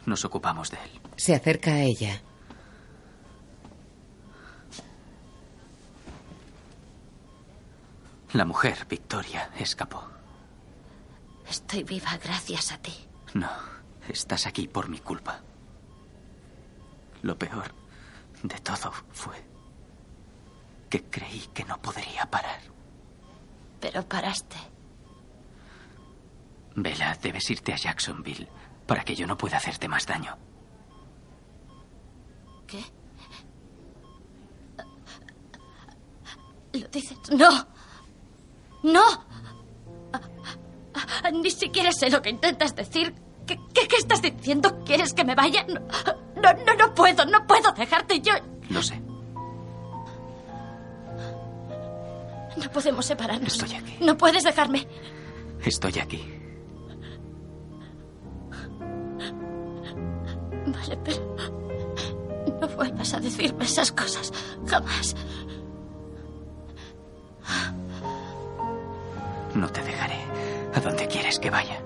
Speaker 11: Nos ocupamos de él.
Speaker 2: Se acerca a ella.
Speaker 11: La mujer, Victoria, escapó.
Speaker 3: Estoy viva gracias a ti.
Speaker 11: No, estás aquí por mi culpa. Lo peor de todo fue que creí que no podría parar.
Speaker 3: Pero paraste.
Speaker 11: Vela, debes irte a Jacksonville para que yo no pueda hacerte más daño.
Speaker 3: ¿Qué? ¿Lo dices? ¡No! ¡No! Ni siquiera sé lo que intentas decir. ¿Qué, qué, qué estás diciendo? ¿Quieres que me vaya? No, no, no, no puedo, no puedo dejarte yo.
Speaker 11: Lo sé.
Speaker 3: No podemos separarnos.
Speaker 11: Estoy aquí.
Speaker 3: No puedes dejarme.
Speaker 11: Estoy aquí.
Speaker 3: Vale, pero no vuelvas a decirme esas cosas. Jamás.
Speaker 11: No te dejaré. ¿A dónde quieres que vaya?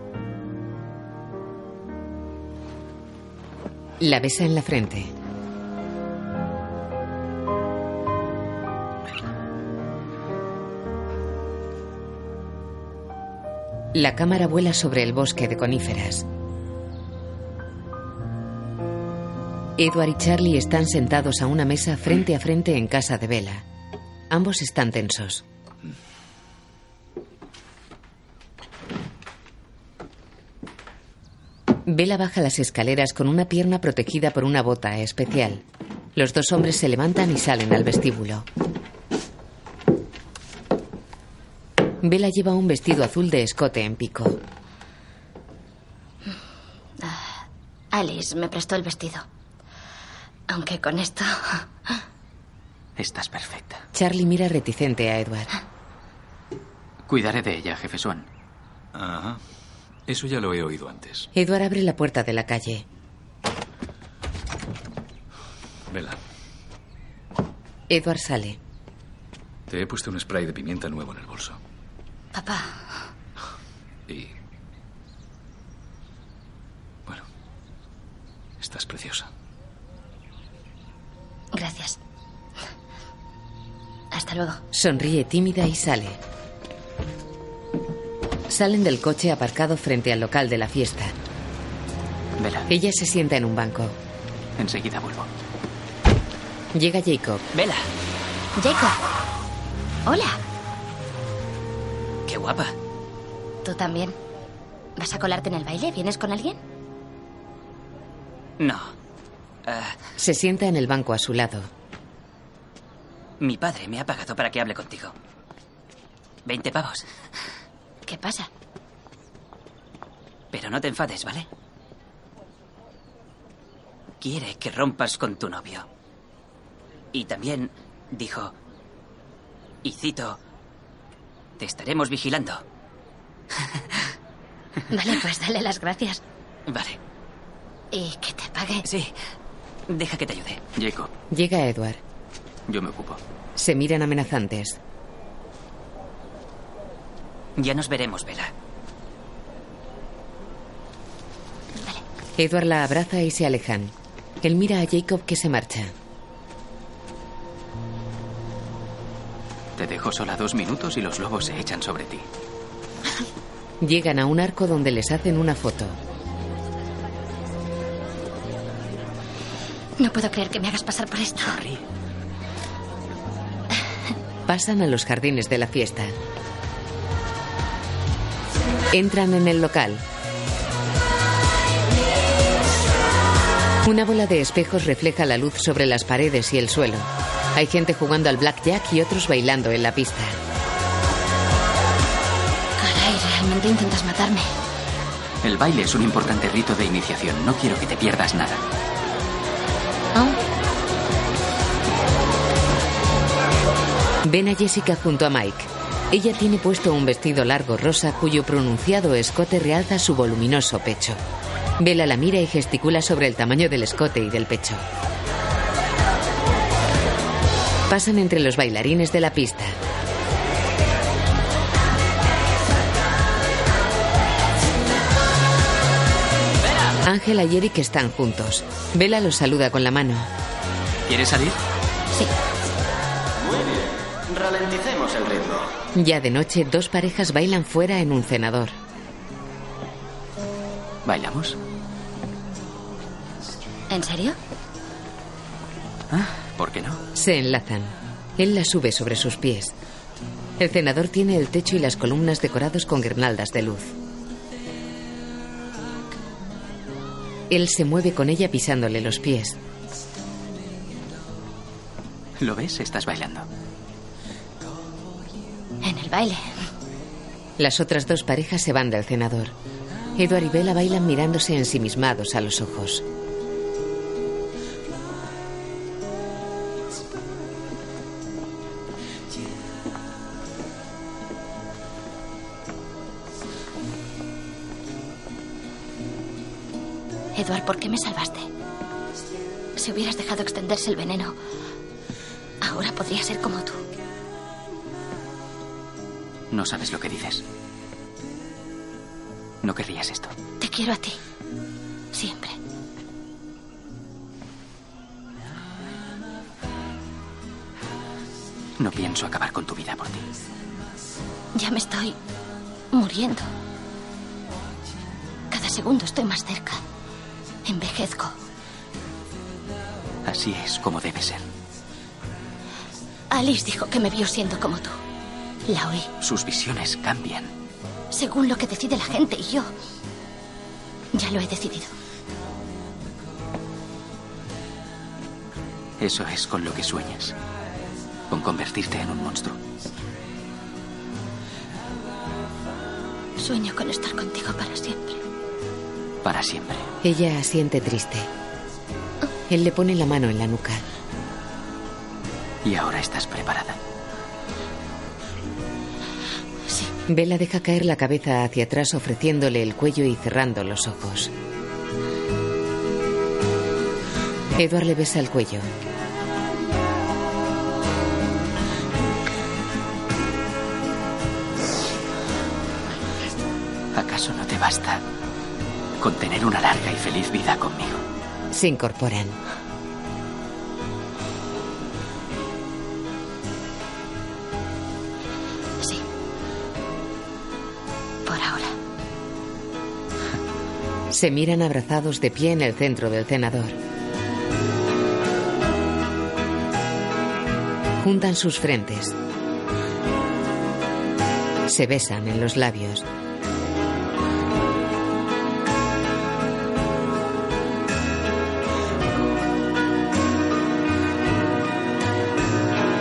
Speaker 2: La besa en la frente. La cámara vuela sobre el bosque de coníferas. Edward y Charlie están sentados a una mesa frente a frente en casa de Bella. Ambos están tensos. Bella baja las escaleras con una pierna protegida por una bota especial. Los dos hombres se levantan y salen al vestíbulo. Bella lleva un vestido azul de escote en pico.
Speaker 3: Alice me prestó el vestido. Aunque con esto.
Speaker 11: Estás perfecta.
Speaker 2: Charlie mira reticente a Edward.
Speaker 11: Cuidaré de ella, jefe Swan.
Speaker 5: Ajá. Eso ya lo he oído antes.
Speaker 2: Edward abre la puerta de la calle.
Speaker 5: Vela,
Speaker 2: Edward sale.
Speaker 5: te he puesto un spray de pimienta nuevo en el bolso.
Speaker 3: Papá,
Speaker 5: Y. Bueno. Estás preciosa.
Speaker 3: gracias. Hasta luego.
Speaker 2: Sonríe tímida y sale. Salen del coche aparcado frente al local de la fiesta.
Speaker 11: Vela,
Speaker 2: Ella se sienta en un banco.
Speaker 11: enseguida vuelvo.
Speaker 2: Llega Jacob.
Speaker 7: Vela.
Speaker 3: Jacob. Hola.
Speaker 7: Qué guapa.
Speaker 3: ¿Tú también? ¿Vas a colarte en el baile? ¿Vienes con alguien?
Speaker 7: No. Eh.
Speaker 2: Se sienta en el banco a su lado.
Speaker 7: Mi padre me ha pagado para que hable contigo. Veinte pavos.
Speaker 3: ¿Qué pasa?
Speaker 7: Pero no te enfades, ¿vale? Quiere que rompas con tu novio. Y también dijo, y cito, te estaremos vigilando.
Speaker 3: Vale, pues dale las gracias.
Speaker 7: Vale,
Speaker 3: ¿Y que te pague?
Speaker 7: Sí. deja que te ayude.
Speaker 11: Jacob,
Speaker 2: Llega Edward.
Speaker 11: yo me ocupo.
Speaker 2: Se miran amenazantes.
Speaker 7: Ya nos veremos, Vela.
Speaker 2: Edward la abraza y se alejan. Él mira a Jacob que se marcha.
Speaker 11: Te dejo sola dos minutos y los lobos se echan sobre ti.
Speaker 2: Llegan a un arco donde les hacen una foto.
Speaker 3: No puedo creer que me hagas pasar por esto.
Speaker 2: Pasan a los jardines de la fiesta. Entran en el local. Una bola de espejos refleja la luz sobre las paredes y el suelo. Hay gente jugando al blackjack y otros bailando en la pista.
Speaker 3: Caray, realmente intentas matarme.
Speaker 11: El baile es un importante rito de iniciación. No quiero que te pierdas nada.
Speaker 2: Ah.
Speaker 3: ¿Aún?
Speaker 2: Ven a Jessica junto a Mike. Ella tiene puesto un vestido largo rosa cuyo pronunciado escote realza su voluminoso pecho. Vela la mira y gesticula sobre el tamaño del escote y del pecho. Pasan entre los bailarines de la pista. Ángela y Eric están juntos. Vela los saluda con la mano.
Speaker 11: ¿Quieres salir?
Speaker 12: Sí.
Speaker 11: Muy bien. Ralenticemos el ritmo.
Speaker 2: Ya de noche, dos parejas bailan fuera en un cenador.
Speaker 11: ¿Bailamos?
Speaker 3: ¿En serio?
Speaker 11: ¿Por qué no?
Speaker 2: Se enlazan. Él la sube sobre sus pies. El cenador tiene el techo y las columnas decorados con guirnaldas de luz. Él se mueve con ella pisándole los pies.
Speaker 11: ¿Lo ves? Estás bailando.
Speaker 3: En el baile.
Speaker 2: Las otras dos parejas se van del cenador. Edward y Bella bailan mirándose ensimismados a los ojos.
Speaker 3: Edward, ¿por qué me salvaste? Si hubieras dejado extenderse el veneno, ahora podría ser como tú.
Speaker 11: No sabes lo que dices. No querrías esto.
Speaker 3: Te quiero a ti. Siempre.
Speaker 11: No pienso acabar con tu vida por ti.
Speaker 3: Ya me estoy muriendo. Cada segundo estoy más cerca. Envejezco.
Speaker 11: Así es como debe ser.
Speaker 3: Alice dijo que me vio siendo como tú. La oí,
Speaker 11: Sus visiones cambian.
Speaker 3: según lo que decide la gente y yo. Ya lo he decidido.
Speaker 11: Eso es con lo que sueñas. Con convertirte en un monstruo.
Speaker 3: Sueño con estar contigo para siempre.
Speaker 11: Para siempre.
Speaker 2: Ella asiente triste. Él le pone la mano en la nuca.
Speaker 11: Y ahora estás preparada.
Speaker 2: Bella deja caer la cabeza hacia atrás ofreciéndole el cuello y cerrando los ojos. Edward le besa el cuello.
Speaker 11: ¿Acaso no te basta con tener una larga y feliz vida conmigo?
Speaker 2: Se incorporan.
Speaker 3: Sí. Por ahora.
Speaker 2: Se miran abrazados de pie en el centro del cenador. Juntan sus frentes. Se besan en los labios.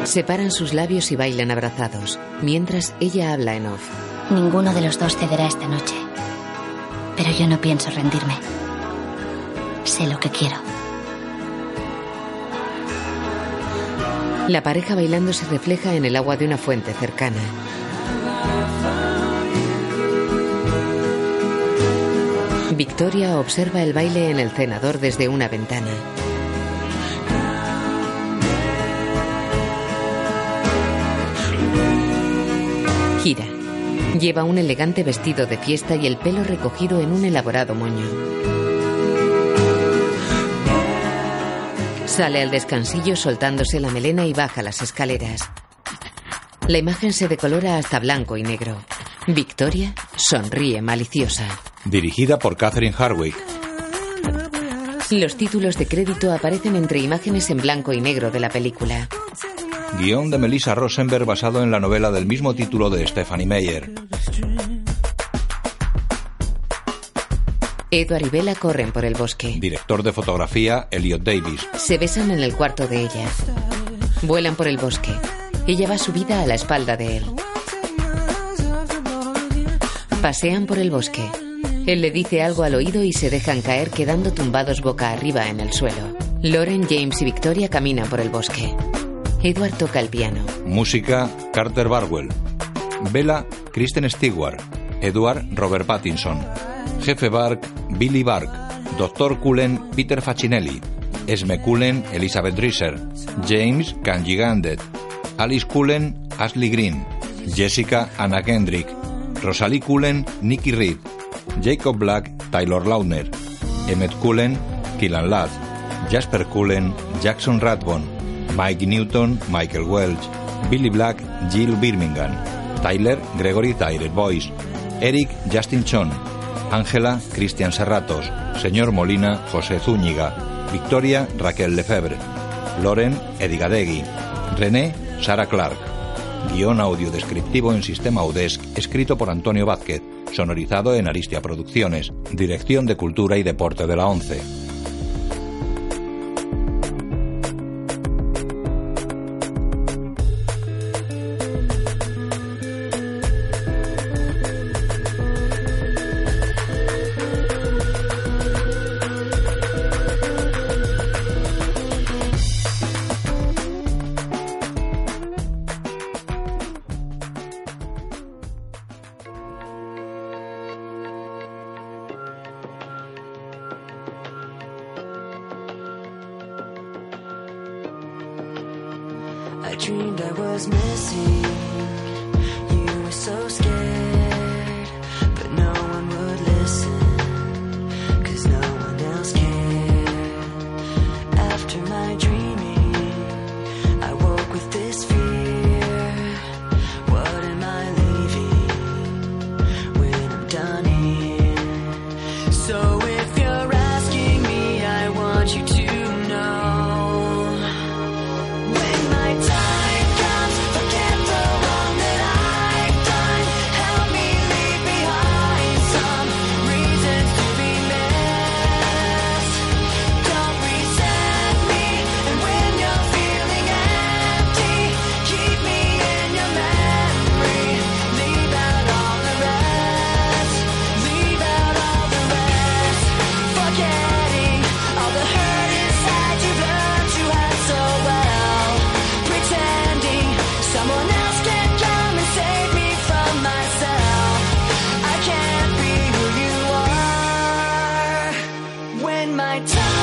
Speaker 2: Separan sus labios y bailan abrazados, mientras ella habla en off.
Speaker 3: Ninguno de los dos cederá esta noche. Pero yo no pienso rendirme. Sé lo que quiero.
Speaker 2: La pareja bailando se refleja en el agua de una fuente cercana. Victoria observa el baile en el cenador desde una ventana. Gira. Lleva un elegante vestido de fiesta y el pelo recogido en un elaborado moño. Sale al descansillo soltándose la melena y baja las escaleras. La imagen se decolora hasta blanco y negro. Victoria sonríe maliciosa.
Speaker 6: Dirigida por Catherine Harwick.
Speaker 2: Los títulos de crédito aparecen entre imágenes en blanco y negro de la película.
Speaker 6: Guión de Melissa Rosenberg basado en la novela del mismo título de Stephanie Meyer.
Speaker 2: Edward y Bella corren por el bosque.
Speaker 6: Director de fotografía Elliot Davis.
Speaker 2: Se besan en el cuarto de ella. Vuelan por el bosque. Ella va subida a la espalda de él. Pasean por el bosque. Él le dice algo al oído y se dejan caer quedando tumbados boca arriba en el suelo. Lauren, James y Victoria caminan por el bosque. Edward toca el piano.
Speaker 6: Música, Carter Barwell. Vela, Kristen Stewart. Edward, Robert Pattinson. Jefe Bark, Billy Bark. Doctor Cullen, Peter Facinelli. Esme Cullen, Elizabeth Drisser. James, Kanji Gandet. Alice Cullen, Ashley Green. Jessica, Anna Kendrick. Rosalie Cullen, Nikki Reed. Jacob Black, Taylor Lautner. Emmett Cullen, Killan Ladd. Jasper Cullen, Jackson Radbon. Mike Newton, Michael Welch. Billy Black, Jill Birmingham. Tyler, Gregory Tyler Boyce. Eric, Justin Chon. Ángela, Cristian Serratos. Señor Molina, José Zúñiga. Victoria, Raquel Lefebvre. Loren, Edigadegui. René, Sara Clark. Guión audio descriptivo en sistema UDESC, escrito por Antonio Vázquez, sonorizado en Aristia Producciones, Dirección de Cultura y Deporte de la ONCE.
Speaker 45: I dreamed I was missing. You were so scared, but no one would listen. Cause no one else cared. After my dreaming, I woke with this fear. What am I leaving when I'm done here? So if you're asking me, I want you to know. When my time comes, forget the wrong that I've done. Help me leave behind some reasons to be missed. Don't resent me, and when you're feeling empty, keep me in your memory. Leave out all the rest. Leave out all the rest. Forgetting all the hurt inside you've learned you had so well. Pretending someone else can come and save me from myself. I can't be who you are when my time.